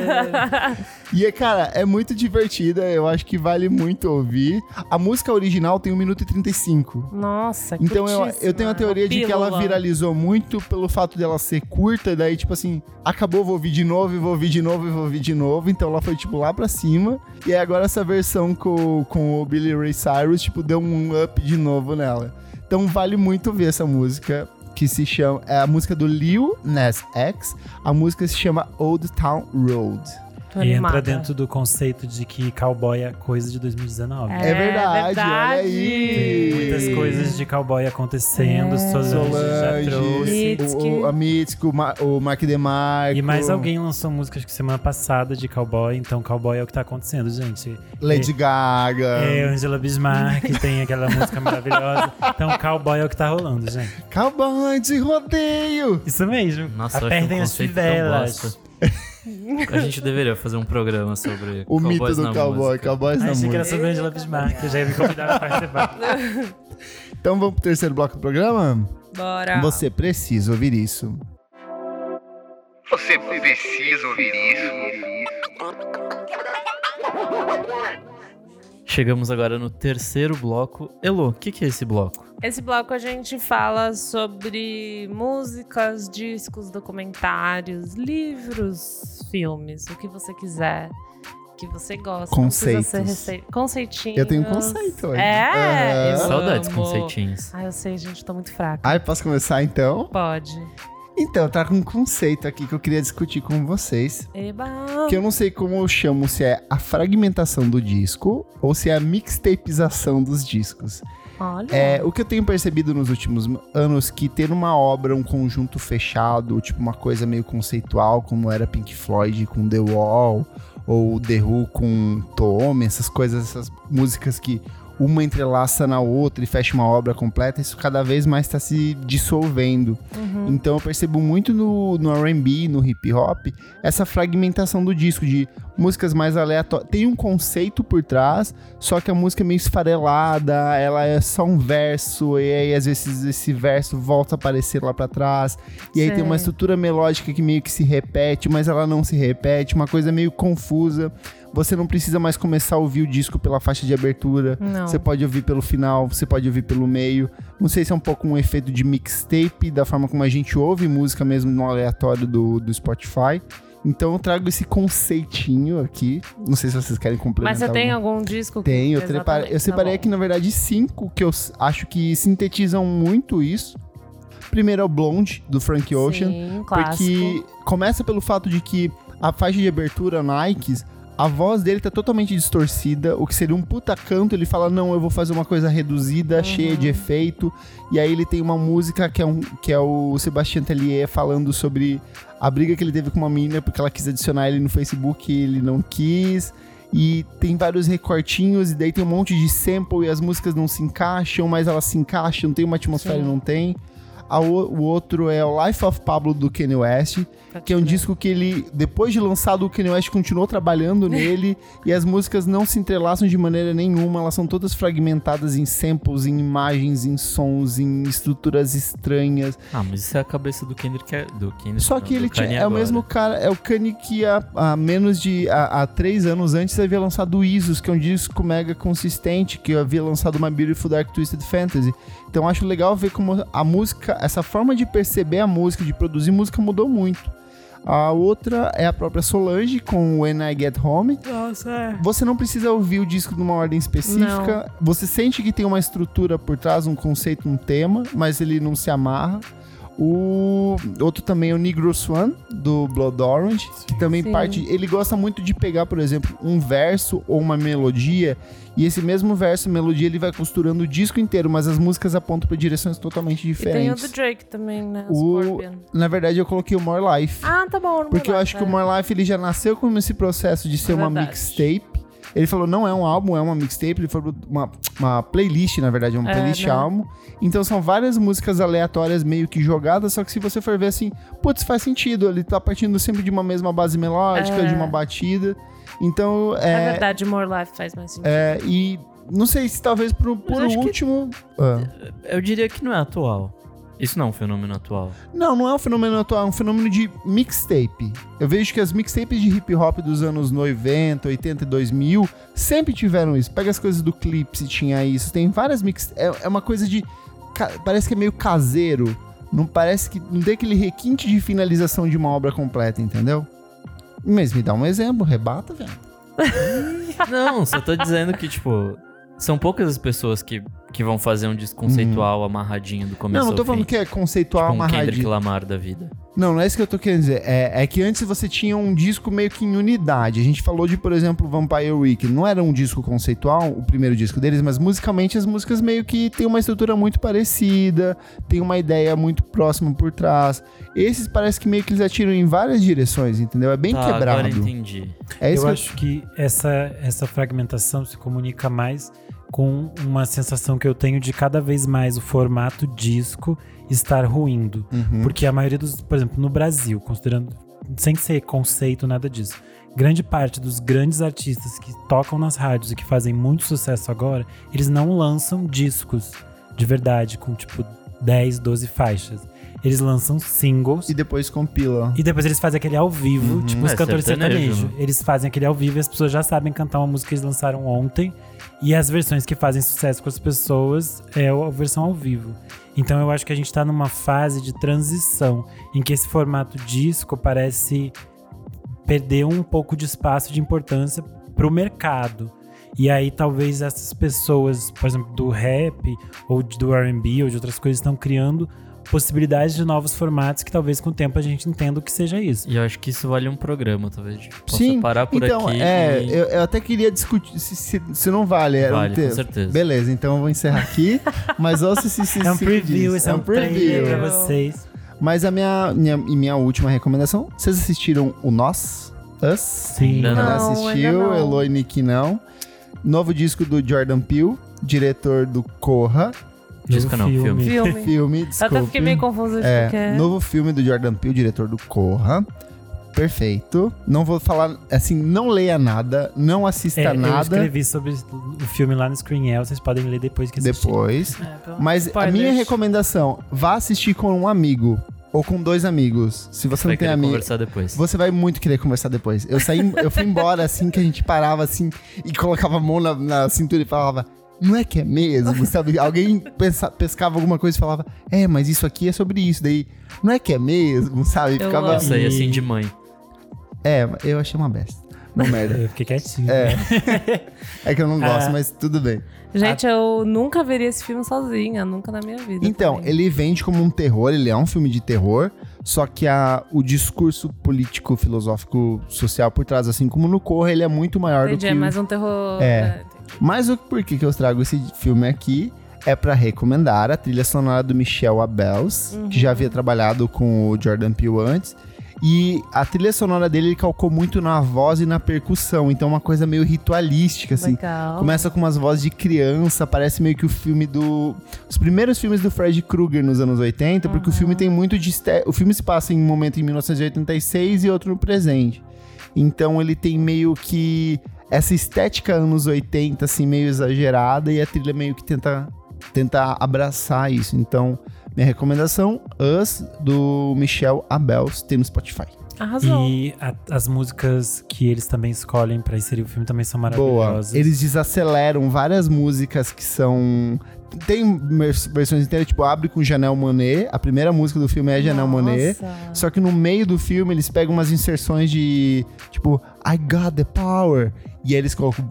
S1: E, é, cara, é muito divertida, eu acho que vale muito ouvir. A música original tem 1 minuto e 35.
S3: Nossa,
S1: Então eu, eu
S3: É curtíssima.
S1: tenho a teoria de que ela
S3: Pílula.
S1: viralizou muito pelo fato dela ser curta, e daí, tipo assim, acabou, vou ouvir de novo, e vou ouvir de novo, e vou ouvir de novo. Então ela foi, tipo, lá pra cima. E aí agora essa versão com, com o Billy Ray Cyrus, tipo, deu um up de novo nela. Então vale muito ouvir essa música, que se chama. É a música do Lil Nas X. A música se chama Old Town Road.
S3: Tô
S4: E
S3: animada.
S4: entra dentro do conceito de que cowboy é coisa de 2019.
S1: É,
S3: É
S1: verdade, olha
S3: verdade.
S1: aí.
S4: Tem muitas coisas de cowboy acontecendo, Solange já trouxe.
S1: Solange,
S3: Mitski.
S1: o, o, a Mitski, o, Ma- o Mark DeMarco.
S4: E mais alguém lançou música, acho que semana passada, de cowboy. Então, cowboy é o que tá acontecendo, gente.
S1: Lady Gaga.
S4: É, Angela <laughs> Bismarck tem aquela música maravilhosa. Então, cowboy é o que tá rolando, gente.
S1: Cowboy de rodeio.
S4: Isso mesmo.
S2: Nossa, eu acho
S4: Apertem
S2: um
S4: as
S2: conceito tão
S4: fivelas.
S2: bosta. A gente deveria fazer um programa sobre
S1: <laughs> O mito
S2: cowboys
S1: do
S2: na assim,
S1: cowboy,
S2: música.
S1: cowboys
S4: Ai,
S1: na
S4: Ah, Achei
S1: música.
S4: que era sobre Angela Bismarck, eu já ia me convidar pra participar.
S1: Então vamos pro terceiro bloco do programa?
S4: Ah.
S3: Bora.
S1: Você precisa ouvir isso.
S5: Você precisa ouvir isso.
S2: Chegamos agora no terceiro bloco. Elo, o que, que é esse bloco?
S3: Esse bloco a gente fala sobre músicas, discos, documentários, livros, filmes, o que você quiser que você gosta.
S1: Conceitos.
S3: Não precisa ser rece- Conceitinhos.
S1: Eu tenho um conceito hoje.
S3: É,
S1: Ah.
S3: eu
S2: Saudades,
S3: amo.
S2: conceitinhos.
S3: Ai, eu sei, gente, tô muito fraca.
S1: Ai, posso começar então?
S3: Pode.
S1: Então, tá com um conceito aqui que eu queria discutir com vocês.
S3: Eba.
S1: Que eu não sei como eu chamo, se é a fragmentação do disco ou se é a mixtapização dos discos.
S3: Olha.
S1: É, o que eu tenho percebido nos últimos anos que ter uma obra, um conjunto fechado, tipo uma coisa meio conceitual, como era Pink Floyd com The Wall, ou The Who com Tom, essas coisas, essas músicas que uma entrelaça na outra e fecha uma obra completa, isso cada vez mais está se dissolvendo.
S3: Uhum.
S1: Então eu percebo muito no, no RB, no hip hop, essa fragmentação do disco, de músicas mais aleatórias. Tem um conceito por trás, só que a música é meio esfarelada, ela é só um verso, e aí às vezes esse verso volta a aparecer lá pra trás. E aí tem uma
S3: Sei.
S1: estrutura melódica que meio que se repete, mas ela não se repete, uma coisa meio confusa. Você não precisa mais começar a ouvir o disco pela faixa de abertura.
S3: Não.
S1: Você pode ouvir pelo final, você pode ouvir pelo meio. Não sei se é um pouco um efeito de mixtape, da forma como a gente ouve música mesmo no aleatório do, do Spotify. Então eu trago esse conceitinho aqui. Não sei se vocês querem complementar.
S3: Mas você tem
S1: alguma-
S3: algum disco? que-
S1: Tem, um- eu,
S3: Exatamente,
S1: trepar- eu
S3: tá
S1: separei
S3: bom.
S1: aqui, na verdade, cinco que eu s- acho que sintetizam muito isso. Primeiro é o Blonde, do Frank Ocean.
S3: Sim, clássico.
S1: Porque começa pelo fato de que a faixa de abertura Nikes, a voz dele tá totalmente distorcida, o que seria um puta canto, ele fala, não, eu vou fazer uma coisa reduzida, cheia de efeito, e aí ele tem uma música que é, um, que é o Sebastian Tellier falando sobre a briga que ele teve com uma menina, porque ela quis adicionar ele no Facebook e ele não quis, e tem vários recortinhos, e daí tem um monte de sample, e as músicas não se encaixam, mas elas se encaixam, tem uma atmosfera e
S3: Sim.
S1: não tem. A o, o outro é o Life of Pablo do Kanye West,
S3: Tá
S1: que é um disco que ele, depois de lançado, o Kanye West continuou trabalhando nele e as músicas não se entrelaçam de maneira nenhuma, elas são todas fragmentadas em samples, em imagens, em sons, em estruturas estranhas.
S2: Ah, mas isso é a cabeça do Kendrick. Do Kendrick
S1: Só
S2: não,
S1: que
S2: do
S1: ele tinha,
S2: Kanye
S1: é o
S2: agora.
S1: mesmo cara, é o Kanye que há, há menos de há, há três anos antes havia lançado o Isos, que é um disco mega consistente, que havia lançado uma Beautiful Dark Twisted Fantasy. Então acho legal ver como a música, essa forma de perceber a música, de produzir música mudou muito. A outra é a própria Solange com When I Get Home,
S3: Nossa, é.
S1: você não precisa ouvir o disco numa ordem específica. Você sente que tem uma estrutura por trás, um conceito, um tema, mas ele não se amarra. O outro também é o Negro Swan, do Blood Orange, que também
S3: Sim.
S1: parte. Ele gosta muito de pegar, por exemplo, um verso ou uma melodia, e esse mesmo verso, melodia, ele vai costurando o disco inteiro, mas as músicas apontam para direções totalmente
S3: E tem o
S1: diferentes.
S3: do Drake também, né?
S1: O-
S3: Scorpion.
S1: Na verdade, eu coloquei o More Life.
S3: Ah, tá bom. não
S1: Porque eu
S3: vai,
S1: acho que
S3: né?
S1: o More Life ele já nasceu com esse processo de ser uma
S3: Verdade.
S1: mixtape. Ele falou, não é um álbum, é uma mixtape. Ele falou uma, uma playlist, na verdade, é uma
S3: É,
S1: playlist
S3: né?
S1: álbum. Então são várias músicas aleatórias meio que jogadas, só que se você for ver assim, putz, faz sentido. Ele tá partindo sempre de uma mesma base melódica,
S3: É.
S1: de uma batida. Então,
S3: É
S1: é.
S3: verdade, More Life faz mais sentido.
S1: é, e não sei se talvez pro, por
S2: acho que-
S1: último. Ah.
S2: Eu diria que não é atual. Isso não é um
S1: <laughs>
S2: fenômeno atual.
S1: Não, não é um fenômeno atual, é um fenômeno de mixtape. Eu vejo que as mixtapes de hip hop dos anos 90, 80 e 2000 sempre tiveram isso. Pega as coisas do Clipse, tinha isso. Tem várias mix. É, é uma coisa de. ca- Parece que é meio caseiro. Não parece que. Não tem aquele requinte de finalização de uma obra completa, entendeu? Mas me dá um exemplo, rebata, velho.
S2: Não, só tô dizendo que, tipo, são poucas as pessoas que, que vão fazer um disco conceitual amarradinho do começo
S1: Uhum. Não, não tô
S2: ao
S1: falando
S2: fim.
S1: que é conceitual
S2: tipo, um Kendrick
S1: amarradinho.
S2: Lamar da vida.
S1: Não, não é isso que eu tô querendo dizer. É, é que antes você tinha um disco meio que em unidade. A gente falou de, por exemplo, Vampire Week. Não era um disco conceitual, o primeiro disco deles, mas musicalmente as músicas meio que têm uma estrutura muito parecida, tem uma ideia muito próxima por trás. Esses parece que meio que eles atiram em várias direções, entendeu? É bem
S2: tá,
S1: quebrado.
S2: agora entendi.
S1: É isso
S4: Eu
S1: que
S4: acho que essa, essa fragmentação se comunica mais com uma sensação que eu tenho de cada vez mais o formato disco estar ruindo.
S1: Uhum.
S4: Porque a maioria dos, por exemplo, no Brasil, considerando, sem ser conceito, nada disso, grande parte dos grandes artistas que tocam nas rádios e que fazem muito sucesso agora, eles não lançam discos de verdade, com tipo 10, 12 faixas. Eles lançam singles.
S1: E depois compila.
S4: E depois eles fazem aquele ao vivo,
S1: Uhum.
S4: tipo os
S2: É,
S4: cantores
S2: sertanejo, né?
S4: sertanejos. Eles fazem aquele ao vivo e as pessoas já sabem cantar uma música que eles lançaram ontem. E as versões que fazem sucesso com as pessoas é a versão ao vivo. Então eu acho que a gente tá numa fase de transição em que esse formato disco parece perder um pouco de espaço de importância pro mercado. E aí talvez essas pessoas, por exemplo, do rap ou de- do R&B ou de outras coisas estão criando possibilidades de novos formatos que talvez com o tempo a gente entenda o que seja isso.
S2: E eu acho que isso vale um programa, talvez. a gente possa
S1: Sim,
S2: parar por
S1: então,
S2: aqui.
S1: é,
S2: e...
S1: eu, eu até queria discutir se, se, se não vale. Era
S2: Vale,
S1: um
S2: com
S1: te-
S2: certeza.
S1: Beleza, então eu vou encerrar aqui. mas ouça se, se
S4: <laughs> É um
S1: se
S4: preview,
S1: diz.
S4: esse é um preview pra
S3: preview.
S4: vocês.
S1: Mas a minha, minha, e minha última recomendação, vocês assistiram o Nós? Us?
S4: Sim. É,
S2: Não.
S1: Ela
S3: Não, ainda
S1: assistiu,
S3: não.
S1: Eloy e Nick não. Novo disco do Jordan Peele, diretor do Corra,
S2: Disco não, filme.
S3: Filme.
S1: filme,
S3: Eu
S1: É. <laughs> desculpe.
S3: até fiquei meio confusa de
S1: É,
S3: que é.
S1: novo filme do Jordan Peele, diretor do Corra. Perfeito. Não vou falar, assim, não leia nada, não assista
S4: É, Eu
S1: nada
S4: escrevi sobre o filme lá no Screen L, vocês podem ler depois que assistirem.
S1: depois.
S3: É, pelo-
S1: Mas a
S3: Spoilers.
S1: minha recomendação, vá assistir com um amigo ou com dois amigos. Se você
S2: Vai
S1: não tem
S2: querer
S1: amigo,
S2: conversar depois.
S1: Você vai muito querer conversar depois. Eu saí, eu fui embora assim que a gente parava assim e colocava a mão na, na cintura e falava. Não é que é mesmo, sabe? Alguém pensa- pescava alguma coisa e falava, é, mas isso aqui é sobre isso. Daí, não é que é mesmo, sabe?
S3: Eu
S1: Ficava.
S3: amo.
S2: Isso aí,
S4: E-
S2: assim, de mãe.
S1: É, eu achei uma besta. Não merda.
S4: Eu fiquei quietinho.
S1: É. É que eu não gosto,
S4: Ah.
S1: mas tudo bem.
S3: Gente, eu nunca veria esse filme sozinha, nunca na minha vida.
S1: Então,
S3: também.
S1: ele vende como um terror, ele é um filme de terror, só que a, o discurso político, filosófico, social por trás, assim como no Corra, ele é muito maior do
S3: Entendi,
S1: que
S3: é
S1: o
S3: mais um terror.
S1: É.
S3: né, entendi.
S1: Mas o porquê que eu trago esse filme aqui é pra recomendar a trilha sonora do Michel Abels, que
S3: Uhum.
S1: já havia trabalhado com o Jordan Peele antes. E a trilha sonora dele ele calcou muito na voz e na percussão, então é uma coisa meio ritualística, assim.
S3: Legal.
S1: Começa com umas vozes de criança, parece meio que o filme do. Os primeiros filmes do Fred Krueger nos anos 80, porque o filme tem muito de. este- O filme se passa em um momento em 1986 e outro no presente. Então ele tem meio que essa estética anos 80, assim, meio exagerada, e a trilha meio que tenta, tenta abraçar isso. Então, minha recomendação, Us, do Michel Abels, tem no Spotify.
S3: Arrasou.
S4: E a- as músicas que eles também escolhem pra inserir o filme também são
S1: Boa.
S4: maravilhosas.
S1: Eles desaceleram várias músicas que são. Tem vers- versões inteiras, tipo, abre com Janelle Monet. A primeira música do filme é Janelle Monet.
S3: Nossa.
S1: Só que no meio do filme eles pegam umas inserções de tipo, I got the power. E aí eles colocam.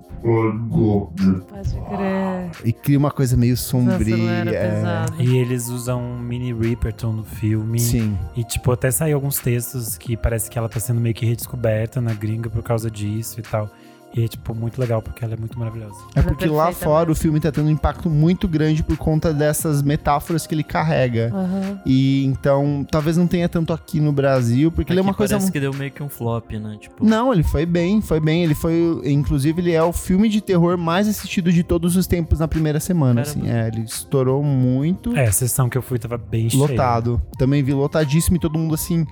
S3: Pode crer.
S1: E cria uma coisa meio
S3: Nossa,
S1: sombria.
S3: era
S1: é.
S3: pesado.
S4: E eles usam um mini Ripperton no filme.
S1: Sim.
S4: E, tipo, até saiu alguns textos que parece que ela tá sendo meio que redescoberta na gringa por causa disso e tal. E é, tipo, muito legal, porque ela é muito maravilhosa.
S1: É
S3: Ela é
S1: porque lá
S3: perfeita
S1: fora
S3: mesmo.
S1: o filme tá tendo um impacto muito grande por conta dessas metáforas que ele carrega.
S3: Aham.
S1: E então, talvez não tenha tanto aqui no Brasil, porque ele é
S2: Aqui
S1: uma coisa
S2: parece que deu meio que um flop, né? Tipo,
S1: Não, ele foi bem, foi bem. Ele foi. Inclusive, ele é o filme de terror mais assistido de todos os tempos na primeira semana.
S2: Caramba.
S1: Assim, é, ele estourou muito.
S4: É, a sessão que eu fui tava bem cheia.
S1: Hum. lotado. Também vi lotadíssimo e todo mundo assim.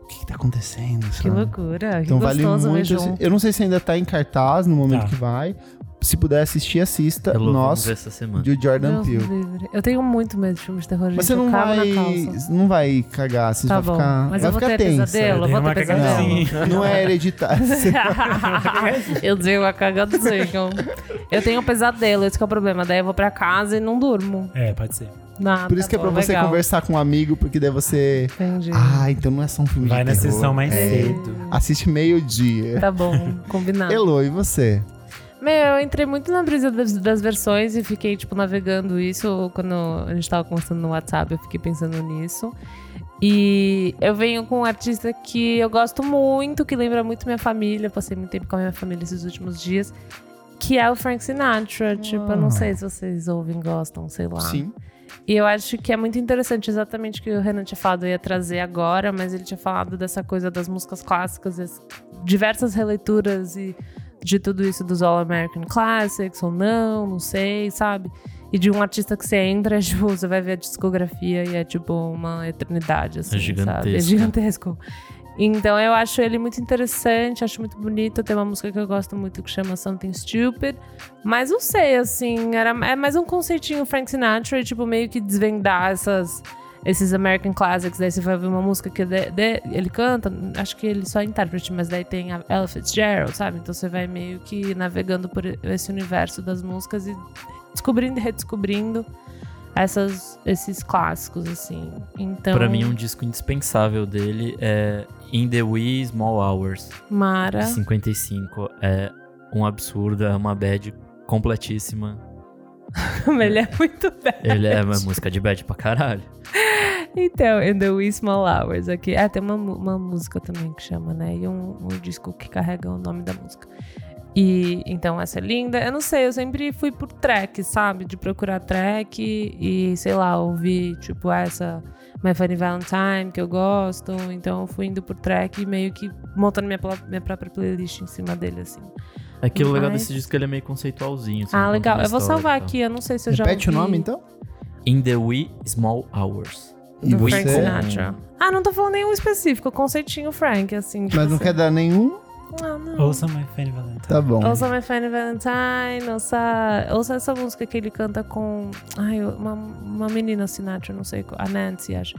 S1: O que, que tá acontecendo?
S3: Que
S1: sabe?
S3: loucura. Que
S1: Então vale
S3: gostoso né,
S1: muito.
S3: ver
S1: esse-
S3: junto.
S1: Eu não sei se ainda tá em cartaz no momento
S4: Tá.
S1: que vai. Se puder assistir, assista.
S2: eu vou vamos
S1: Nós,
S2: ver essa semana.
S1: de Jordan
S3: Deus me
S1: Peele.
S3: livre. Eu tenho muito medo de filmes de terror, gente.
S1: Mas você
S3: eu
S1: não
S3: cago
S1: vai,
S3: na calça.
S1: não vai cagar, assim, você
S3: Tá
S1: vai
S3: bom.
S1: ficar,
S3: Mas
S1: vai
S3: eu vou
S1: ficar
S3: ter
S1: tensa.
S3: pesadelo, né? eu
S4: Dei
S3: vou
S4: uma
S3: ter pesadelo.
S4: cagadinha.
S1: Não, não é
S3: <laughs>
S1: hereditário.
S3: eu dei uma cagadinha. Eu tenho um pesadelo, esse que é o problema. Daí eu vou pra casa e não durmo.
S4: É, pode ser.
S3: Nada, tá
S1: Por isso que é pra
S3: bom,
S1: você
S3: legal.
S1: conversar com um amigo, porque daí você.
S3: Entendi.
S1: Ah, então não é só um filme
S4: Vai
S1: de
S4: na
S1: terror.
S4: sessão mais
S1: É.
S4: cedo.
S1: Assiste meio-dia.
S3: Tá bom, combinado.
S1: Elo, e você?
S3: Meu, eu entrei muito na brisa das, das versões e fiquei, tipo, navegando isso. Quando a gente tava conversando no WhatsApp, eu fiquei pensando nisso. E eu venho com um artista que eu gosto muito, que lembra muito minha família. Passei muito tempo com a minha família esses últimos dias. Que é o Frank Sinatra. Tipo, eu não sei se vocês ouvem, gostam, sei lá. E eu acho que é muito interessante exatamente o que o Renan tinha falado, eu ia trazer agora, mas ele tinha falado dessa coisa das músicas clássicas, as diversas releituras e de tudo isso dos All American Classics ou não, não sei, sabe? E de um artista que você entra, <laughs> tipo, você vai ver a discografia e é tipo uma eternidade, assim,
S2: É gigantesco.
S3: sabe? É gigantesco. Então eu acho ele muito interessante, acho muito bonito. Tem uma música que eu gosto muito que chama Something Stupid. Mas não sei, assim, era, é mais um conceitinho Frank Sinatra, e, tipo, meio que desvendar essas, esses American Classics. Daí você vai ouvir uma música que é de- de- ele canta, acho que ele só é intérprete, mas daí tem a Ella Fitzgerald, sabe? Então você vai meio que navegando por esse universo das músicas e descobrindo e redescobrindo essas, esses clássicos, assim. Então,
S2: Pra mim, um disco indispensável
S3: Tá.
S2: dele é In the Wee Small Hours,
S3: Mara.
S2: de 55. É um absurdo, é uma bad completíssima.
S3: <laughs> <laughs> Ele é muito bad.
S2: Ele é uma música de bad pra caralho.
S3: Então, In The Wee Small Hours aqui. Ah, tem uma, mu- uma música também que chama, né? E um, um disco que carrega o nome da música. E então essa é linda. Eu não sei, eu sempre fui por track, sabe? De procurar track e, sei lá, ouvir tipo essa My Funny Valentine que eu gosto. Então eu fui indo por track e meio que montando minha, pla- minha própria playlist em cima dele, assim.
S2: É que o legal
S3: Mas-
S2: desse disco ele é meio conceitualzinho. assim,
S3: ah,
S2: conta
S3: legal.
S2: uma
S3: Eu vou
S2: história e
S3: salvar
S2: tal.
S3: aqui, eu não sei se eu já.
S1: Repete o
S3: ouvi.
S1: nome, então?
S2: In the Wee Small Hours.
S1: E
S3: Do Frank
S1: você?
S3: Sinatra. Ah, não tô falando nenhum específico, conceitinho Frank, assim. tipo
S1: Mas não
S3: assim.
S1: quer dar nenhum?
S3: Ah, não.
S4: Ouça My Fanny Valentine.
S1: Tá bom.
S3: Ouça My Funny Valentine, ouça, ouça essa música que ele canta com ai, uma, uma menina Sinatra, não sei, qual- a Nancy, acho.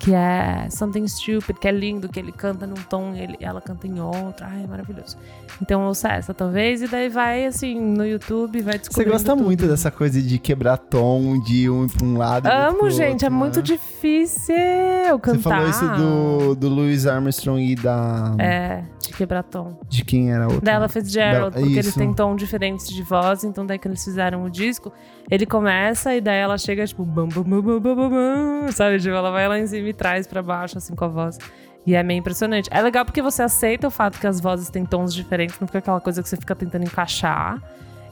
S3: Que é Something Stupid, que é lindo, que ele canta num tom e ele, ela canta em outro. Ai, é maravilhoso. Então ouça essa talvez, e daí vai assim no YouTube, vai
S1: Você
S3: descobrindo.
S1: gosta
S3: tudo.
S1: muito dessa coisa de quebrar tom, de um ir pra um lado. e outro
S3: Amo,
S1: pro
S3: gente,
S1: outro,
S3: é muito
S1: né?
S3: difícil
S1: Você
S3: cantar.
S1: falou isso do, do Louis Armstrong e da.
S3: É, de quebrar tom.
S1: De quem era a outra?
S3: Da Ella Fitzgerald,
S1: Bela-
S3: porque eles
S1: né? isso.
S3: têm tom diferentes de voz, então daí que eles fizeram o disco, ele começa e daí ela chega tipo bam, bam, bam, bam, bam, bam, bam, sabe? Tipo, ela vai lá em cima e traz pra baixo assim com a voz. E é meio impressionante. É legal porque você aceita o fato que as vozes têm tons diferentes, não fica aquela coisa que você fica tentando encaixar.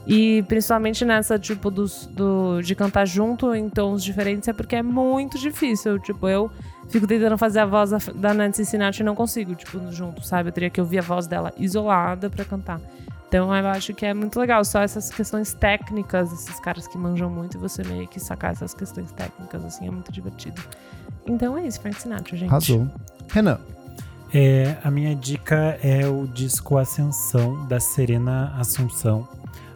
S3: E principalmente nessa, tipo, dos, do, de cantar junto em tons diferentes, é porque é muito difícil. Tipo, eu fico tentando fazer a voz da, da Nancy Sinatra e não consigo, tipo, junto, sabe? Eu teria que ouvir a voz dela isolada pra cantar. Então eu acho que é muito legal, só essas questões técnicas, esses caras que manjam muito, e você meio que sacar essas questões técnicas, assim, é muito divertido. Então é isso, Frank Sinatra, gente.
S1: Arrasou. Renan,
S4: É, a minha dica é o disco Ascensão, da Serena Assunção.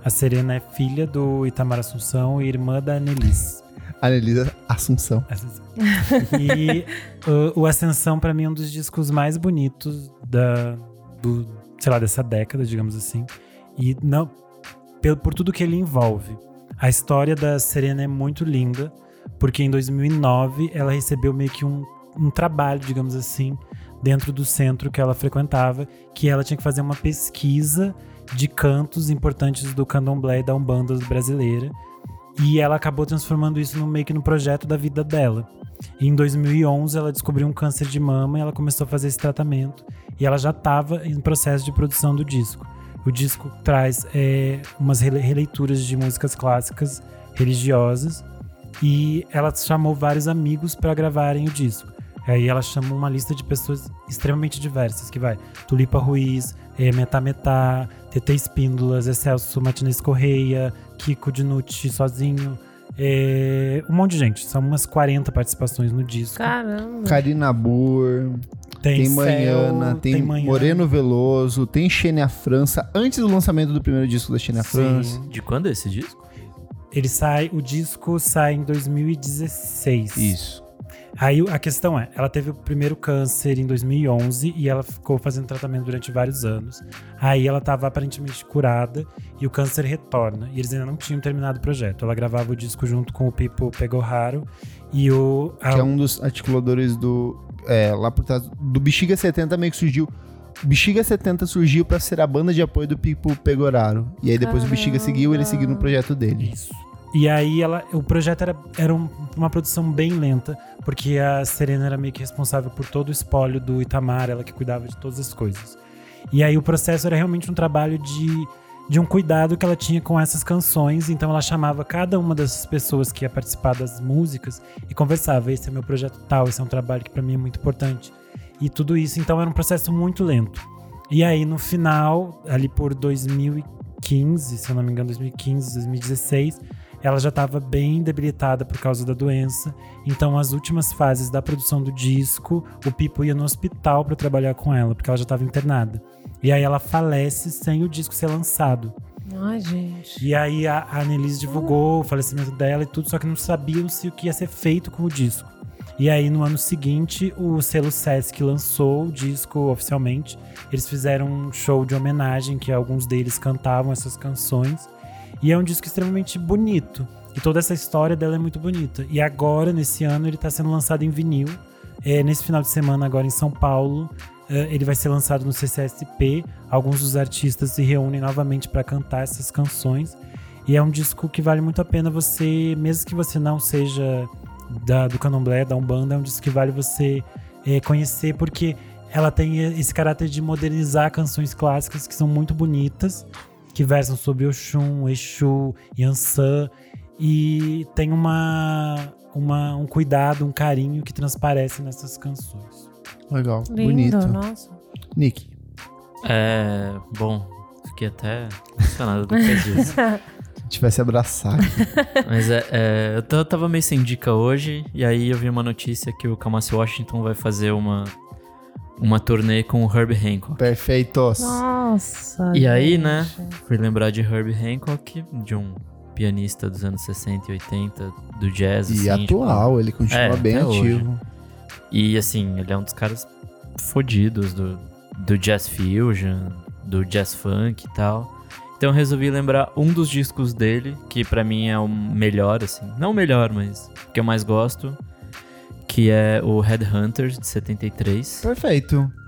S4: A Serena é filha do Itamar Assunção e irmã da Annelise.
S1: Anelisa Assunção.
S4: Ascensão. e uh, o Ascensão, pra mim, é um dos discos mais bonitos da, do, sei lá, dessa década, digamos assim. E não, pelo, por tudo que ele envolve. A história da Serena é muito linda, porque em 2009 ela recebeu meio que um, um trabalho, digamos assim, dentro do centro que ela frequentava, que ela tinha que fazer uma pesquisa de cantos importantes do candomblé e da Umbanda brasileira. E ela acabou transformando isso no meio que no projeto da vida dela. E em 2011 ela descobriu um câncer de mama e ela começou a fazer esse tratamento. E ela já estava em processo de produção do disco. O disco traz é, umas rele- releituras de músicas clássicas religiosas e ela chamou vários amigos para gravarem o disco. Aí ela chamou uma lista de pessoas extremamente diversas, que vai Tulipa Ruiz, eh, Metá Metá, TT Espíndolas, Excelso Martinez Correia, Kiko Dinucci sozinho, eh, um monte de gente. São umas 40 participações no disco.
S3: Caramba.
S1: Karina Burr, tem
S4: Céu,
S1: Manhana, tem,
S4: Manhana.
S1: Moreno Veloso, tem Xenia França, antes do lançamento do primeiro disco da Xenia França.
S4: Sim.
S2: De quando é esse disco?
S4: Ele sai, o disco sai em 2016.
S1: Isso.
S4: Aí a questão é, ela teve o primeiro câncer em 2011 e ela ficou fazendo tratamento durante vários anos. Aí ela estava aparentemente curada e o câncer retorna. E eles ainda não tinham terminado o projeto. Ela gravava o disco junto com o Pipo Pegoraro e o a-
S1: Que é um dos articuladores do. É, lá por trás. Do Bexiga 70 meio que surgiu. Bexiga 70 surgiu pra ser a banda de apoio do Pipo Pegoraro. E aí depois o Bexiga
S3: Caramba.
S1: seguiu, ele seguiu no projeto dele.
S4: Isso. E aí ela, o projeto era, era um- uma produção bem lenta, porque a Serena era meio que responsável por todo o espólio do Itamar, ela que cuidava de todas as coisas. E aí o processo era realmente um trabalho de, de um cuidado que ela tinha com essas canções, então ela chamava cada uma dessas pessoas que ia participar das músicas e conversava, esse é meu projeto tal, esse é um trabalho que pra mim é muito importante. E tudo isso, então era um processo muito lento. E aí no final, ali por 2015, se eu não me engano, 2015, 2016, ela já estava bem debilitada por causa da doença. Então, as últimas fases da produção do disco, o Pipo ia no hospital para trabalhar com ela, porque ela já estava internada. E aí ela falece sem o disco ser lançado.
S3: Ai, gente.
S4: E aí a a Annelise divulgou o falecimento dela e tudo, só que não sabiam se o que ia ser feito com o disco. E aí no ano seguinte, o selo Sesc lançou o disco oficialmente. Eles fizeram um show de homenagem que alguns deles cantavam essas canções. E é um disco extremamente bonito. E toda essa história dela é muito bonita. E tá agora, nesse ano, ele está sendo lançado em vinil. É, nesse final de semana, agora em São Paulo, eh, ele vai ser lançado no CCSP. Alguns dos artistas se reúnem novamente para cantar essas canções. E é um disco que vale muito a pena você, mesmo que você não seja da, do Candomblé, da Umbanda, é um disco que vale você eh, conhecer, porque ela tem esse caráter de modernizar canções clássicas que são muito bonitas, que versam sobre Oxum, Exu, Yansan, e tem uma, uma, um cuidado, um carinho que transparece nessas canções.
S1: Legal,
S3: Lindo, né?
S1: bonito.
S3: nossa.
S1: Nick.
S2: É. Bom, fiquei até emocionado é
S3: <laughs>
S2: depois disso.
S1: Se tivesse abraçado.
S2: Mas é, é, eu t- tava meio sem dica hoje, e aí eu vi uma notícia que o Kamasi Washington vai fazer uma, uma turnê com o Herb Hancock.
S1: Perfeitos.
S3: Nossa.
S2: E aí,
S3: gente.
S2: né? Fui lembrar de Herb Hancock, de um pianista dos anos 60 e 80, do jazz.
S1: E
S2: assim, tipo,
S1: atual, ele continua
S2: É,
S1: bem
S2: até hoje.
S1: ativo.
S2: E assim, ele é um dos caras fodidos do, do jazz fusion, do jazz funk e tal. Então eu resolvi lembrar um dos discos dele, que pra mim é o melhor, assim. Não o melhor, mas o que eu mais gosto, que é o Headhunters, de 73.
S1: Perfeito. <laughs>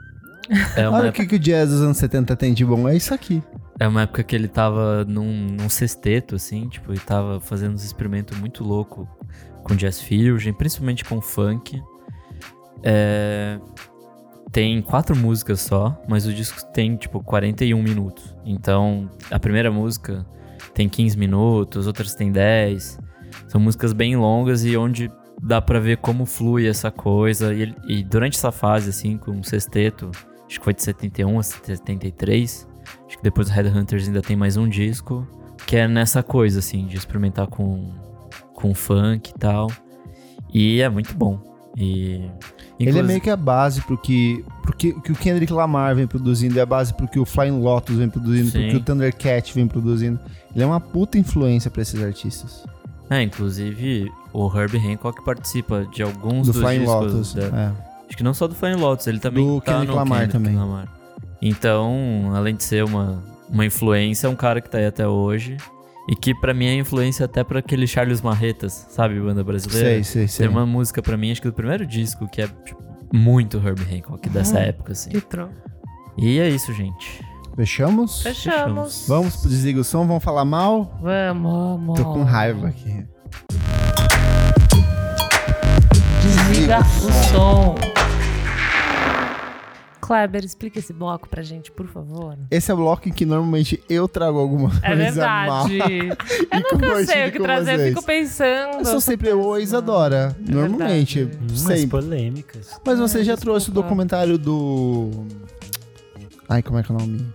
S2: É uma,
S1: Olha o
S2: época,
S1: que, que o jazz dos anos 70 tem de bom. É isso aqui.
S2: é uma época que ele tava num, num sexteto, assim, tipo, e tava fazendo uns experimentos muito louco com jazz fusion, principalmente com funk. É, tem quatro músicas só, mas o disco tem tipo 41 minutos. Então, a primeira música tem 15 minutos, outras tem 10. São músicas bem longas e onde dá pra ver como flui essa coisa. E, ele- e durante essa fase, assim, com o sexteto, acho que foi de 71 a 73, acho que depois do Headhunters ainda tem mais um disco, que é nessa coisa, assim, de experimentar com, com funk e tal. E é muito bom. E,
S1: Ele é
S2: inclusive-
S1: meio que a base pro que, pro que, o que o Kendrick Lamar vem produzindo, é a base pro que o Flying Lotus vem produzindo, pro
S2: Sim.
S1: que o Thundercat vem produzindo. Ele é uma puta influência pra esses artistas.
S2: É, inclusive o Herb Hancock participa de alguns
S1: do
S2: dos
S1: Flying
S2: discos
S1: Lotus.
S2: da-
S1: é.
S2: Acho que não só do Flying Lotus, ele também
S1: Do
S2: tá
S1: Kendrick
S2: no
S1: Lamar
S2: Kendrick
S1: também.
S2: Lamar. Então, além de ser uma, uma influência, é um cara que tá aí até hoje. E que pra mim é influência até pra aquele Charles Marretas, sabe, banda brasileira?
S1: Sei, sei, sei.
S2: Tem uma música pra mim, acho que do primeiro disco, que é tipo, muito Herb Hancock dessa
S3: Uhum.
S2: época, assim.
S3: Que tro-
S2: E é isso, gente.
S1: Fechamos?
S3: Fechamos.
S1: Vamos pro Desliga o Som, vamos falar mal?
S3: Vamos, amor.
S1: Tô com raiva aqui.
S3: Desliga o som. Kleber, explica esse bloco pra gente, por favor.
S1: Esse é o bloco em que normalmente eu trago alguma coisa
S3: É
S1: mal.
S3: verdade.
S1: <laughs> e
S3: Eu nunca sei
S1: compartilho
S3: o que
S1: com
S3: trazer,
S1: vocês.
S3: fico É pensando.
S1: Eu sou sempre eu ou a Isadora, normalmente,
S4: Umas
S1: sempre.
S4: polêmicas.
S1: Mas você
S3: Ai,
S1: já
S3: desculpa.
S1: trouxe o documentário do. Ai, como é que é o nome?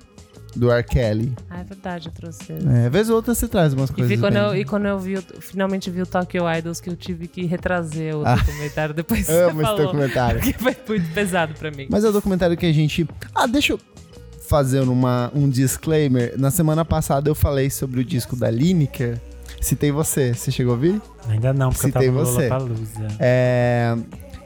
S1: Do R. Kelly.
S3: Ah, é verdade, eu trouxe.
S1: É, vez ou outra você traz umas
S3: E,
S1: coisas.
S3: vi quando
S1: bem-
S3: eu,
S1: <laughs>
S3: e quando eu vi, o- finalmente vi o Tokyo Idols, que eu tive que retrazer o
S1: Ah.
S3: documentário depois que você
S1: <laughs> Amo esse
S3: falou.
S1: documentário.
S3: Porque foi muito pesado pra mim.
S1: Mas é o documentário que a gente. Ah, deixa eu fazer uma, um disclaimer. Na semana passada eu falei sobre o disco da Lineker. Citei você. Você chegou a ouvir?
S4: Ainda não, porque
S1: Citei
S4: eu tava
S1: você.
S4: no Lollapalooza.
S1: É.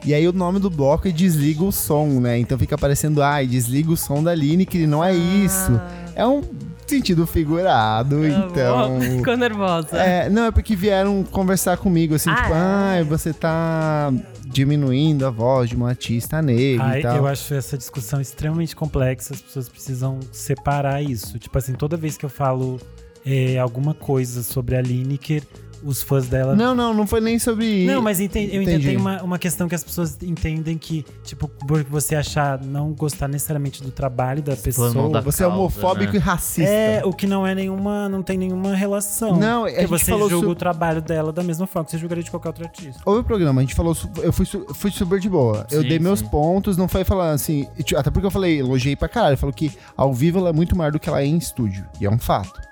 S1: E aí o nome do bloco é Desliga o Som, né? Então fica aparecendo, ai, desliga o som da Lineker e não é isso.
S3: Ah,
S1: É um sentido figurado,
S3: eu
S1: então.
S3: vou- Ficou nervosa.
S1: É, não, é porque vieram conversar comigo, assim,
S3: Ah,
S1: tipo,
S3: é?
S1: ai, você tá diminuindo a voz de um artista negro
S4: Ai,
S1: e tal.
S4: eu acho essa discussão extremamente complexa, as pessoas precisam separar isso. Tipo assim, toda vez que eu falo é, alguma coisa sobre a Lineker, os fãs dela.
S1: Não, não, não foi nem sobre.
S4: Não, mas enten- eu
S1: Entendi.
S4: entendi. Tem uma, uma questão que as pessoas entendem que, tipo, por você achar não gostar necessariamente do trabalho da pessoa.
S2: não dá
S1: Você é
S2: causa,
S1: homofóbico e
S2: né?
S1: racista.
S4: É, o que não é nenhuma. Não tem nenhuma relação.
S1: Não, a
S4: Porque
S1: gente
S4: você
S1: falou
S4: julga
S1: su-
S4: o trabalho dela da mesma forma que você julgaria de qualquer outro artista.
S1: Houve o programa, a gente falou. su- Eu fui, su- fui super de boa. eu
S2: Sim,
S1: dei meus
S2: sim.
S1: pontos, não foi falando assim. e ti- Até porque eu falei, elogiei pra caralho. Falou que ao vivo ela é muito maior do que ela é em estúdio. E é um fato.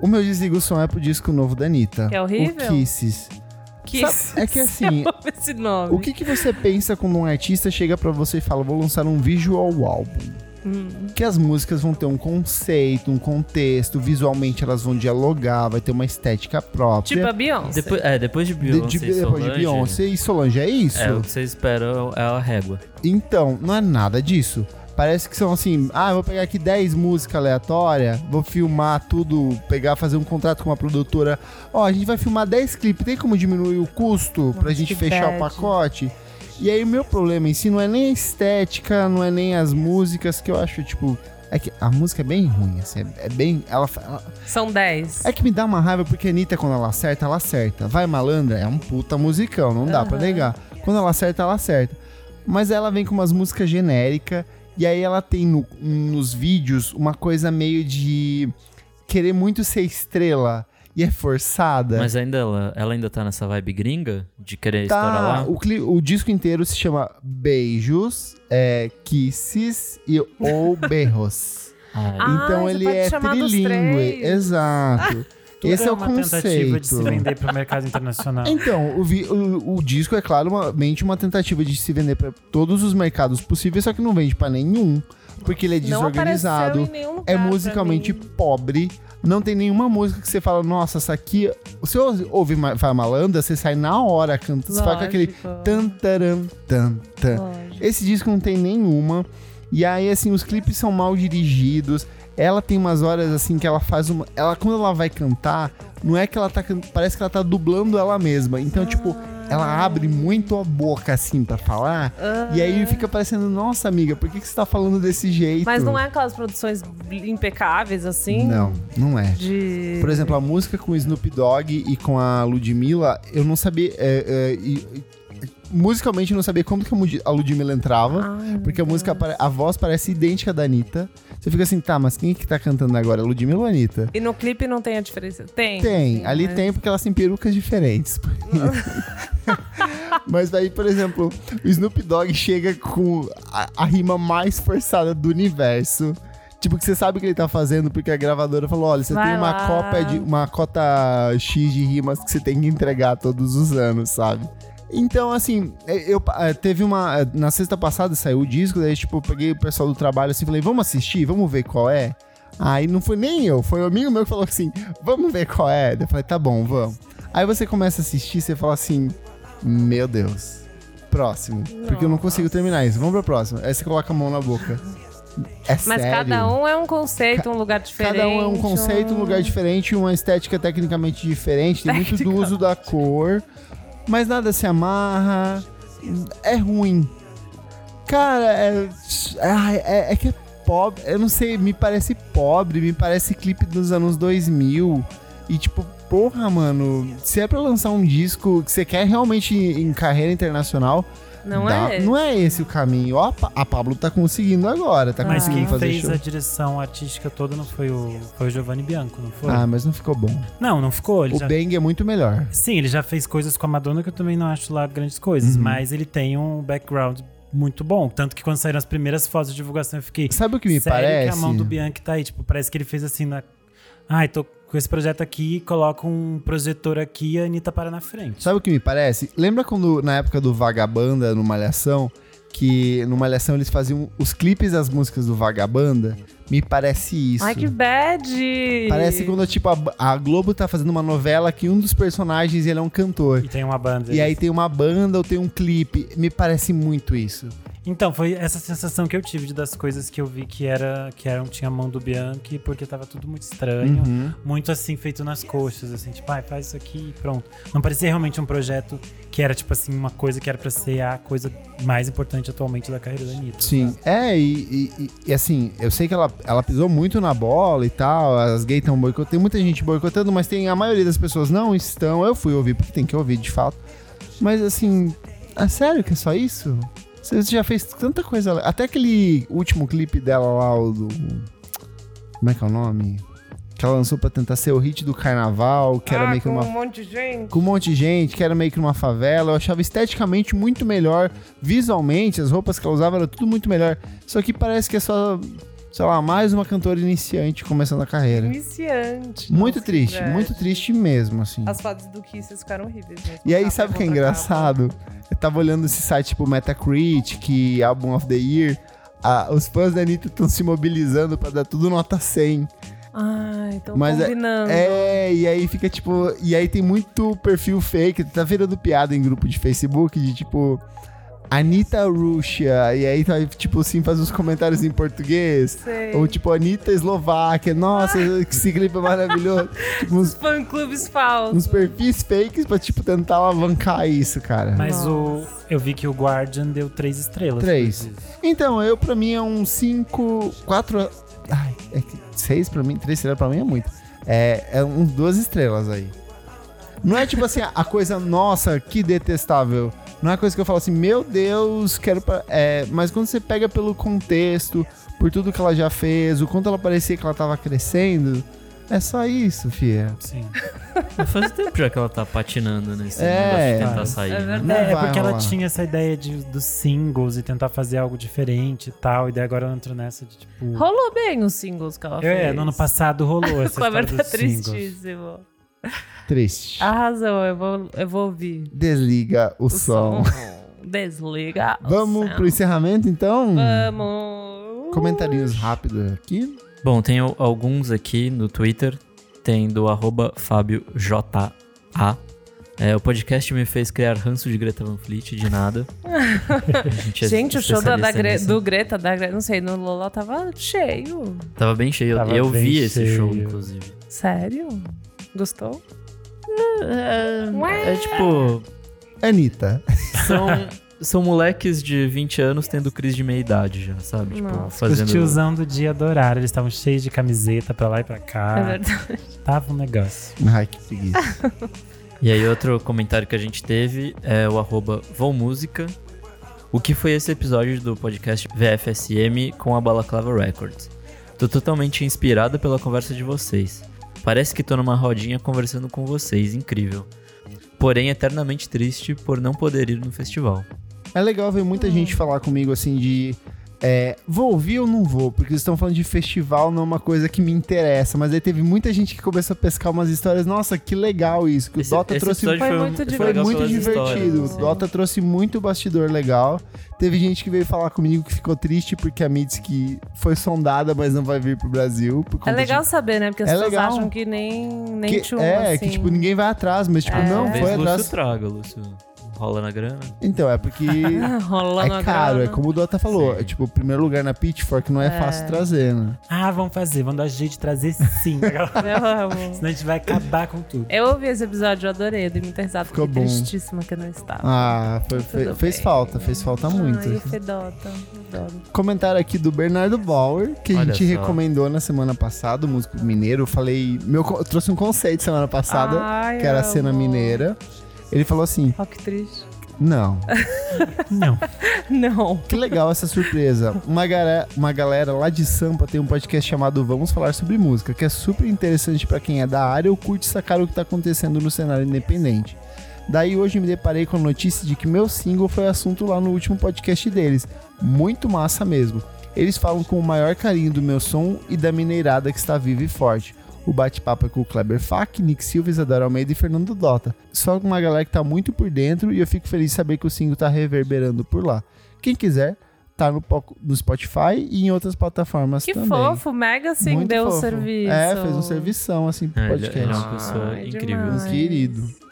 S1: O meu desligo o som é pro disco novo da Anitta.
S3: Que é horrível?
S1: O Kisses.
S3: Que
S1: Sabe, é que assim,
S3: <laughs> Eu amo esse nome.
S1: O que, que você pensa quando um artista chega pra você e fala, vou lançar um visual álbum?
S3: Hum,
S1: Que as músicas vão ter um conceito, um contexto, visualmente elas vão dialogar, vai ter uma estética
S3: tipo
S1: própria.
S3: a Beyoncé.
S2: Depois, é, depois de
S1: De-
S2: Beyoncé.
S1: de-
S2: e
S1: depois de
S2: Solange,
S1: Beyoncé e Solange, é isso?
S2: É, o que você espera é a régua.
S1: Então, não é nada disso. Parece que são assim, ah, eu vou pegar aqui 10 músicas aleatórias, vou filmar tudo, pegar, fazer um contrato com uma produtora. Ó, a gente vai filmar 10 clipes, tem como diminuir o custo pra
S3: Nossa,
S1: gente
S3: que
S1: fechar o
S3: bad.
S1: pacote? E aí o meu problema em si não é nem a estética, não é nem as músicas que eu acho, tipo. É que a música é bem ruim, assim, é, é bem. Ela, fa- ela-
S3: São 10.
S1: é que me dá uma raiva porque a Anitta, quando ela acerta, ela acerta. Vai malandra, é um puta musicão, não dá pra
S3: Aham.
S1: negar. Quando ela acerta, ela acerta. Mas ela vem com umas músicas genéricas, e aí ela tem no- nos vídeos uma coisa meio de querer muito ser estrela e é forçada.
S2: Mas ainda ela, ela ainda tá nessa vibe gringa de querer estourar
S1: Tá,
S2: lá?
S1: o, cli- o disco inteiro se chama Beijos, é, Kisses e
S3: <laughs>
S1: Ou Berros.
S2: Ai,
S3: Ah,
S1: então
S3: você
S1: ele
S3: pode
S1: é
S3: chamar dos
S1: trilingue.
S3: três. <laughs>
S1: Exato. Esse é o
S4: uma tentativa de se
S1: conceito.
S4: vender pro mercado
S3: Ah.
S4: internacional.
S1: Então, o, vi- o- o disco é claramente uma tentativa de se vender pra todos os mercados possíveis, só que não vende pra nenhum, porque ele é
S3: Não apareceu
S1: desorganizado,
S3: em nenhum lugar
S1: é musicalmente
S3: pra mim.
S1: pobre, não tem nenhuma música que você fala, nossa, essa aqui. Se você ouve Ma- Vai Malanda, você sai na hora cantando, você fala com aquele
S3: Lógico,
S1: tan taran, tan, tan.
S3: lógico.
S1: Esse disco não tem nenhuma. E aí, assim, os clipes são mal dirigidos. Ela tem umas horas, assim, que ela faz uma. Ela, quando ela vai cantar, não é que ela tá. can- Parece que ela tá dublando ela mesma. Então, tipo, ela abre muito a boca, assim, pra falar. E aí fica parecendo, nossa, amiga, por que, que você tá falando desse jeito?
S3: Ah. Mas não é aquelas produções impecáveis, assim?
S1: Não, não é.
S3: De...
S1: Por exemplo, a música com o Snoop Dogg e com a Ludmilla, eu não sabia. é, é, e- e- musicalmente, eu não sabia como que a Mudi- a Ludmilla entrava.
S3: Ai,
S1: Porque a música, pare- a voz parece idêntica da Anitta. Você fica assim, tá, mas quem é que tá cantando agora? Ludmilla ou Anitta?
S3: E no clipe não tem a diferença? Tem.
S1: Tem,
S3: sim,
S1: ali
S3: mas-
S1: tem porque elas têm perucas
S3: <laughs>
S1: diferentes. mas aí, por exemplo, o Snoop Dogg chega com a, a rima mais forçada do universo. Tipo, que você sabe o que ele tá fazendo, porque a gravadora falou: olha, você
S3: Vai
S1: tem uma
S3: lá.
S1: copa de. uma cota X de rimas que você tem que entregar todos os anos, sabe? Então, assim, eh, eu eh, teve uma. eh, Na sexta passada saiu o disco, daí, tipo, eu peguei o pessoal do trabalho assim falei, vamos assistir, vamos ver qual é. Aí não foi nem eu, foi um amigo meu que falou assim, vamos ver qual é. Daí Eu falei, tá bom, vamos. Aí você começa a assistir, você fala assim, meu Deus, próximo. Porque eu não consigo terminar isso, vamos pra próxima. Aí você coloca a mão na boca. É
S3: Mas
S1: sério.
S3: cada um é um conceito, um lugar diferente.
S1: Cada um é um conceito, um lugar diferente, uma estética tecnicamente diferente. Tem muito do uso da cor, mas nada se amarra. É ruim. Cara, é, ai, é, é que é pobre. Eu não sei, me parece pobre, me parece clipe dos anos 2000. E tipo, porra, mano, se é pra lançar um disco que você quer realmente em em carreira internacional,
S3: Não
S1: dá-
S3: é?
S1: não é esse o caminho. Ó, a Pa- a Pablo tá conseguindo agora, tá
S4: Ah, Mas
S1: conseguindo
S4: quem
S1: fazer
S4: fez
S1: show.
S4: a direção artística toda não foi o, foi o Giovanni Bianco, não foi?
S1: Ah, mas não ficou bom.
S4: Não, não ficou. Ele
S1: O
S4: já-
S1: Bang é muito melhor.
S4: Sim, ele já fez coisas com a Madonna que eu também não acho lá grandes coisas,
S1: Uhum.
S4: mas ele tem um background muito bom. Tanto que quando saíram as primeiras fotos de divulgação eu fiquei.
S1: Sabe o que me
S4: sério
S1: parece?
S4: que a mão do Bianchi tá aí. Tipo, parece que ele fez assim na. Ai, tô com esse projeto aqui, coloca um projetor aqui e a Anitta para na frente.
S1: Sabe o que me parece? Lembra quando, na época do Vagabanda, no Malhação, que no Malhação eles faziam os clipes das músicas do Vagabanda? Me parece isso.
S3: Ai, que bad!
S1: Parece quando, tipo, a, a Globo tá fazendo uma novela que um dos personagens ele é um cantor.
S4: E tem uma banda.
S1: E aí tem uma banda ou tem um clipe. Me parece muito isso.
S4: Então, foi essa sensação que eu tive de das coisas que eu vi que era que eram, tinha a mão do Bianchi, porque tava tudo muito estranho.
S1: Uhum.
S4: Muito assim, feito nas coxas, assim, tipo, ai, faz isso aqui e pronto. Não parecia realmente um projeto que era, tipo assim, uma coisa que era pra ser a coisa mais importante atualmente da carreira da Anitta.
S1: Sim.
S4: sabe?
S1: É, e, e- e, assim, eu sei que ela, ela pisou muito na bola e tal, as gays estão boicotando, tem muita gente boicotando, mas tem a maioria das pessoas não estão. Eu fui ouvir, porque tem que ouvir de fato. Mas assim, é sério que é só isso? Você já fez tanta coisa. le- Até aquele último clipe dela lá, o do. Como é que é o nome? Que ela lançou pra tentar ser o hit do carnaval, que era
S3: ah,
S1: meio que
S3: com
S1: uma
S3: um monte de gente.
S1: com um monte de gente, que era meio que numa favela. Eu achava esteticamente muito melhor. Visualmente, as roupas que ela usava era tudo muito melhor. Só que parece que é só, sei lá, mais uma cantora iniciante começando a carreira.
S3: Iniciante.
S1: É. Muito
S3: Nossa,
S1: triste,
S3: que bad.
S1: muito triste mesmo, assim.
S3: As fotos do Kisses ficaram horríveis. mesmo. Tá,
S1: E aí,
S3: Capa
S1: sabe o que é
S3: contra
S1: engraçado? Eu tava olhando esse site tipo Metacritic, Album of the Year. Ah, os fãs da Anitta estão se mobilizando pra dar tudo nota 100.
S3: capa. Ai, então
S1: Mas é-
S3: combinando.
S1: É, e aí fica tipo. E aí tem muito perfil fake, tá virando piada em grupo de Facebook de tipo. Anitta Ruxa, e aí tá, tipo assim, faz uns comentários em português.
S3: Sei.
S1: Ou tipo, Anitta Eslováquia, nossa, que esse clipe é maravilhoso. tipo, uns,
S3: Fã-clubes falsos.
S1: uns perfis fakes pra, tipo, tentar alavancar isso, cara.
S4: Mas o, eu vi que o Guardian deu três estrelas.
S1: Três.
S4: por isso.
S1: Então, eu pra mim é um 5, 4. Ai, é que 6 pra mim, 3 estrelas pra mim é muito. É, é uns duas estrelas aí. Não é tipo assim, <laughs> a coisa, nossa, que detestável. Não é coisa que eu falo assim, meu Deus, quero. Pra... É, mas quando você pega pelo contexto, por tudo que ela já fez, o quanto ela parecia que ela tava crescendo, é só isso, fia.
S4: Sim.
S2: Ah, Faz tempo já que ela tá patinando nesse
S1: É,
S2: negócio de
S4: cara.
S2: tentar sair.
S3: É
S2: né?
S3: verdade.
S1: Não
S4: é,
S1: vai
S4: porque ela
S1: rolar.
S4: tinha essa ideia de, dos singles e tentar fazer algo diferente e tal. E daí agora ela entrou nessa de tipo.
S1: né?
S3: Rolou bem os singles que ela fez.
S4: É, no ano passado rolou essa
S3: <laughs> O Kleber
S4: história
S3: tá
S4: dos singles.
S3: tristíssimo.
S1: Triste.
S3: Arrasou, eu vou, eu vou ouvir
S1: Desliga o,
S3: Ah. o
S1: som.
S3: som. <laughs> Desliga o
S1: Vamos
S3: som.
S1: pro encerramento então?
S3: Vamos.
S1: Comentarinhos rápidos aqui.
S2: Bom, tem al- alguns aqui no Twitter. Tem do arroba FábioJA. É, o podcast me fez criar ranço de Greta Van Fleet, de nada. A gente, é
S3: Gente, o show da, da
S2: especialista
S3: Gre-
S2: nisso.
S3: do Greta, da Greta, não sei, no Lola tava cheio.
S2: Tava bem cheio.
S4: Tava
S2: eu
S4: bem
S2: vi esse
S4: cheio.
S2: show, inclusive.
S3: Sério? Gostou?
S2: É, é tipo...
S1: Anitta.
S2: São, são moleques de 20 anos tendo crise de meia-idade já, sabe? Tipo,
S3: Nossa.
S4: Os
S2: fazendo...
S4: tiozão do dia adoraram. Eles estavam cheios de camiseta pra lá e pra
S3: É
S4: cá.
S3: verdade.
S4: Tava um negócio.
S1: Ai, que preguiça.
S2: E aí outro comentário que a gente teve é o arroba Vomúsica. O que foi esse episódio do podcast VFSM com a Balaclava Records? Tô totalmente inspirada pela conversa de vocês. Parece que tô numa rodinha conversando com vocês, incrível. Porém, eternamente triste por não poder ir no festival.
S1: É legal ver muita
S2: Hum.
S1: gente falar comigo assim de. é, vou ouvir ou não vou? Porque eles estão falando de festival, não é uma coisa que me interessa. Mas aí teve muita gente que começou a pescar umas histórias. Nossa, que legal isso! Que o Dota trouxe.
S2: episódio
S3: Foi
S2: um-
S3: muito divertido.
S1: Foi
S2: legal
S1: muito
S2: pelas histórias,
S1: divertido. O
S2: assim.
S1: Dota trouxe muito bastidor legal. Teve gente que veio falar comigo que ficou triste porque a Mitski foi sondada, mas não vai vir pro Brasil. por
S3: É
S1: conta
S3: legal
S1: de...
S3: saber, né? Porque as
S1: É
S3: pessoas
S1: legal.
S3: acham que nem, nem
S1: que,
S3: tchum,
S1: É,
S3: assim.
S1: que tipo,
S3: <laughs>
S1: ninguém vai atrás, mas tipo,
S3: É.
S1: não,
S2: Talvez
S1: foi
S2: Lúcio
S1: atrás.
S2: traga, Lúcio. Rola na grana.
S1: Então, é porque.
S2: <laughs>
S3: Rola
S1: é
S3: na
S1: caro,
S3: grana.
S1: é como o Dota falou.
S2: Sim.
S1: É tipo, o primeiro lugar na Pitchfork não é, fácil trazer, né?
S4: Ah, vamos fazer. Vamos dar jeito de trazer
S3: <laughs>
S4: sim.
S3: Eu amo.
S4: Senão a gente vai acabar com tudo.
S3: Eu ouvi esse episódio, eu adorei, eu dei muita risada.
S1: Ficou
S3: fiquei
S1: bom.
S3: tristíssima que eu não estava.
S1: Ah, foi- fe-
S3: Tá Tudo
S1: fez
S3: bem.
S1: falta, fez falta muito.
S3: Ai, Fedota, adoro.
S1: Comentário aqui do Bernardo Bauer, que a
S2: Olha
S1: gente
S2: só.
S1: recomendou na semana passada, o músico mineiro. Eu falei. Meu, co- eu trouxe um conceito semana passada,
S3: Ai,
S1: que era a
S3: Ah, amo.
S1: cena mineira. Ele falou assim:
S3: Ó, que triste. <laughs>
S1: não,
S4: Não.
S3: Não.
S1: que legal essa surpresa. Uma, gara- uma galera lá de Sampa tem um podcast chamado Vamos Falar sobre Música, que é super interessante pra quem é da área ou curte sacar o que tá acontecendo no cenário independente. Daí hoje me deparei com a notícia de que meu single foi assunto lá no último podcast deles. Muito massa mesmo. Eles falam com o maior carinho do meu som e da mineirada que está viva e forte. O bate-papo é com o Kleber Fak, Nick Silva, Isadora Almeida e Fernando Dota. Só uma galera que tá muito por dentro e eu fico feliz de saber que o single tá reverberando por lá. Quem quiser, tá no, po- no Spotify e em outras plataformas
S3: Que
S1: também.
S3: fofo, mega sim,
S1: Muito
S3: deu
S1: fofo.
S3: um serviço.
S1: É, fez um servição, assim, pro
S2: É, ele, ele é
S1: podcast.
S2: uma pessoa
S3: Ai,
S2: incrível.
S3: demais.
S1: Um querido.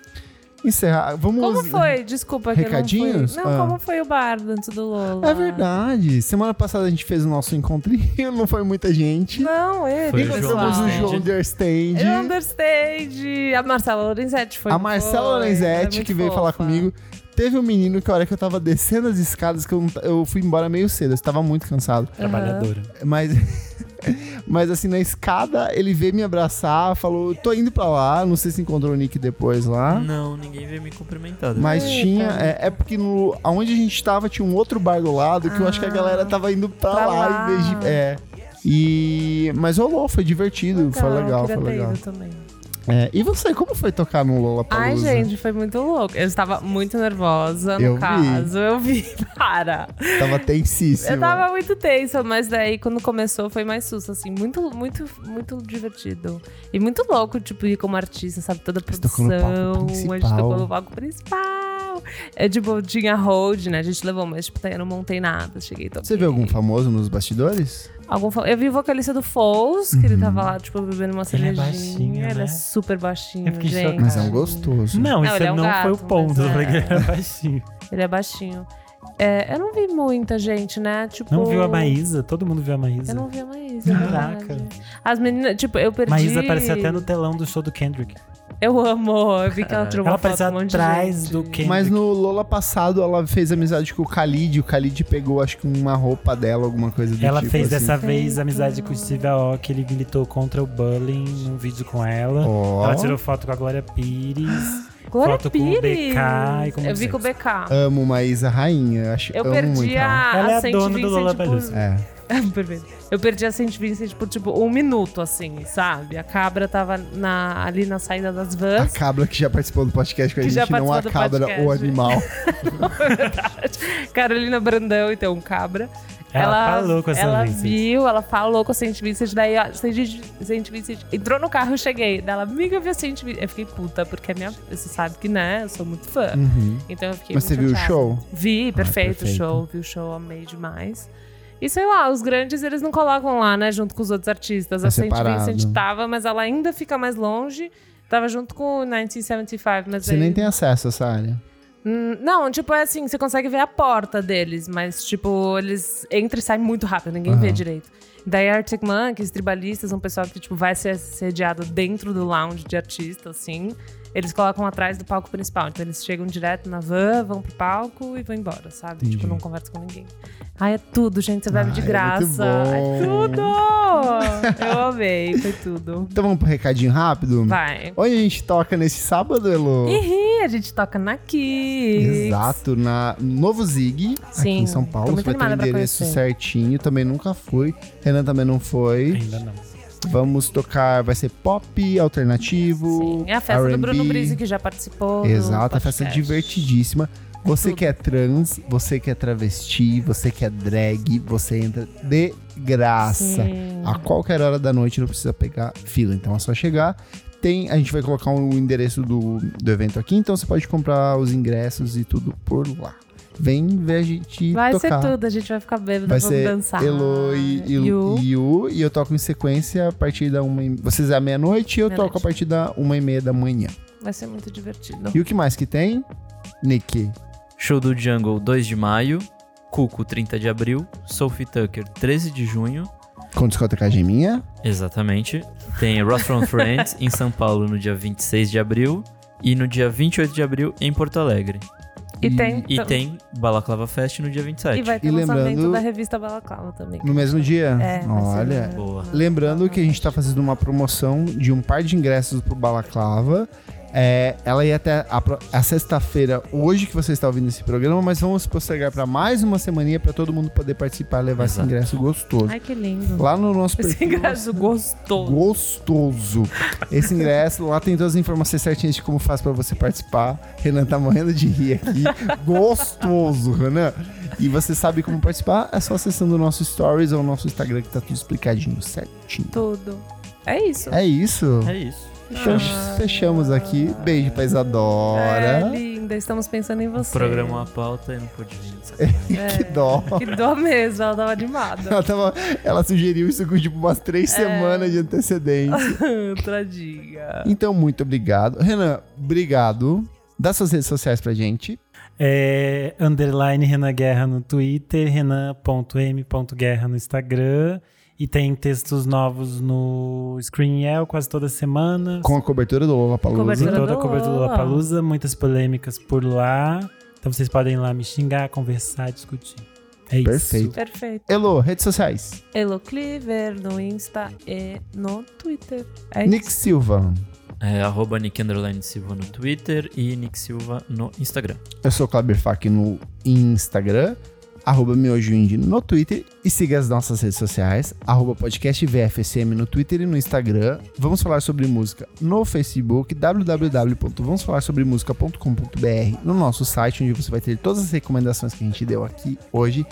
S1: Encerrar. Vamos.
S3: Como foi? Desculpa que eu
S1: Recadinhos?
S3: não fui. Não,
S1: Ah.
S3: como foi o bar antes do Lola?
S1: É verdade. Semana passada a gente fez o nosso encontrinho, <laughs> não foi muita gente.
S3: Não, é,
S2: Foi o
S1: Encontramos o
S2: João
S1: João Understand.
S3: Eu understand. A Marcela Lorenzetti foi.
S1: A
S3: não
S1: Marcela
S3: foi? Ela é
S1: Lorenzetti,
S3: muito
S1: que veio
S3: fofa.
S1: falar comigo. Teve um menino que a hora que eu tava descendo as escadas, que eu, não- eu fui embora meio cedo, eu estava muito cansado.
S4: Trabalhadora.
S1: Mas, <laughs> mas assim, na escada, ele veio me abraçar, falou, tô indo pra lá, não sei se encontrou o Nick depois lá.
S2: Não, ninguém veio me cumprimentar.
S1: Mas
S3: Eita.
S1: tinha. É, é porque no, aonde a gente tava tinha um outro bar do lado que eu acho que a
S3: Ah,
S1: galera tava indo pra,
S3: pra
S1: lá,
S3: lá.
S1: em vez de. É. E. Mas rolou, foi divertido, foi
S3: Então,
S1: legal,
S3: eu queria
S1: foi
S3: ter
S1: legal.
S3: ido também.
S1: É, e você, como foi tocar no Lola
S3: Ai, gente, foi muito louco. Eu estava muito nervosa, no
S1: Eu vi.
S3: caso. Eu vi, <laughs> para.
S1: Tava tensíssimo.
S3: Eu tava muito tensa, mas daí quando começou foi mais susto, assim. Muito, muito, muito divertido. E muito louco, tipo, ir como artista, sabe? Toda a
S1: tocou no
S3: produção.
S1: palco
S3: a gente
S1: principal.
S3: tocou no palco principal. É tipo, tinha hold, né? A gente levou, mas tipo, eu não montei nada. Cheguei toquei.
S1: Você viu algum famoso nos bastidores?
S3: Algum fa- Eu vi o vocalista do Foles, que ele
S1: Uhum.
S3: tava lá, tipo, bebendo uma
S4: Ele é
S3: cervejinha.
S4: baixinho,
S3: Ele
S4: né?
S3: é super baixinho,
S4: Eu fiquei
S3: gente.
S4: chocado.
S1: Mas é um gostoso.
S4: Não,
S3: Não,
S4: isso
S3: ele é um
S4: não foi
S3: gato,
S4: o ponto.
S3: mas
S4: Eu falei
S3: é.
S4: que ele era baixinho.
S3: Ele é baixinho. É, eu não vi muita gente, né? Tipo,
S4: Não viu a Maísa? Todo mundo viu a Maísa.
S3: Eu não vi a Maísa, é
S4: Caraca.
S3: verdade. As meninas, tipo, eu perdi...
S4: Maísa apareceu até no telão do show do Kendrick.
S3: Eu amo, eu vi que ela tirou
S4: Ela
S3: uma foto
S4: apareceu
S3: com um monte de
S4: atrás
S3: gente.
S4: do Kendrick.
S1: Mas no Lola passado ela fez amizade com o Khalid. O Khalid pegou, acho que uma roupa dela, alguma coisa do
S4: Ela
S1: tipo.
S4: fez
S1: assim.
S4: dessa vez amizade com o Steve Aoki, ele militou contra o bullying num vídeo com ela.
S1: Ó.
S4: Ela tirou foto com a Glória Pires.
S3: Glória
S4: foto com o
S3: Pires.
S4: BK e com
S3: eu vi com o
S4: vocês.
S3: BK.
S1: Amo Maísa Rainha. Acho,
S3: Eu
S1: amo muito
S3: perdi
S1: ela.
S3: a,
S4: Ela é a
S3: a Saint
S4: dona do
S3: Vincent <laughs>
S4: Lollapalooza.
S3: por...
S1: É.
S3: Perfeito. Eu perdi a Saint Vincent por, tipo, um minuto, assim, sabe? A cabra tava na- ali na saída das
S1: A
S3: vans.
S1: cabra que já participou do podcast com a
S3: Que já
S1: gente, não a
S3: participou do
S1: cabra
S3: podcast. né?
S1: ou
S3: <laughs>
S1: animal.
S3: Carolina Brandão, então, cabra.
S4: Ela assim, falou com a Saint
S3: Ela
S4: Vincent.
S3: viu, ela falou com a Saint Vincent. Daí a Saint Saint Vincent entrou no carro, eu cheguei. Daí ela, amiga, eu vi a Saint Vincent. Eu fiquei puta, porque a minha... Você sabe que, né? Eu sou muito fã.
S1: Uhum.
S3: Então eu fiquei
S1: Mas
S3: muito
S1: você viu o
S3: chateada.
S1: show?
S3: Vi, perfeito o
S1: perfeito.
S3: show. Vi o show, amei demais. E sei lá, os grandes eles não colocam lá, né? Junto com os outros artistas.
S1: É
S3: a Saint
S1: separado.
S3: Vincent tava, mas ela ainda fica mais longe. Tava junto com o 1975, mas
S1: Você
S3: aí...
S1: nem tem acesso a essa área.
S3: Hum, Não, tipo, é assim, você consegue ver a porta deles, mas, tipo, eles entram e saem muito rápido, ninguém vê
S1: Aham.
S3: direito. Daí Arctic Monkeys, tribalistas, um pessoal que, tipo, vai ser assediado dentro do lounge de artista, assim. Eles colocam atrás do palco principal. Então eles chegam direto na van, vão pro palco e vão embora, sabe?
S1: Entendi.
S3: Tipo, não conversa com ninguém. Ai, é tudo, gente. Você bebe de
S1: Ah, é
S3: graça.
S1: muito bom.
S3: É tudo! Eu amei, foi
S1: <laughs>
S3: tudo.
S1: Então vamos pro recadinho rápido?
S3: Vai.
S1: Onde a gente toca nesse sábado, Elo?
S3: Ih, a gente toca na Kiss.
S1: Exato, na Novo Zig, aqui
S3: Sim,
S1: em São
S3: tô
S1: Paulo.
S3: muito
S1: Você vai ter o
S3: animada pra
S1: endereço
S3: conhecer.
S1: certinho. Também nunca fui. Renan também não foi.
S4: Ainda não.
S1: Vamos tocar, vai ser pop, alternativo.
S3: Sim, é a festa
S1: R&B.
S3: do Bruno Brise, que já participou. do
S1: Exato, a festa é
S3: podcast.
S1: divertidíssima. Você
S3: tudo.
S1: que é trans, você que é travesti, você que é drag, você entra de graça.
S3: Sim.
S1: A qualquer hora da noite não precisa pegar fila, então é só chegar. Tem, a gente vai colocar o endereço do, do evento aqui, então você pode comprar os ingressos e tudo por lá. Vem ver a gente
S3: Vai
S1: tocar.
S3: ser tudo, a gente vai ficar bêbado,
S1: Vai
S3: vamos
S1: ser
S3: dançar.
S1: Elo e, e,
S3: Yu.
S1: e Yu, e eu toco em sequência a partir da uma e... Vocês é à meia-noite e eu toco
S3: Meia-noite.
S1: a partir da uma e meia da manhã.
S3: Vai ser muito divertido.
S1: E o que mais que tem? Nick.
S2: Show do Jungle 2 de maio, Cuco 30 de abril, Sophie Tucker 13 de junho,
S1: Com discotecagem minha.
S2: Exatamente. Tem <laughs> Ross from Friends em São Paulo no dia 26 de abril e no dia 28 de abril em Porto Alegre.
S3: E, tem.
S2: E tem Balaclava Fest no dia
S3: Tá. e
S2: 27.
S3: vai ter
S1: E
S3: lançamento
S1: lembrando-
S3: da revista Balaclava também.
S1: No mesmo dia?
S3: É, vai ser
S1: Olha.
S3: no-
S2: Boa.
S1: Lembrando que a gente tá fazendo uma promoção de um par de ingressos pro Balaclava. É, ela ia até a, pro- a sexta-feira, hoje que você está ouvindo esse programa, mas vamos postergar para mais uma semaninha para todo mundo poder participar e levar esse
S2: Exato.
S1: ingresso gostoso.
S3: Ai, que lindo.
S1: Lá no nosso
S3: Esse
S1: perfil
S3: ingresso gostoso.
S1: gostoso. Esse ingresso, lá tem todas as informações certinhas de como faz pra você participar. Renan tá morrendo de rir aqui. Gostoso, Renan. E você sabe como participar? É só acessando o nosso Stories ou o nosso Instagram que tá tudo explicadinho, certinho.
S3: Tudo. É isso.
S1: É isso.
S2: É isso.
S1: Então, fechamos aqui. Beijo pra
S3: É,
S1: Isadora.
S3: linda, estamos pensando em você.
S2: Programou a é pauta e não pude vir.
S1: É. que dó.
S3: Que dó mesmo, ela tava animada.
S1: <laughs> Ela, tava- ela sugeriu isso com tipo umas três semanas de antecedência.
S3: Tadinha.
S1: Então, muito obrigado. Renan, obrigado. Dá suas redes sociais pra gente.
S4: É, underline Renan Guerra no Twitter, renan.m.guerra no Instagram. E tem textos novos no Screen Yell quase toda semana.
S1: Com a cobertura do Lollapalooza.
S4: Tem
S3: Cobertura
S4: toda a
S3: do
S4: cobertura do
S3: Lola.
S4: Lollapalooza, muitas polêmicas por lá. Então vocês podem ir lá me xingar, conversar, discutir. É isso.
S1: Perfeito.
S3: Perfeito.
S1: Elo, redes sociais.
S3: Elo Cleaver no Insta e no Twitter. É
S1: Nick
S3: isso.
S1: Silva.
S2: É, arroba Nick Underline Silva no Twitter e Nick Silva no Instagram.
S1: Eu sou o Kleber Fak no Instagram. Arroba MiojoIndy no Twitter. E siga as nossas redes sociais. Arroba podcast VFSM no Twitter e no Instagram. Vamos falar sobre música no Facebook. www.vamosfalarsobremusica.com.br No nosso site, onde você vai ter todas as recomendações que a gente deu aqui hoje.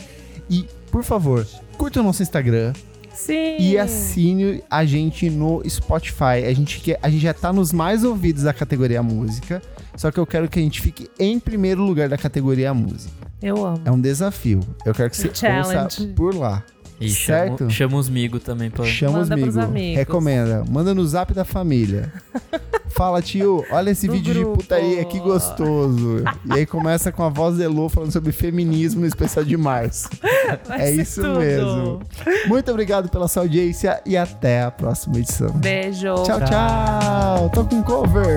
S1: E, por favor, curta o nosso Instagram.
S3: Sim.
S1: E é assim. assine a gente no Spotify. A gente, quer, a gente já tá nos mais ouvidos da categoria música. Só que eu quero que a gente fique em primeiro lugar da categoria música.
S3: Eu amo.
S1: É um desafio. Eu quero que você ouça
S3: Challenge.
S1: por lá.
S2: E
S1: Certo.
S2: chama- Chama os migos também pra.
S1: Chama os
S3: Manda pros
S1: amigos.
S3: amigos.
S1: Recomenda. Manda no zap da
S3: <laughs>
S1: família. Fala, tio, olha esse
S3: No
S1: vídeo
S3: grupo.
S1: de putaria, que gostoso. E aí começa com a voz de Elô falando sobre feminismo no especial de março.
S3: Vai
S1: É
S3: ser
S1: isso
S3: tudo.
S1: mesmo. Muito obrigado pela sua audiência e até a próxima edição.
S3: Beijo.
S1: Tchau, tchau. Tô com cover.